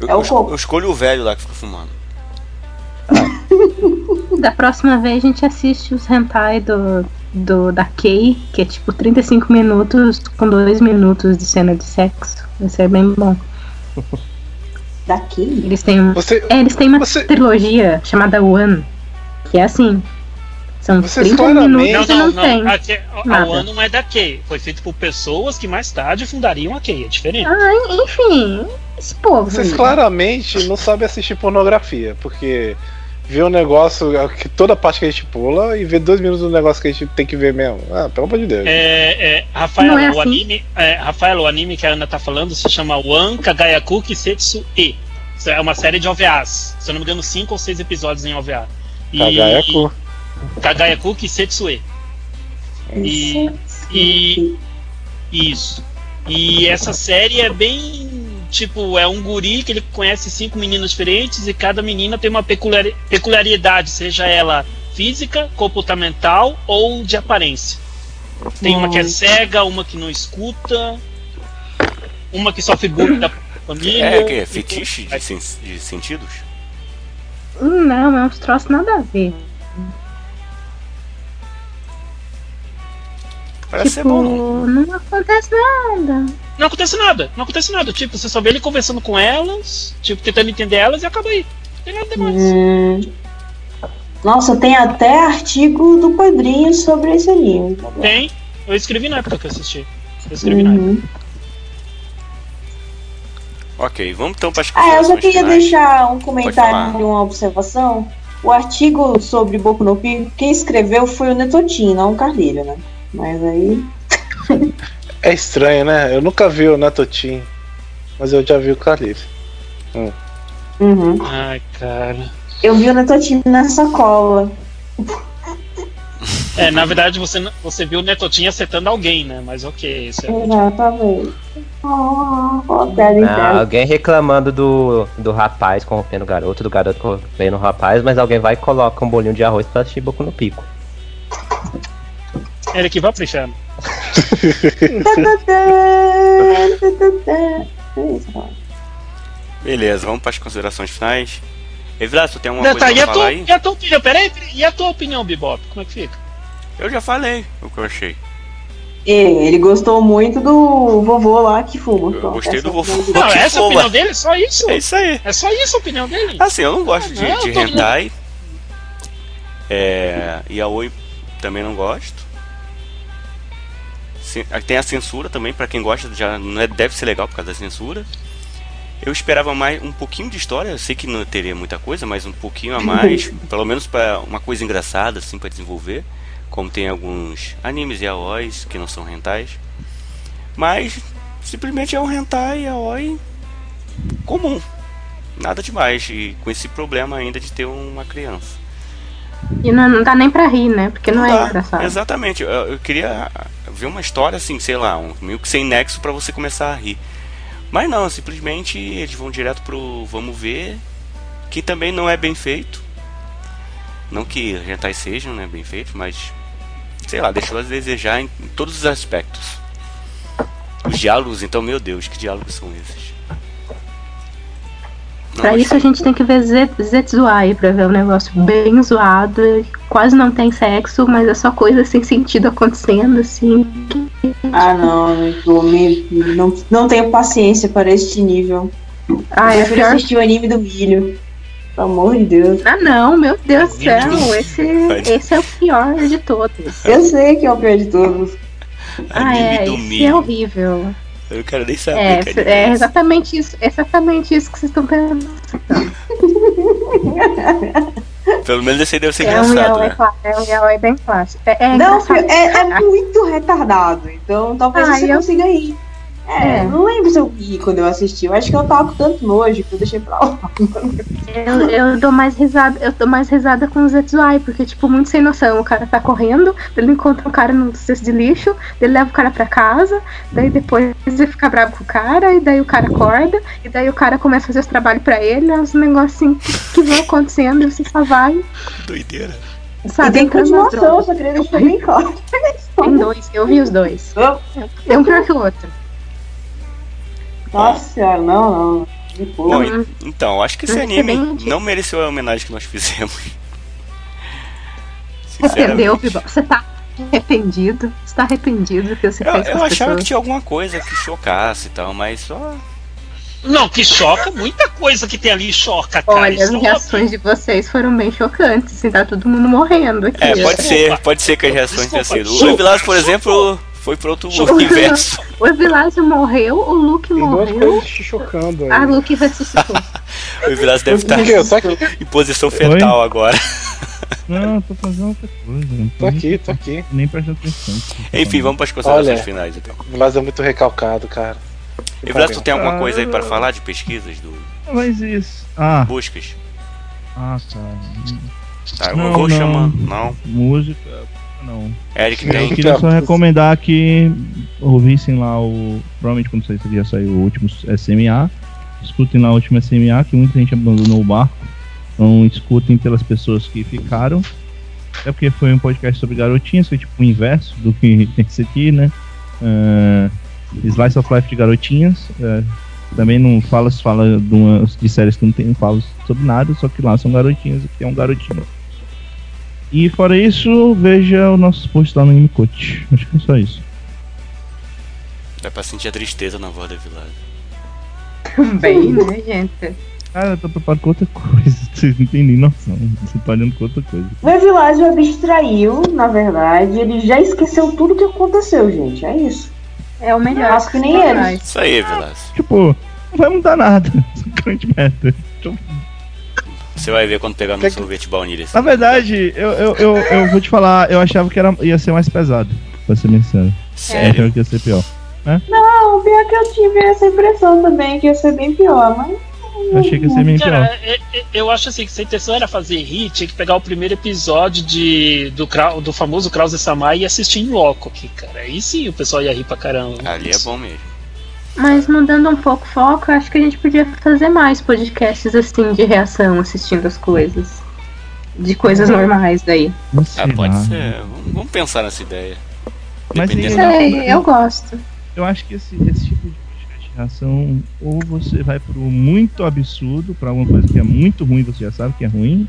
[SPEAKER 2] Eu,
[SPEAKER 5] É o
[SPEAKER 2] eu es-
[SPEAKER 5] Coco.
[SPEAKER 2] eu escolho o velho lá que fica fumando.
[SPEAKER 3] Da próxima vez a gente assiste os hentai do, do, da Kay, que é tipo 35 minutos com 2 minutos de cena de sexo. Vai ser bem bom.
[SPEAKER 5] Daqui?
[SPEAKER 3] Eles têm, um-
[SPEAKER 8] Você,
[SPEAKER 3] é, eles têm uma
[SPEAKER 8] Você-
[SPEAKER 3] trilogia chamada One, que é assim. São
[SPEAKER 8] Você
[SPEAKER 3] 30
[SPEAKER 8] claramente-
[SPEAKER 3] minutos
[SPEAKER 4] Não,
[SPEAKER 3] e
[SPEAKER 4] não,
[SPEAKER 3] não,
[SPEAKER 4] não.
[SPEAKER 3] tem.
[SPEAKER 4] A, Kay- a- a
[SPEAKER 3] nada.
[SPEAKER 4] One não é da Kay. Foi feito por pessoas que mais tarde fundariam a Kay. É diferente.
[SPEAKER 3] Ah, enfim, esse povo.
[SPEAKER 8] Vocês
[SPEAKER 5] né?
[SPEAKER 3] aí.
[SPEAKER 8] claramente não sabem assistir pornografia, porque vê um negócio que toda parte que a gente pula e vê dois minutos do negócio que a gente tem que ver mesmo. Ah, pelo amor de Deus.
[SPEAKER 4] É, é, Rafael,
[SPEAKER 3] Não é
[SPEAKER 4] o
[SPEAKER 3] assim.
[SPEAKER 4] anime, é, Rafael, o anime que a Ana tá falando se chama Wan Kagayaku Kisetsu E. Isso é uma série de OVAs. Se eu não me engano, cinco ou seis episódios em OVA. E,
[SPEAKER 8] Cagar é cu.
[SPEAKER 4] e- Kagayaku Kisetsu E. E- e- Isso. E essa série é bem. Tipo, é um guri que ele conhece cinco meninas diferentes e cada menina tem uma peculiari- peculiaridade, seja ela física, comportamental ou de aparência. Tem uma que é cega, uma que não escuta, uma que sofre bullying da família.
[SPEAKER 2] É que é fetiche de, sen- de sentidos?
[SPEAKER 3] Hum, Não, é uns troços nada a ver.
[SPEAKER 2] Parece ser
[SPEAKER 3] tipo,
[SPEAKER 2] bom, não.
[SPEAKER 3] não acontece nada.
[SPEAKER 4] Não acontece nada, não acontece nada. Tipo, você só vê ele conversando com elas, tipo, tentando entender elas e acaba aí. Não tem nada demais.
[SPEAKER 5] Hum. Nossa, tem até artigo do quadrinho sobre esse anime.
[SPEAKER 4] Tem. Eu escrevi na época que eu assisti. Eu escrevi na época.
[SPEAKER 5] Uhum.
[SPEAKER 2] Ok, vamos então para as
[SPEAKER 5] Ah, eu
[SPEAKER 2] considerações
[SPEAKER 5] só queria
[SPEAKER 2] finais.
[SPEAKER 5] deixar um
[SPEAKER 2] Pode
[SPEAKER 5] comentário
[SPEAKER 2] falar.
[SPEAKER 5] e uma observação. O artigo sobre Boku no Pico, quem escreveu foi o Netotin, não o Carneiro, né? Mas aí.
[SPEAKER 8] É estranho, né? Eu nunca vi o Natotin, mas eu já vi o Calif. Hum.
[SPEAKER 5] Uhum.
[SPEAKER 4] Ai, cara.
[SPEAKER 5] Eu vi o Netotin na sacola.
[SPEAKER 4] É, na verdade você, n- você viu o Netotinho acertando alguém, né? Mas ok, isso é.
[SPEAKER 5] Exatamente. Ah, ó, piada
[SPEAKER 7] Ah,
[SPEAKER 5] interna.
[SPEAKER 7] alguém reclamando do, do rapaz corrompendo o garoto, do garoto corrompendo o rapaz, mas alguém vai e coloca um bolinho de arroz pra assistir Boku no Pico.
[SPEAKER 5] É.
[SPEAKER 4] Ele que vai pro inferno.
[SPEAKER 5] Tá, Tadadã, tadadã. tá, É isso, ó.
[SPEAKER 2] Beleza, vamos para as considerações finais. Evilato, tu tem alguma
[SPEAKER 4] Não,
[SPEAKER 2] coisa
[SPEAKER 4] tá, e
[SPEAKER 2] pra
[SPEAKER 4] a,
[SPEAKER 2] falar
[SPEAKER 4] tua,
[SPEAKER 2] aí?
[SPEAKER 4] e a tua opinião? Peraí, peraí, e a tua opinião, Bebop? Como é que fica?
[SPEAKER 2] Eu já falei o que eu achei.
[SPEAKER 5] É, Ele gostou muito do vovô lá que fuma.
[SPEAKER 2] Eu
[SPEAKER 5] Pronto,
[SPEAKER 2] gostei do
[SPEAKER 5] essa é a
[SPEAKER 2] vovô.
[SPEAKER 5] opinião
[SPEAKER 4] Não,
[SPEAKER 2] que
[SPEAKER 4] essa é a
[SPEAKER 2] boa.
[SPEAKER 4] opinião dele? Só isso?
[SPEAKER 2] É isso aí.
[SPEAKER 4] É só isso a opinião dele?
[SPEAKER 2] Assim, eu não gosto de,
[SPEAKER 4] Ah, não,
[SPEAKER 2] de
[SPEAKER 4] tô-
[SPEAKER 2] hentai. É, yaoi também não gosto. Cen- Tem a censura também, pra quem gosta, já não é- deve ser legal por causa da censura. Eu esperava mais um pouquinho de história, eu sei que não teria muita coisa, mas um pouquinho a mais, pelo menos para uma coisa engraçada assim para desenvolver, como tem alguns animes e aois que não são hentais. Mas simplesmente é um hentai yaoi comum. Nada demais e com esse problema ainda de ter uma criança.
[SPEAKER 3] E não, não dá nem pra rir, né? Porque não,
[SPEAKER 2] Tá,
[SPEAKER 3] é engraçado.
[SPEAKER 2] Exatamente. Eu, eu queria ver uma história assim, sei lá, um, meio que sem nexo pra você começar a rir. Mas não, simplesmente eles vão direto pro vamos ver, que também não é bem feito. Não que rentais sejam né, bem feitos, mas sei lá, deixou a desejar em, em todos os aspectos. Os diálogos, então, meu Deus, que diálogos são esses?
[SPEAKER 3] Pra isso a gente tem que ver Z- Zetsuai pra ver um negócio bem zoado, quase não tem sexo, mas é só coisa sem sentido acontecendo, assim.
[SPEAKER 5] Ah, não, eu me- não, não tenho paciência para este nível.
[SPEAKER 3] Ah, é
[SPEAKER 5] eu prefiro
[SPEAKER 3] pior.
[SPEAKER 5] assistir o anime do milho. Pelo amor de Deus.
[SPEAKER 3] Ah não, meu Deus do céu, esse, esse é o pior de todos.
[SPEAKER 5] Eu sei que é o pior de todos.
[SPEAKER 3] Ah, é,
[SPEAKER 2] do
[SPEAKER 3] esse é
[SPEAKER 2] milho.
[SPEAKER 3] horrível.
[SPEAKER 2] Eu não quero nem saber,
[SPEAKER 3] É,
[SPEAKER 2] cara.
[SPEAKER 3] é exatamente isso, exatamente isso que vocês estão pensando.
[SPEAKER 2] Pelo menos esse aí deve ser
[SPEAKER 3] É um
[SPEAKER 2] engraçado,
[SPEAKER 3] yaoi,
[SPEAKER 2] né?
[SPEAKER 3] cla- é um yaoi bem clássico. É, é
[SPEAKER 5] não,
[SPEAKER 3] engraçado.
[SPEAKER 5] é, é muito retardado. Então talvez
[SPEAKER 3] Ah,
[SPEAKER 5] você
[SPEAKER 3] eu-
[SPEAKER 5] consiga ir. É,
[SPEAKER 3] É.
[SPEAKER 5] não lembro se eu ri quando eu assisti. Eu acho que eu tava com tanto nojo que eu deixei pra lá.
[SPEAKER 3] Eu, eu dou mais risada, eu dou mais risada com o Zetsuai, porque, tipo, muito sem noção. O cara tá correndo, ele encontra um cara no cesto de lixo, ele leva o cara pra casa, daí depois ele fica bravo com o cara, e daí o cara acorda, e daí o cara começa a fazer os trabalhos pra ele, é uns negócios assim que, que vão acontecendo e você só vai,
[SPEAKER 2] Doideira.
[SPEAKER 5] E
[SPEAKER 3] sabe?
[SPEAKER 5] tem
[SPEAKER 3] entrando nas
[SPEAKER 5] continuação, eu só queria deixar bem claro.
[SPEAKER 3] drogas. Tem dois, eu vi os dois. É um pior que o outro.
[SPEAKER 5] Nossa senhora, não, não. De boa.
[SPEAKER 2] Bom, e- então, acho que esse
[SPEAKER 3] Mas é
[SPEAKER 2] anime
[SPEAKER 3] bem antigo.
[SPEAKER 2] não mereceu a homenagem que nós fizemos.
[SPEAKER 3] Entendeu,
[SPEAKER 2] Sinceramente.
[SPEAKER 3] Bibó? Você tá arrependido? Você tá arrependido do que você
[SPEAKER 2] Eu,
[SPEAKER 3] fez com
[SPEAKER 2] eu achava
[SPEAKER 3] as pessoas?
[SPEAKER 2] que tinha alguma coisa que chocasse e tal, mas só.
[SPEAKER 4] Não, que choca, muita coisa que tem ali choca, cara.
[SPEAKER 3] Olha, as
[SPEAKER 4] isso é óbvio.
[SPEAKER 3] reações de vocês foram bem chocantes, assim, tá todo mundo morrendo aqui.
[SPEAKER 2] É, pode
[SPEAKER 4] Desculpa.
[SPEAKER 2] ser, pode ser que as reações tenham
[SPEAKER 4] Desculpa.
[SPEAKER 2] sido. O Evilás, por
[SPEAKER 4] Desculpa.
[SPEAKER 2] exemplo, foi pro outro
[SPEAKER 4] Desculpa.
[SPEAKER 2] universo.
[SPEAKER 3] O Evilásio morreu, o Luke
[SPEAKER 6] Tem duas
[SPEAKER 3] morreu,
[SPEAKER 6] coisas te chocando aí.
[SPEAKER 3] a Luke ressuscitou.
[SPEAKER 2] O Evilás deve estar
[SPEAKER 8] Aqui, eu tô aqui,
[SPEAKER 2] em posição fetal agora.
[SPEAKER 9] Não, eu tô fazendo outra coisa. Não
[SPEAKER 8] tô
[SPEAKER 9] tô
[SPEAKER 8] aqui, tô aqui.
[SPEAKER 9] nem prestando atenção.
[SPEAKER 2] Enfim, vamos para as considerações
[SPEAKER 8] Olha.
[SPEAKER 2] finais então.
[SPEAKER 8] O Blas é muito recalcado, cara. Tá Que
[SPEAKER 2] Evilás, tu
[SPEAKER 8] pariu.
[SPEAKER 2] tem alguma
[SPEAKER 9] Ah.
[SPEAKER 2] coisa aí para falar de pesquisas, do
[SPEAKER 9] Mas isso. Ah,
[SPEAKER 2] buscas?
[SPEAKER 9] ah, cara.
[SPEAKER 2] Tá, eu
[SPEAKER 9] Não,
[SPEAKER 2] vou
[SPEAKER 9] não.
[SPEAKER 2] chamar. Não.
[SPEAKER 9] Música. Não.
[SPEAKER 2] Eric
[SPEAKER 9] É, Eu
[SPEAKER 2] tem.
[SPEAKER 9] queria só recomendar que ouvissem lá o. Provavelmente quando sair já saiu o último SMA. Escutem lá o último SMA, que muita gente abandonou o barco. Então escutem pelas pessoas que ficaram. Até porque foi um podcast sobre garotinhas, foi tipo o inverso do que tem que ser aqui, né? Ah, Slice of Life de garotinhas. eh, também não fala, fala de, umas- de séries que não tem, não fala sobre nada, só que lá são garotinhas e aqui é um garotinho. E fora isso, veja o nosso post lá no Gamecoach. Acho que é só isso.
[SPEAKER 2] Dá pra sentir a tristeza na voz do Evilás.
[SPEAKER 3] Também, né, gente?
[SPEAKER 9] Cara, eu tô preparado com outra coisa. Vocês não têm nem noção. Você tá olhando com outra coisa.
[SPEAKER 5] O Evilásio é abstraiu, na verdade, ele já esqueceu tudo que aconteceu, gente. É isso.
[SPEAKER 3] É o melhor.
[SPEAKER 5] Acho que nem eles.
[SPEAKER 3] Mas
[SPEAKER 2] Isso aí, Evilás.
[SPEAKER 9] Tipo, não vai mudar nada. Essa grande merda.
[SPEAKER 2] Você vai ver quando pegar no
[SPEAKER 9] Que-
[SPEAKER 2] sorvete baunilha. assim.
[SPEAKER 3] Tá
[SPEAKER 9] Na verdade, eu, eu, eu, eu vou te falar, eu achava que era, ia ser mais pesado. Pra ser bem sincero. Eu
[SPEAKER 2] Sério.
[SPEAKER 9] achava que ia ser pior. né?
[SPEAKER 5] Não, pior que eu tive essa impressão também, que ia ser bem pior, mas.
[SPEAKER 9] Eu achei que ia ser bem pior.
[SPEAKER 4] Cara, é- é- eu acho assim que se a intenção era fazer hit, tinha que pegar o primeiro episódio de, do, Krau- do famoso Krause Samai e assistir em loco aqui, cara. Aí sim o pessoal ia rir pra caramba.
[SPEAKER 2] Ali é bom mesmo.
[SPEAKER 3] mas mudando um pouco o foco, eu acho que a gente podia fazer mais podcasts assim de reação, assistindo as coisas. De coisas normais daí.
[SPEAKER 9] Não sei
[SPEAKER 2] Ah, pode
[SPEAKER 9] lá.
[SPEAKER 2] ser. Vamos vamos pensar nessa ideia.
[SPEAKER 9] Mas
[SPEAKER 2] Dependendo
[SPEAKER 9] sim,
[SPEAKER 2] da-
[SPEAKER 3] Sei, eu gosto.
[SPEAKER 9] Eu acho que esse, esse tipo de podcast de reação, Então, ou você vai pro muito absurdo, pra alguma coisa que é muito ruim, você já sabe que é ruim,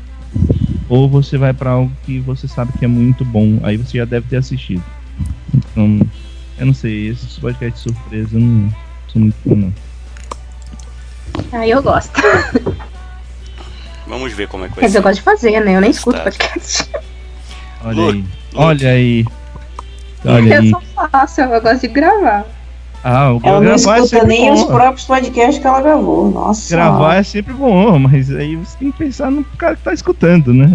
[SPEAKER 9] ou você vai pra algo que você sabe que é muito bom, aí você já deve ter assistido. Então, eu não sei, esses podcasts de surpresa eu não sou muito fã, não.
[SPEAKER 3] Ah, eu gosto.
[SPEAKER 2] Vamos ver como é que
[SPEAKER 3] Quer
[SPEAKER 2] vai ser.
[SPEAKER 3] dizer, eu gosto de fazer, né? Eu nem escuto
[SPEAKER 2] Tá.
[SPEAKER 3] podcast.
[SPEAKER 9] Olha
[SPEAKER 2] Luke,
[SPEAKER 9] aí. Olha aí. Olha
[SPEAKER 3] eu
[SPEAKER 9] aí.
[SPEAKER 3] só faço, eu gosto de gravar.
[SPEAKER 9] Ah, o
[SPEAKER 5] Ela não
[SPEAKER 9] gravar é
[SPEAKER 5] escuta
[SPEAKER 9] sempre
[SPEAKER 5] nem os
[SPEAKER 9] bom.
[SPEAKER 5] próprios podcasts que ela gravou. Nossa.
[SPEAKER 9] Gravar é sempre bom, mas aí você tem que pensar no cara que tá escutando, né?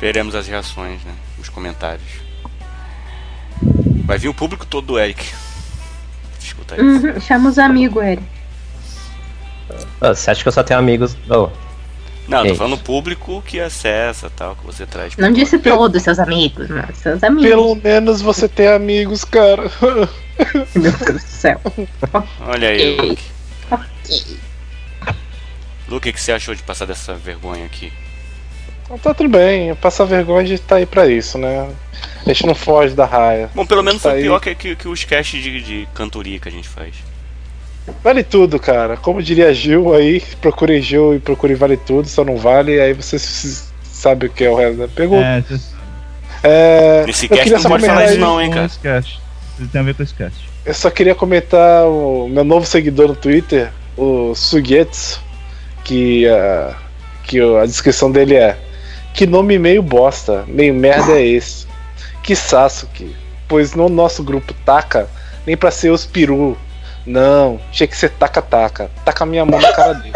[SPEAKER 2] Veremos as reações, né? Os comentários. Vai vir o público todo do Eric. Escuta isso.
[SPEAKER 3] Uhum, chama os amigos, Eric.
[SPEAKER 7] Ah, Você acha que eu só tenho amigos. Oh,
[SPEAKER 2] Não, tô
[SPEAKER 7] Gente.
[SPEAKER 2] falando público que acessa tal, que você traz.
[SPEAKER 3] Não disse todos seus amigos, mas seus amigos.
[SPEAKER 8] Pelo menos você tem amigos, cara.
[SPEAKER 3] Meu Deus do céu.
[SPEAKER 2] Olha aí, Luke.
[SPEAKER 3] Ok.
[SPEAKER 2] Luke, o que você achou de passar dessa vergonha aqui?
[SPEAKER 8] Então tá tudo bem, passar vergonha a gente tá aí pra isso, né? A gente não foge da raia.
[SPEAKER 2] Bom, pelo menos
[SPEAKER 8] Tá
[SPEAKER 2] foi
[SPEAKER 8] aí.
[SPEAKER 2] pior que, que, que os casts de, de cantoria que a gente faz.
[SPEAKER 8] Vale tudo, cara. Como diria Gil aí, procurem Gil e procurem vale tudo, só não vale, aí você s- sabe o que é o resto da pergunta.
[SPEAKER 9] É, vocês-
[SPEAKER 8] É,
[SPEAKER 2] Nesse
[SPEAKER 8] eu
[SPEAKER 2] cast
[SPEAKER 8] queria
[SPEAKER 2] não
[SPEAKER 8] só
[SPEAKER 2] pode falar
[SPEAKER 8] comentar
[SPEAKER 2] isso,
[SPEAKER 8] aí-
[SPEAKER 2] não, hein,
[SPEAKER 9] com
[SPEAKER 2] cara.
[SPEAKER 9] esse cast. Isso tem a ver com esse cast.
[SPEAKER 8] Eu só queria comentar o meu novo seguidor no Twitter, o Sugetsu, que, ah, que o- a descrição dele é Que nome meio bosta, meio merda é esse? Que Sasuke, pois no nosso grupo Taka, nem pra ser os peru. Não, tinha que ser Taka-Taka. Taca minha mão na cara dele.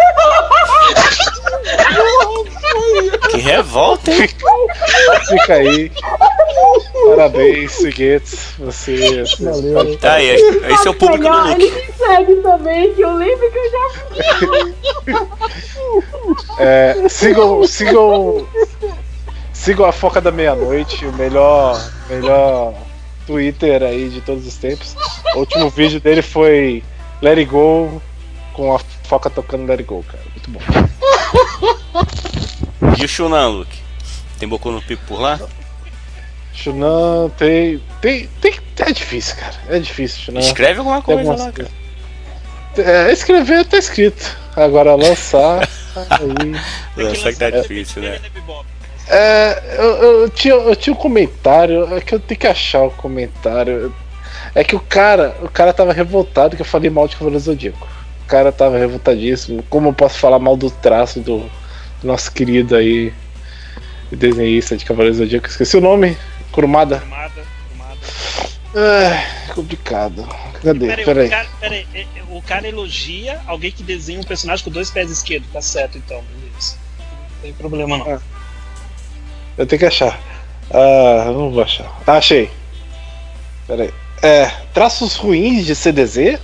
[SPEAKER 2] Que revolta, hein?
[SPEAKER 8] Fica aí. Parabéns, Sugetsu. Você, você
[SPEAKER 6] Valeu.
[SPEAKER 2] Tá aí, esse é o público do
[SPEAKER 5] Melhor,
[SPEAKER 2] Luke.
[SPEAKER 5] ele me segue também, que eu lembro que eu já
[SPEAKER 8] É, sigam, sigam, sigam a Foca da Meia-Noite, o melhor, melhor Twitter aí de todos os tempos. O último vídeo dele foi Let It Go, com a Foca tocando Let It Go, cara. Muito bom.
[SPEAKER 2] E o Shunan, Luke? Tem Boku no Pico por lá?
[SPEAKER 8] Shunan tem, tem, tem. É difícil, cara. É difícil, Shunan.
[SPEAKER 2] Escreve alguma
[SPEAKER 8] Tem
[SPEAKER 2] coisa
[SPEAKER 8] algumas
[SPEAKER 2] lá, cara.
[SPEAKER 8] coisas. É, escrever tá escrito. Agora lançar. aí.
[SPEAKER 2] Só que tá difícil, né?
[SPEAKER 4] né, Bebop?
[SPEAKER 8] É, eu, eu tinha, eu tinha um comentário, é que eu tenho que achar o comentário. É que o cara, o cara tava revoltado que eu falei mal de Cavaleiro do Zodíaco. O cara tava revoltadíssimo. Como eu posso falar mal do traço do, do nosso querido aí desenhista de Cavaleiro do Zodíaco? Esqueci o nome. Kurumada.
[SPEAKER 4] Armada, armada.
[SPEAKER 8] É, complicado. Cadê?
[SPEAKER 4] Peraí,
[SPEAKER 8] Peraí.
[SPEAKER 4] O, cara, peraí, é, é, o cara elogia alguém que desenha um personagem com dois pés esquerdos, tá certo então, beleza. Não tem problema não.
[SPEAKER 8] É. Eu tenho que achar. Ah, eu não vou achar. Ah, achei. Peraí. É, traços ruins de CDZ?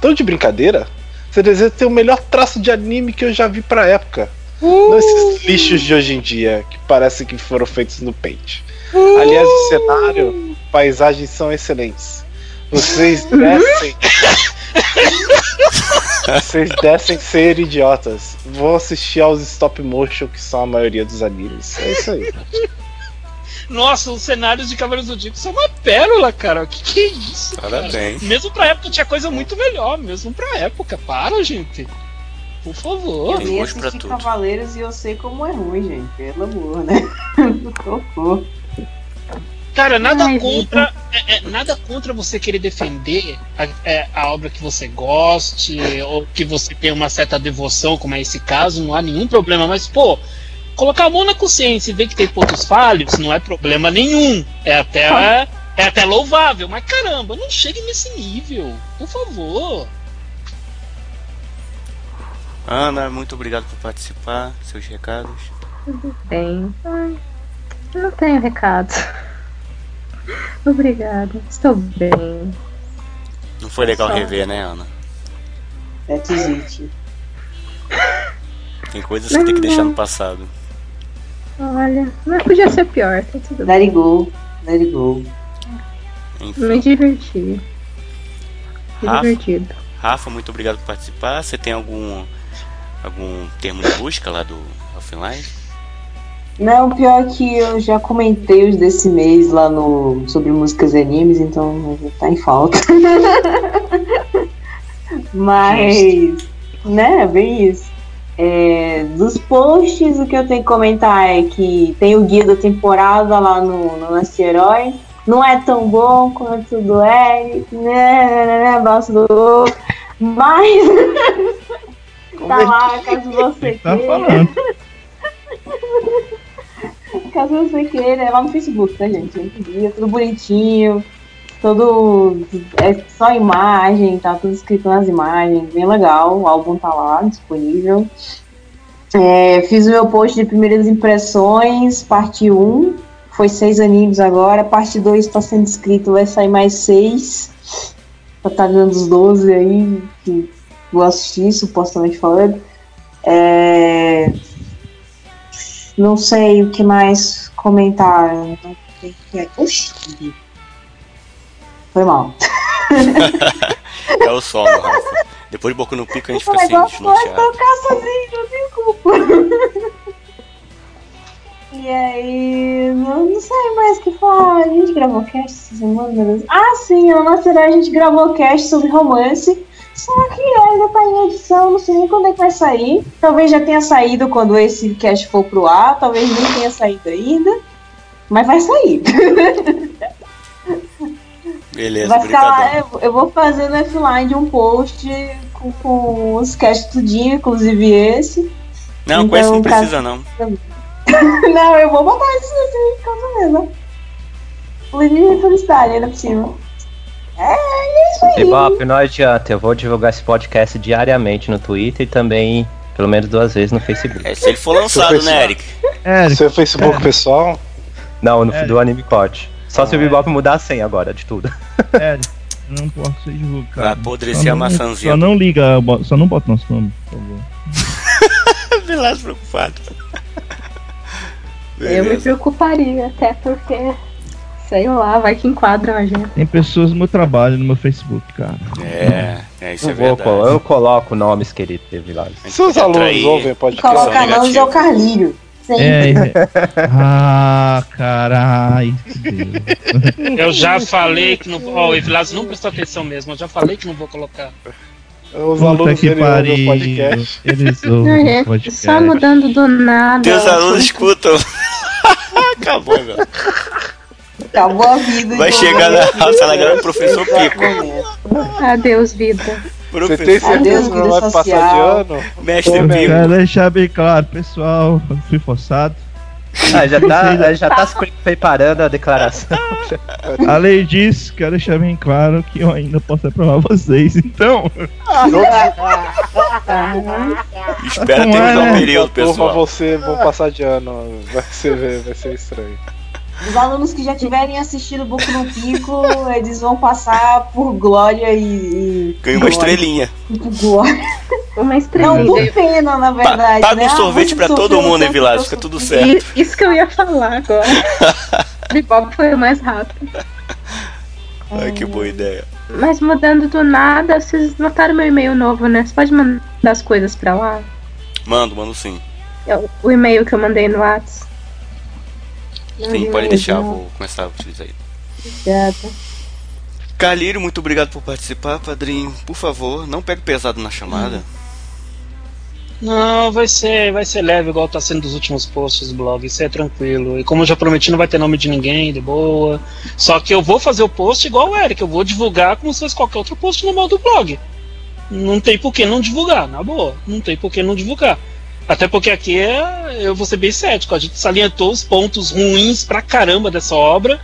[SPEAKER 8] Tão de brincadeira? CDZ tem o melhor traço de anime que eu já vi pra época.
[SPEAKER 4] Uh!
[SPEAKER 8] Não esses lixos de hoje em dia, que parecem que foram feitos no Paint. Aliás, o cenário, paisagens são excelentes. Vocês
[SPEAKER 4] Uh!
[SPEAKER 8] descem. Vocês descem ser idiotas. Vou assistir aos stop motion, que são a maioria dos animes. É isso aí.
[SPEAKER 4] Nossa, os cenários de Cavaleiros do Zodíaco são uma pérola, cara. Que que é isso? cara?
[SPEAKER 2] Parabéns.
[SPEAKER 4] Mesmo pra época tinha coisa muito melhor, mesmo pra época. Para, gente. Por favor.
[SPEAKER 2] Tem
[SPEAKER 5] vi
[SPEAKER 2] gosto é pra
[SPEAKER 5] assistir
[SPEAKER 2] tudo.
[SPEAKER 5] Cavaleiros e eu sei como é ruim, gente. Pelo amor, né? Socorro.
[SPEAKER 4] Cara, nada
[SPEAKER 3] Ai,
[SPEAKER 4] contra. é, é, nada contra você querer defender a, é, a obra que você goste, ou que você tenha uma certa devoção, como é esse caso, não há nenhum problema. Mas, pô, colocar a mão na consciência e ver que tem pontos falhos não é problema nenhum. É até.
[SPEAKER 9] Ah.
[SPEAKER 4] É, até louvável, mas caramba, não chegue nesse nível. Por favor.
[SPEAKER 2] Ana, muito obrigado por participar. Seus recados.
[SPEAKER 3] Tem. Ai, eu não tenho recado. Obrigada. Estou bem.
[SPEAKER 2] Não foi legal rever, né, Ana?
[SPEAKER 5] That's it.
[SPEAKER 2] Tem coisas que tem que deixar no passado.
[SPEAKER 3] Olha, mas podia ser pior, tá tudo
[SPEAKER 5] Let
[SPEAKER 3] bem.
[SPEAKER 5] it go. Let it go.
[SPEAKER 2] Enfim.
[SPEAKER 3] Me diverti. Foi
[SPEAKER 2] Rafa?
[SPEAKER 3] divertido.
[SPEAKER 2] Rafa, muito obrigado por participar. Você tem algum algum termo de busca lá do offline?
[SPEAKER 5] Não, pior que eu já comentei os desse mês lá no sobre músicas e animes, então tá em falta. Mas, né, bem isso. É, dos posts, o que eu tenho que comentar é que tem o guia da temporada lá no, no Lance Herói. Não é tão bom quanto o do Eric, né, né, né, né, abraço do outro. Mas tá lá, caso você
[SPEAKER 9] é Ele tá
[SPEAKER 5] queira.
[SPEAKER 9] falando.
[SPEAKER 5] Caso você queira, é lá no Facebook, tá, gente? Gente, guia, tudo bonitinho, todo. É só imagem, tá tudo escrito nas imagens, bem legal. O álbum tá lá disponível. É, fiz o meu post de primeiras impressões, parte 1. Foi seis animes agora. Parte 2 tá sendo escrito, vai sair mais seis. Pra tá dando os 12 aí, que vou assistir, supostamente falando. É. Não sei o que mais comentar. eu Não sei o que é. Oxi! Foi mal.
[SPEAKER 2] É o solo, Rafa. Depois de Boku no Pico a gente fica
[SPEAKER 5] Mas
[SPEAKER 2] assim,
[SPEAKER 5] ela pode
[SPEAKER 2] desnorteado.
[SPEAKER 5] tocar sozinho, não tem culpa. E aí, não, não sei mais o que falar. A é gente gravou cast essa semana, meu Deus. Ah, sim, na nossa cidade a gente gravou cast sobre romance. Só que ainda tá em edição, não sei nem quando é que vai sair. Talvez já tenha saído quando esse cast for pro ar, talvez nem tenha saído ainda. Mas vai sair.
[SPEAKER 2] Beleza,
[SPEAKER 5] vai ficar
[SPEAKER 2] brigadão.
[SPEAKER 5] lá, é eu, eu vou fazer no offline um post com, com os casts tudinho, inclusive esse.
[SPEAKER 2] Não, com esse não
[SPEAKER 5] Então, tá-
[SPEAKER 2] precisa não.
[SPEAKER 5] não, eu vou botar isso assim em casa mesmo. Livre freestyle ainda por cima. É, é isso aí.
[SPEAKER 7] Ibope, não adianta. Eu vou divulgar esse podcast diariamente no Twitter e também, pelo menos duas vezes, no Facebook.
[SPEAKER 2] É, se ele for lançado,
[SPEAKER 8] pensando.
[SPEAKER 2] né, Eric?
[SPEAKER 9] Eric,
[SPEAKER 8] É, Seu Facebook pessoal?
[SPEAKER 7] Não, no,
[SPEAKER 9] É.
[SPEAKER 7] do Anime Corte. Só se o
[SPEAKER 9] Ah, é.
[SPEAKER 7] Bebop mudar a senha agora de tudo.
[SPEAKER 9] Eric, É, eu não posso ser divulgado.
[SPEAKER 2] Vai apodrecer a maçãzinha.
[SPEAKER 9] Só não liga, bo- só não bota nosso nome, por favor.
[SPEAKER 2] Vilas preocupado.
[SPEAKER 3] Eu me
[SPEAKER 2] Beleza.
[SPEAKER 3] preocuparia, até porque, sei lá, vai que enquadra a gente.
[SPEAKER 9] Tem pessoas no meu trabalho, no meu Facebook, cara.
[SPEAKER 2] É, é, isso é
[SPEAKER 7] eu, vou,
[SPEAKER 2] verdade.
[SPEAKER 7] colo- eu coloco nomes, querido Vilares.
[SPEAKER 2] A gente
[SPEAKER 8] Seus
[SPEAKER 2] pode
[SPEAKER 8] alunos
[SPEAKER 2] atrair-
[SPEAKER 8] ouvem podcast? um
[SPEAKER 2] Coloca-
[SPEAKER 5] Colocar nomes é
[SPEAKER 2] negativo.
[SPEAKER 5] o Carlinho.
[SPEAKER 9] É, é. Ah, carai. meu Deus.
[SPEAKER 4] Eu já falei que não. Ó, o Evilásio não prestou atenção mesmo. Eu já falei que não vou colocar.
[SPEAKER 8] Os
[SPEAKER 9] Puta
[SPEAKER 8] alunos
[SPEAKER 9] que
[SPEAKER 8] dele ouvem
[SPEAKER 9] pariu.
[SPEAKER 8] o podcast.
[SPEAKER 9] Eles ouvem
[SPEAKER 5] Uhum.
[SPEAKER 9] o podcast.
[SPEAKER 3] Só mudando do nada.
[SPEAKER 2] Teus alunos escutam. Acabou, meu.
[SPEAKER 5] Acabou a vida.
[SPEAKER 2] Vai
[SPEAKER 5] então.
[SPEAKER 2] chegar na sala grande professor Pico.
[SPEAKER 3] Adeus, vida.
[SPEAKER 8] Você tem
[SPEAKER 2] Professor,
[SPEAKER 8] certeza
[SPEAKER 5] Adeus,
[SPEAKER 8] que não
[SPEAKER 5] vida
[SPEAKER 8] vai passar de
[SPEAKER 5] social.
[SPEAKER 8] ano?
[SPEAKER 2] mestre
[SPEAKER 8] Ô,
[SPEAKER 2] Pico.
[SPEAKER 9] Quero deixar bem claro, pessoal, fui forçado.
[SPEAKER 7] Ah, já tá, já tá se pre- preparando a declaração.
[SPEAKER 8] É.
[SPEAKER 9] Além disso, quero deixar bem claro que eu ainda posso aprovar vocês. Então,
[SPEAKER 2] Espera
[SPEAKER 9] Não é,
[SPEAKER 2] terminar o
[SPEAKER 9] né?
[SPEAKER 2] um período,
[SPEAKER 8] Turma,
[SPEAKER 2] pessoal.
[SPEAKER 8] você vão passar de ano. Vai ser, vai ser estranho.
[SPEAKER 5] Os alunos que já tiverem assistido Boku no Pico, eles vão passar por glória e. e
[SPEAKER 2] Ganhou uma estrelinha.
[SPEAKER 5] por glória.
[SPEAKER 3] Uma estrelinha.
[SPEAKER 5] Não, por pena, na
[SPEAKER 2] Pa-
[SPEAKER 5] verdade.
[SPEAKER 2] Paga
[SPEAKER 5] né?
[SPEAKER 2] um
[SPEAKER 5] Ah,
[SPEAKER 2] sorvete
[SPEAKER 5] você
[SPEAKER 2] pra todo
[SPEAKER 5] sofreu
[SPEAKER 2] mundo,
[SPEAKER 5] tanto,
[SPEAKER 2] hein, Vilas?
[SPEAKER 5] eu
[SPEAKER 2] Fica tudo
[SPEAKER 5] sofri.
[SPEAKER 2] certo.
[SPEAKER 3] I- Isso que eu ia falar agora. Bebop foi o mais rápido.
[SPEAKER 2] Ai, que boa ideia.
[SPEAKER 3] Mas mudando do nada, vocês notaram meu e-mail novo, né? Você pode mandar as coisas pra lá?
[SPEAKER 2] Mando, mando sim.
[SPEAKER 3] Eu- O e-mail que eu mandei no WhatsApp.
[SPEAKER 5] Uhum.
[SPEAKER 2] Sim, pode deixar, vou começar a utilizar ele.
[SPEAKER 3] Obrigada.
[SPEAKER 2] Calírio, muito obrigado por participar, padrinho. Por favor, não pegue pesado na
[SPEAKER 8] Uhum.
[SPEAKER 2] chamada.
[SPEAKER 4] Não, vai ser, vai ser leve, igual tá sendo dos últimos posts do blog. Isso é tranquilo. E como eu já prometi, não vai ter nome de ninguém, de boa. Só que eu vou fazer o post igual o Eric. Eu vou divulgar como se fosse qualquer outro post normal do blog. Não tem por que não divulgar, na boa. Não tem por que não divulgar. Até porque aqui é, eu vou ser bem cético. A gente salientou os pontos ruins pra caramba dessa obra.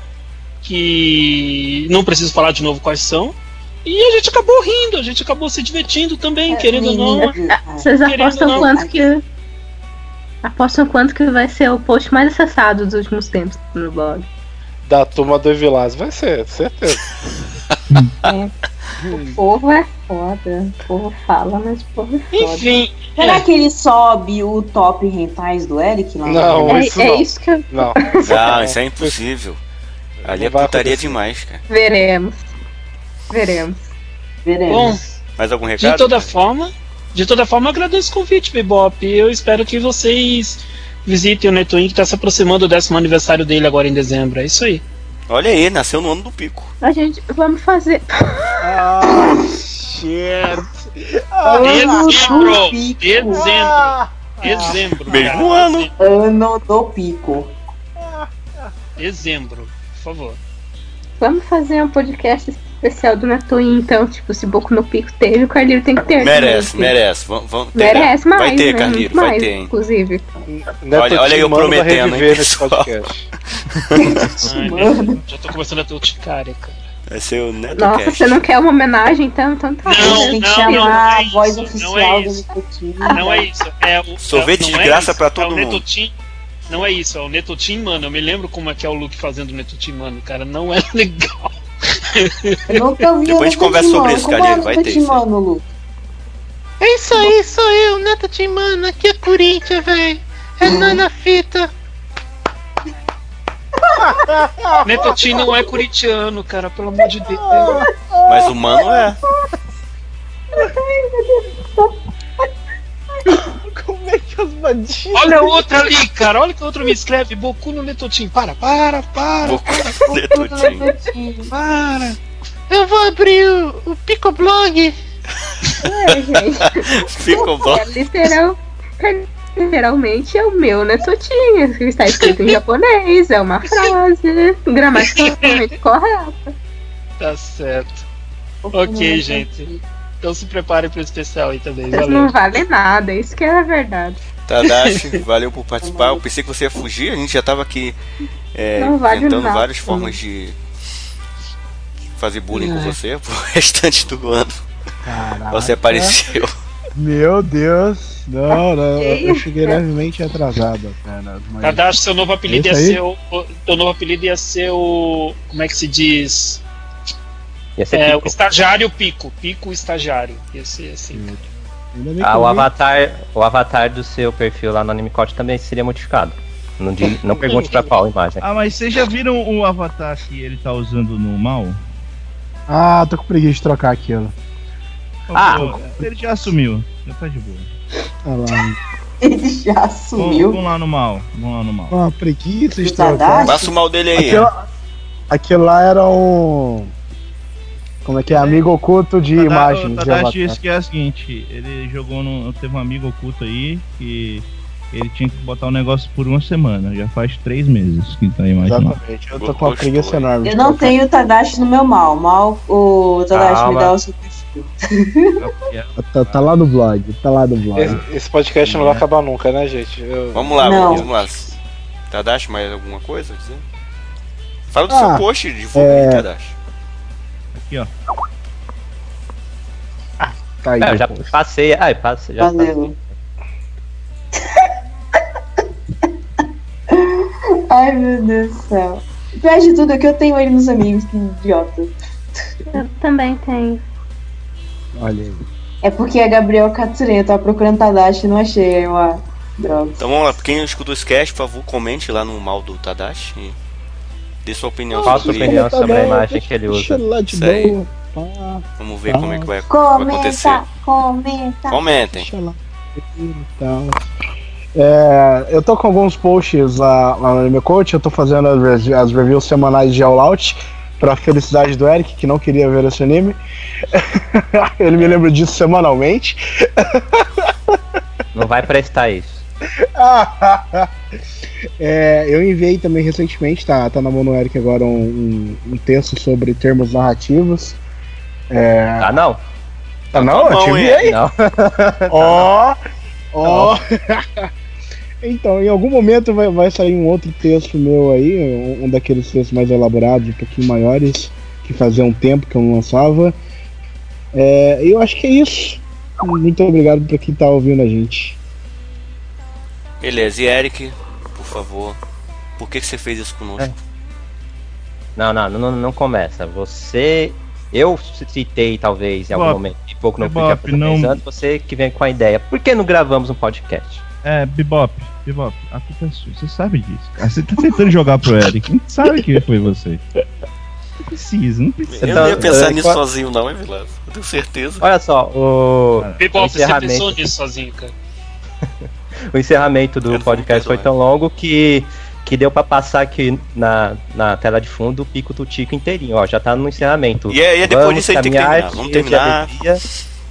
[SPEAKER 4] Que não preciso falar de novo quais são. E a gente acabou rindo, a gente acabou se divertindo
[SPEAKER 3] É,
[SPEAKER 4] também, querendo ou não.
[SPEAKER 5] Menino,
[SPEAKER 3] Vocês
[SPEAKER 4] Querendo
[SPEAKER 3] apostam
[SPEAKER 4] ou não.
[SPEAKER 3] quanto que. Apostam quanto que vai ser o post mais acessado dos últimos tempos no blog.
[SPEAKER 8] Da turma do Evilás. Vai ser, certeza.
[SPEAKER 3] O povo é foda. O povo fala, mas o povo é foda.
[SPEAKER 4] Enfim, é.
[SPEAKER 5] Será que ele sobe o top rentais do Eric lá?
[SPEAKER 8] Não,
[SPEAKER 3] É,
[SPEAKER 8] isso
[SPEAKER 3] é
[SPEAKER 8] não.
[SPEAKER 3] isso que eu-
[SPEAKER 8] Não.
[SPEAKER 2] Não, isso é impossível. Ali
[SPEAKER 8] Não
[SPEAKER 2] é
[SPEAKER 8] vai
[SPEAKER 2] putaria
[SPEAKER 8] acontecer.
[SPEAKER 2] demais, cara.
[SPEAKER 3] veremos. Veremos.
[SPEAKER 5] Veremos.
[SPEAKER 4] bom,
[SPEAKER 2] Mais algum recado?
[SPEAKER 4] de toda forma, de toda forma eu agradeço o convite, Bebop. Eu espero que vocês visitem o Netwin que está se aproximando do décimo aniversário dele agora em dezembro. É isso aí.
[SPEAKER 2] Olha aí, nasceu no ano do pico.
[SPEAKER 3] A gente. Vamos fazer.
[SPEAKER 4] Dezembro!
[SPEAKER 5] pico.
[SPEAKER 4] Dezembro! Ah, Dezembro!
[SPEAKER 2] Mesmo
[SPEAKER 4] cara. assim,
[SPEAKER 2] ano.
[SPEAKER 5] Ano do pico.
[SPEAKER 4] Dezembro, por favor.
[SPEAKER 3] Vamos fazer um podcast especial do Natoin, então, tipo, se Boku no Pico teve, o Carlinho tem que ter.
[SPEAKER 2] Merece,
[SPEAKER 3] né?
[SPEAKER 2] merece. Vamos, vamos ter, né?
[SPEAKER 3] Merece mais,
[SPEAKER 2] Vai ter,
[SPEAKER 3] né?
[SPEAKER 2] Carlinhos,
[SPEAKER 3] Muito
[SPEAKER 2] vai
[SPEAKER 3] mais,
[SPEAKER 2] ter, hein?
[SPEAKER 3] Inclusive.
[SPEAKER 8] Neto
[SPEAKER 2] Olha- olha eu
[SPEAKER 8] Timano vai
[SPEAKER 2] prometendo, hein,
[SPEAKER 8] é reviver nesse
[SPEAKER 2] pessoal.
[SPEAKER 8] podcast.
[SPEAKER 4] Ai, meu, já tô começando a ter urticária, cara.
[SPEAKER 2] Vai ser o
[SPEAKER 3] Nossa,
[SPEAKER 2] Netocast.
[SPEAKER 3] você não quer uma homenagem, então? Então tá.
[SPEAKER 5] A gente
[SPEAKER 4] Não,
[SPEAKER 5] tem que
[SPEAKER 4] não,
[SPEAKER 5] chamar
[SPEAKER 4] não é
[SPEAKER 5] a
[SPEAKER 4] isso,
[SPEAKER 5] voz
[SPEAKER 4] não é
[SPEAKER 5] oficial do
[SPEAKER 4] isso.
[SPEAKER 5] Nicotinho.
[SPEAKER 4] Não é isso. É o,
[SPEAKER 2] Sorvete
[SPEAKER 4] é-
[SPEAKER 2] de
[SPEAKER 4] não é
[SPEAKER 2] graça
[SPEAKER 4] isso,
[SPEAKER 2] pra todo
[SPEAKER 4] é o
[SPEAKER 2] mundo.
[SPEAKER 4] Netotim- não é isso, é o Netotim, mano. Eu me lembro como é que é o Luke fazendo o Netotim, mano. Cara, não é legal.
[SPEAKER 5] Eu nunca vi
[SPEAKER 2] Depois a gente
[SPEAKER 5] Neto
[SPEAKER 2] conversa sobre
[SPEAKER 5] Timano.
[SPEAKER 2] isso,
[SPEAKER 5] Como
[SPEAKER 2] Cadê?
[SPEAKER 5] é o
[SPEAKER 2] Vai
[SPEAKER 5] Neto
[SPEAKER 2] ter isso aí.
[SPEAKER 5] Timano, Lu?
[SPEAKER 11] É isso aí, sou eu, Neto Timano, aqui é Corinthians, velho. É
[SPEAKER 3] Hum.
[SPEAKER 11] Nana Fita.
[SPEAKER 4] Netotim não é curitiano, cara, pelo amor de Deus.
[SPEAKER 2] Mas o mano é.
[SPEAKER 4] Olha outra ali, cara. Olha que outra me escreve. Boku no Netotim. Para, para, para,
[SPEAKER 2] Boku no Netotim.
[SPEAKER 11] Eu vou abrir o, o Picoblog.
[SPEAKER 3] É, gente.
[SPEAKER 2] Ficou bom.
[SPEAKER 3] É literal. é literalmente é o meu Netotinha, que está escrito em japonês, é uma frase gramaticalmente correta.
[SPEAKER 4] Tá certo. Ok, gente. Então se preparem pro especial aí também.
[SPEAKER 3] Vocês
[SPEAKER 4] Valeu.
[SPEAKER 3] não valem nada, isso que é a verdade.
[SPEAKER 2] Tadashi, valeu por participar. Eu pensei que você ia fugir, a gente já tava aqui é,
[SPEAKER 3] Não vale
[SPEAKER 2] inventando
[SPEAKER 3] nada.
[SPEAKER 2] várias formas de fazer bullying com você pro restante do ano. Você apareceu.
[SPEAKER 6] Meu Deus. Não, não. Eu, eu
[SPEAKER 3] Ok.
[SPEAKER 6] cheguei levemente atrasado, cara. Mas...
[SPEAKER 4] Tadashi, seu novo apelido ia
[SPEAKER 6] Esse aí?
[SPEAKER 4] ser o. o- Teu novo apelido ia ser o. Como é que se diz?
[SPEAKER 7] Ia ser tipo.
[SPEAKER 4] É, o
[SPEAKER 7] pico.
[SPEAKER 4] estagiário pico. Pico estagiário. Ia ser assim.
[SPEAKER 6] Ainda bem que
[SPEAKER 7] Ah,
[SPEAKER 6] eu
[SPEAKER 7] o
[SPEAKER 6] vi-
[SPEAKER 7] avatar, o avatar do seu perfil lá no Animecode também seria modificado. Não, di- não pergunte pra qual imagem.
[SPEAKER 9] Ah, mas vocês já viram o avatar que ele tá usando no mal?
[SPEAKER 6] Ah, tô com preguiça de trocar aquilo.
[SPEAKER 7] Ah.
[SPEAKER 9] Pô, ele já assumiu. Já tá de boa.
[SPEAKER 6] Olha lá.
[SPEAKER 5] Ele já
[SPEAKER 9] Vamos,
[SPEAKER 5] sumiu.
[SPEAKER 9] vamos lá no mal. Vamos lá no mal.
[SPEAKER 6] Uma preguiça de
[SPEAKER 5] Tá
[SPEAKER 6] trocar.
[SPEAKER 5] dado?
[SPEAKER 2] Passa o mal dele aí.
[SPEAKER 6] Aquilo, aquilo lá era um. Como é que é? Amigo oculto de imagens.
[SPEAKER 9] O
[SPEAKER 6] de
[SPEAKER 9] Tadashi
[SPEAKER 6] avatar.
[SPEAKER 9] disse que é o seguinte, ele jogou num. Teve um amigo oculto aí que ele tinha que botar o negócio por uma semana. Já faz três meses que tá aí mais mal.
[SPEAKER 6] Exatamente. Eu tô com uma preguiça enorme. de
[SPEAKER 5] Eu não
[SPEAKER 6] trocar.
[SPEAKER 5] tenho o Tadashi no meu mal. Mal o Tadashi
[SPEAKER 2] Ah,
[SPEAKER 5] me
[SPEAKER 7] Calma.
[SPEAKER 5] dá um o seu perfil.
[SPEAKER 6] Tá, tá lá no blog. Tá lá no blog.
[SPEAKER 8] Esse, esse podcast não vai acabar nunca, né, gente? Eu-
[SPEAKER 2] Vamos lá,
[SPEAKER 5] Não.
[SPEAKER 2] vamos lá. Tadashi, mais alguma coisa? a dizer? Fala do
[SPEAKER 6] Ah,
[SPEAKER 2] seu post, divulga aí,
[SPEAKER 6] é.
[SPEAKER 2] Tadashi.
[SPEAKER 6] Tá aí.
[SPEAKER 7] É, eu já
[SPEAKER 6] pô.
[SPEAKER 7] passei. Ah, eu passei. Já
[SPEAKER 5] Valeu. Ai, meu Deus do céu. Pior de tudo é que eu tenho ele nos amigos, que idiota.
[SPEAKER 3] Eu também tenho.
[SPEAKER 6] Olha aí.
[SPEAKER 5] É porque a Gabriel Katsurei, eu tava procurando Tadashi e não achei. Aí eu, ah, droga.
[SPEAKER 2] Então vamos lá, pra quem escutou esse cast, por favor, comente lá no mal do Tadashi. e Dê sua opinião
[SPEAKER 7] Qual a sua
[SPEAKER 2] sobre
[SPEAKER 7] opinião
[SPEAKER 6] Tá
[SPEAKER 7] sobre a
[SPEAKER 6] bom,
[SPEAKER 7] imagem que ele
[SPEAKER 6] Deixa
[SPEAKER 7] usa?
[SPEAKER 6] ele lá de
[SPEAKER 2] Isso aí.
[SPEAKER 6] boa. Pá,
[SPEAKER 2] Vamos ver como é que
[SPEAKER 5] Tá.
[SPEAKER 2] vai, vai acontecer.
[SPEAKER 1] Comenta, comenta.
[SPEAKER 2] Comentem.
[SPEAKER 6] deixa lá. e tal. Então, É, eu tô com alguns posts lá, lá no Anime Coach, eu tô fazendo as, res- as reviews semanais de All Out, pra felicidade do Eric, que não queria ver esse anime. Ele me lembra disso semanalmente.
[SPEAKER 7] Não vai prestar isso.
[SPEAKER 6] É, eu enviei também recentemente, tá, tá na mão do Eric agora um, um- um texto sobre termos narrativos. É,
[SPEAKER 7] Ah, não?
[SPEAKER 6] Tá não?
[SPEAKER 2] na
[SPEAKER 6] Eu te
[SPEAKER 2] mão,
[SPEAKER 6] enviei.
[SPEAKER 7] Não. Tá
[SPEAKER 6] Ó! Ó! Então, em algum momento vai, vai sair um outro texto meu aí, um, um daqueles textos mais elaborados, um pouquinho maiores, que fazia um tempo que eu não lançava. É, e eu acho que é isso. Muito obrigado pra quem tá ouvindo a gente.
[SPEAKER 2] Beleza, e Eric, por favor, por que, que você fez isso
[SPEAKER 7] É.
[SPEAKER 2] conosco?
[SPEAKER 7] Não, não, não, não começa. Você. Eu citei, talvez, em algum
[SPEAKER 9] Bop.
[SPEAKER 7] momento, e pouco não
[SPEAKER 9] É
[SPEAKER 7] fui já
[SPEAKER 9] bop,
[SPEAKER 7] fazer
[SPEAKER 9] não-
[SPEAKER 7] três anos, você que vem com a ideia. Por que não gravamos um podcast?
[SPEAKER 9] É, Bebop, Bebop, a culpa é sua. Você sabe disso. cara. Você tá tentando jogar pro Eric. Não sabe que foi você. Não precisa, não precisa.
[SPEAKER 2] Eu
[SPEAKER 7] Então,
[SPEAKER 2] não ia pensar
[SPEAKER 7] é,
[SPEAKER 2] nisso
[SPEAKER 7] qual-
[SPEAKER 2] sozinho, não, hein, Vilas? Eu tenho certeza.
[SPEAKER 7] Olha só, o.
[SPEAKER 4] Bebop, você
[SPEAKER 7] Encerramento.
[SPEAKER 4] pensou nisso sozinho, cara.
[SPEAKER 7] o encerramento do
[SPEAKER 2] Quero
[SPEAKER 7] podcast
[SPEAKER 2] saber,
[SPEAKER 7] foi tão longo que, que deu pra passar aqui na, na tela de fundo o pico do Tico inteirinho, ó, já tá no encerramento.
[SPEAKER 2] E aí, e depois disso aí tem que terminar. Vamos
[SPEAKER 7] cheios de
[SPEAKER 2] terminar.
[SPEAKER 7] alegria,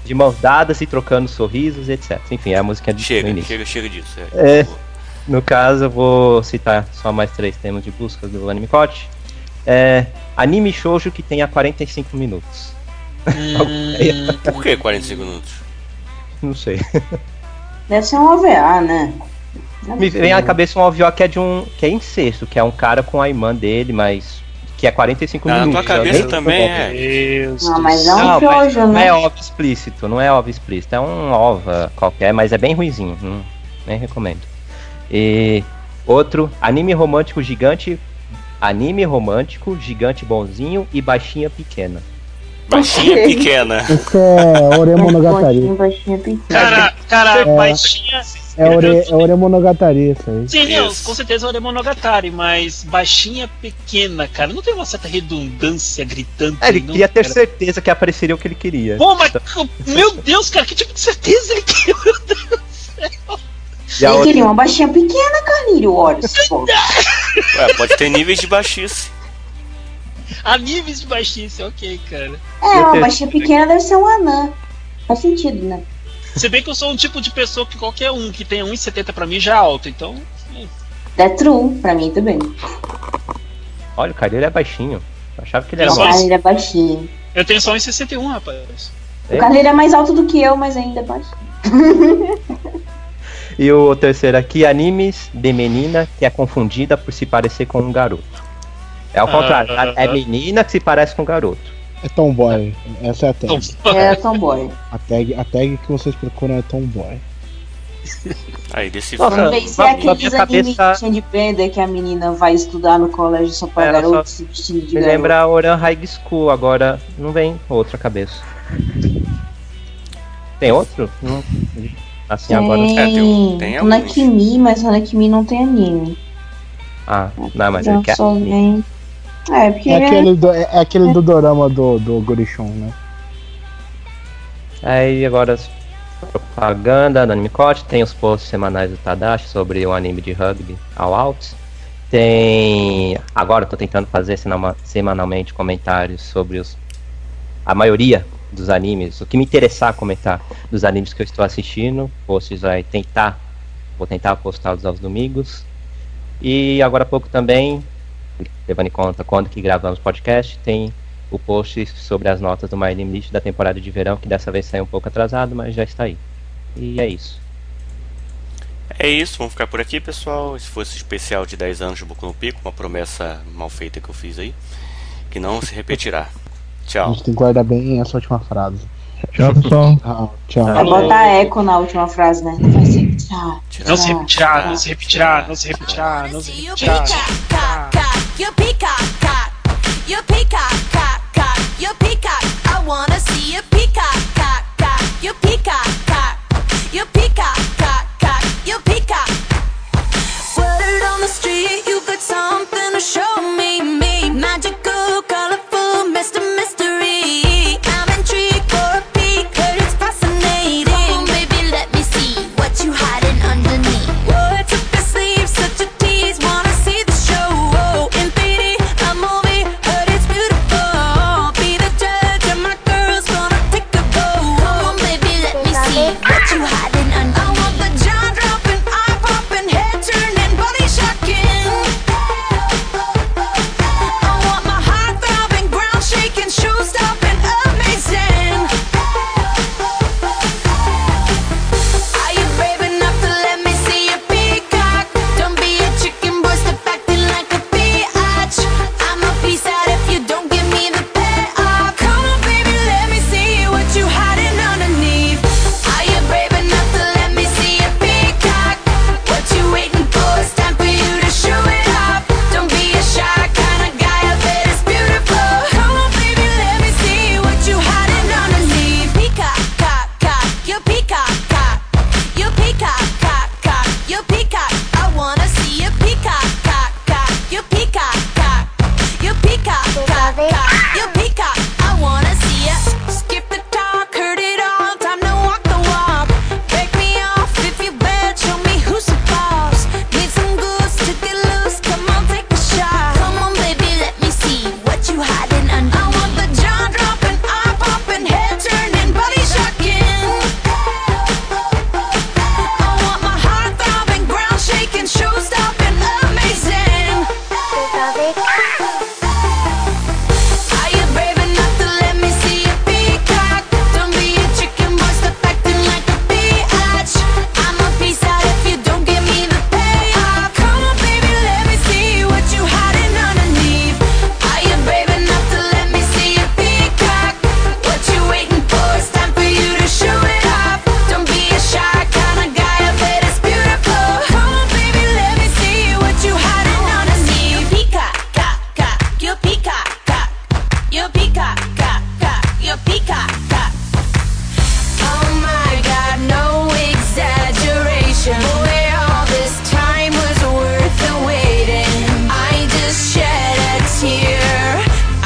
[SPEAKER 7] de mãos dadas e trocando sorrisos, etc. Enfim, é a música de no
[SPEAKER 2] Chega,
[SPEAKER 7] início.
[SPEAKER 2] chega, chega disso. Eric,
[SPEAKER 7] É.
[SPEAKER 2] por favor.
[SPEAKER 7] No caso, eu vou citar só mais três temas de busca do Anime Coach. É, anime shoujo que tenha 45 minutos.
[SPEAKER 4] Hum,
[SPEAKER 2] Por que 45 minutos?
[SPEAKER 7] Não sei.
[SPEAKER 5] Deve ser um OVA, né?
[SPEAKER 7] Me vem à cabeça um OVO que é de um que é incesto, que é um cara com a irmã dele, mas que é 45
[SPEAKER 2] Ah, na
[SPEAKER 7] minutos.
[SPEAKER 2] tua
[SPEAKER 7] eu
[SPEAKER 2] cabeça
[SPEAKER 7] nem-
[SPEAKER 2] também é.
[SPEAKER 4] Deus.
[SPEAKER 5] Não,
[SPEAKER 4] do
[SPEAKER 5] mas é
[SPEAKER 4] céu.
[SPEAKER 5] um
[SPEAKER 7] Não, mas
[SPEAKER 5] shoujo,
[SPEAKER 7] não
[SPEAKER 5] né?
[SPEAKER 7] é ovo explícito, não é ovo explícito, é um ova qualquer, mas é bem ruizinho, hum, nem recomendo. E outro, anime romântico gigante, anime romântico gigante bonzinho e baixinha pequena.
[SPEAKER 2] Baixinha
[SPEAKER 3] Ok.
[SPEAKER 2] pequena.
[SPEAKER 6] Isso é Oremonogatari.
[SPEAKER 5] Baixinho, baixinho, pequeno.
[SPEAKER 4] Cara, cara, baixinha.
[SPEAKER 6] É, ore, é Oremonogatari isso aí.
[SPEAKER 4] Sim, não,
[SPEAKER 2] Isso.
[SPEAKER 4] com certeza é o Monogatari, mas baixinha pequena, cara. Não tem uma certa redundância gritando.
[SPEAKER 7] É, ele
[SPEAKER 4] não,
[SPEAKER 7] queria ter
[SPEAKER 4] cara.
[SPEAKER 7] certeza que apareceria o que ele queria.
[SPEAKER 4] Pô, mas meu Deus, cara, que tipo de certeza ele quer?
[SPEAKER 7] E a
[SPEAKER 5] Ele
[SPEAKER 7] outra,
[SPEAKER 5] queria uma baixinha pequena, Carlinho, olha só.
[SPEAKER 2] Ué, pode ter níveis de baixíssimo.
[SPEAKER 4] A níveis de baixíssimo, ok, cara.
[SPEAKER 5] É, uma
[SPEAKER 7] ter-
[SPEAKER 5] baixinha pequena deve ser um anã. Faz sentido, né?
[SPEAKER 4] Se bem que eu sou um tipo de pessoa que qualquer um que tenha 1,70 pra mim já é alto, então.
[SPEAKER 5] É true, pra mim também.
[SPEAKER 7] Olha, o cara ele é baixinho. Eu achava que ele era
[SPEAKER 5] O
[SPEAKER 7] mais.
[SPEAKER 5] Carlinho é baixinho.
[SPEAKER 4] Eu tenho só 1,61, rapaz.
[SPEAKER 5] O Carlinho é mais alto do que eu, mas ainda é baixinho.
[SPEAKER 7] E o terceiro aqui, animes de menina que é confundida por se parecer com um garoto. É ao
[SPEAKER 6] Ah,
[SPEAKER 7] contrário,
[SPEAKER 6] ah,
[SPEAKER 7] é
[SPEAKER 6] ah.
[SPEAKER 7] menina que se parece com um garoto.
[SPEAKER 6] É Tomboy. Essa é a tag.
[SPEAKER 5] É tomboy.
[SPEAKER 6] A tag, a tag que vocês procuram é Tomboy.
[SPEAKER 2] Aí desse
[SPEAKER 5] Nossa, bem, se é aqueles
[SPEAKER 7] minha
[SPEAKER 5] animes
[SPEAKER 7] cabeça-
[SPEAKER 5] de Independent que a menina vai estudar no colégio só pra
[SPEAKER 7] Ela só-
[SPEAKER 5] Um garoto se vestindo de
[SPEAKER 7] Me
[SPEAKER 5] garoto.
[SPEAKER 7] lembra a Oran High School, agora não vem outra cabeça. Tem outro? Não. Assim agora.
[SPEAKER 2] um,
[SPEAKER 5] Tem, Hanakimi, mas Hanakimi não tem anime.
[SPEAKER 7] Ah, não, mas ele
[SPEAKER 5] Então
[SPEAKER 7] quer.
[SPEAKER 5] só vem... É, porque...
[SPEAKER 6] É aquele do, é, é aquele do dorama do, do Gorishon, né?
[SPEAKER 7] Aí agora as propaganda do Animecote, tem os posts semanais do Tadashi sobre o anime de rugby ao alto. Tem. Agora eu tô tentando fazer senama- semanalmente comentários sobre os. A maioria dos animes, o que me interessar comentar dos animes que eu estou assistindo, posts vai tentar. Vou tentar postá-los aos domingos. E agora há pouco também, levando em conta quando que gravamos o podcast, tem o post sobre as notas do My Anime List da temporada de verão, que dessa vez saiu um pouco atrasado, mas já está aí. E é isso.
[SPEAKER 2] É isso, vamos ficar por aqui, pessoal. Esse foi esse especial de 10 anos de Boku no Pico, uma promessa mal feita que eu fiz aí, que não se repetirá.
[SPEAKER 6] A
[SPEAKER 2] Tchau.
[SPEAKER 6] gente tem que guardar bem essa última frase.
[SPEAKER 9] Tchau, pessoal.
[SPEAKER 6] Tchau, tchau.
[SPEAKER 5] Vai É, botar eco na última frase, né?
[SPEAKER 2] Hum.
[SPEAKER 5] Vai ser tchau.
[SPEAKER 4] Não se repetirá, não se repetirá, não se repetirá, não se repetirá.
[SPEAKER 12] You peacock cock. You peacock cock cock. You peacock. I wanna see you peacock cock cock. You peacock cock. You peacock cock cock. You peacock. Word on the street, you got something to show me, me. Magical, colorful, Mr. Mystery. I'm intrigued for a peek, heard it's fascinating. Come on, baby, let me see what you hiding underneath. Words up your sleeve, such a tease. Wanna see the show in 3D, a Oh, movie, heard it's beautiful. Be the judge, and my girl's gonna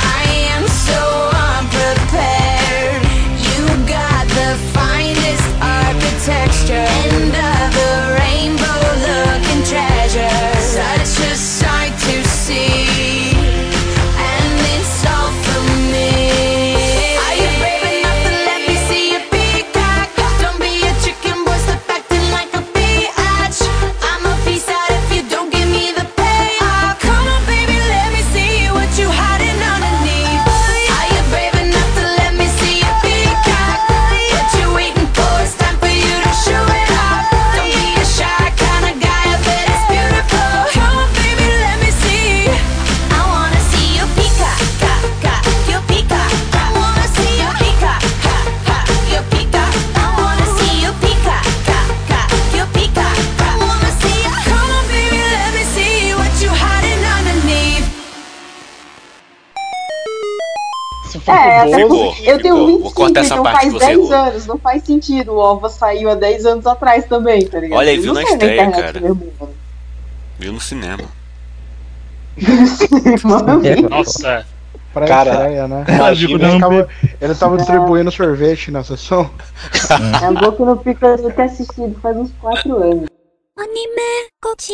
[SPEAKER 12] Oh Oh,
[SPEAKER 4] Se
[SPEAKER 2] for pro
[SPEAKER 5] é, até
[SPEAKER 2] bolo,
[SPEAKER 5] porque eu tenho
[SPEAKER 2] Tipo, vou- vou
[SPEAKER 5] 25,
[SPEAKER 2] cortar essa
[SPEAKER 5] então
[SPEAKER 2] parte
[SPEAKER 5] faz
[SPEAKER 2] que você
[SPEAKER 5] 10
[SPEAKER 2] errou.
[SPEAKER 5] anos. Não faz sentido. O OVA saiu há 10 anos atrás também, tá ligado?
[SPEAKER 2] Olha aí,
[SPEAKER 5] Eles
[SPEAKER 2] viu
[SPEAKER 5] não
[SPEAKER 2] na
[SPEAKER 5] saem
[SPEAKER 2] estreia,
[SPEAKER 5] internet
[SPEAKER 2] cara.
[SPEAKER 5] mesmo. né?
[SPEAKER 2] Viu no cinema.
[SPEAKER 5] um
[SPEAKER 4] Nossa.
[SPEAKER 6] Pra
[SPEAKER 2] Cara,
[SPEAKER 6] estreia, né?
[SPEAKER 2] imagina.
[SPEAKER 6] Ele tava, ele tava distribuindo sorvete na sessão.
[SPEAKER 5] um É a boca no pico eu até assistido faz uns 4 anos.
[SPEAKER 1] アニメこち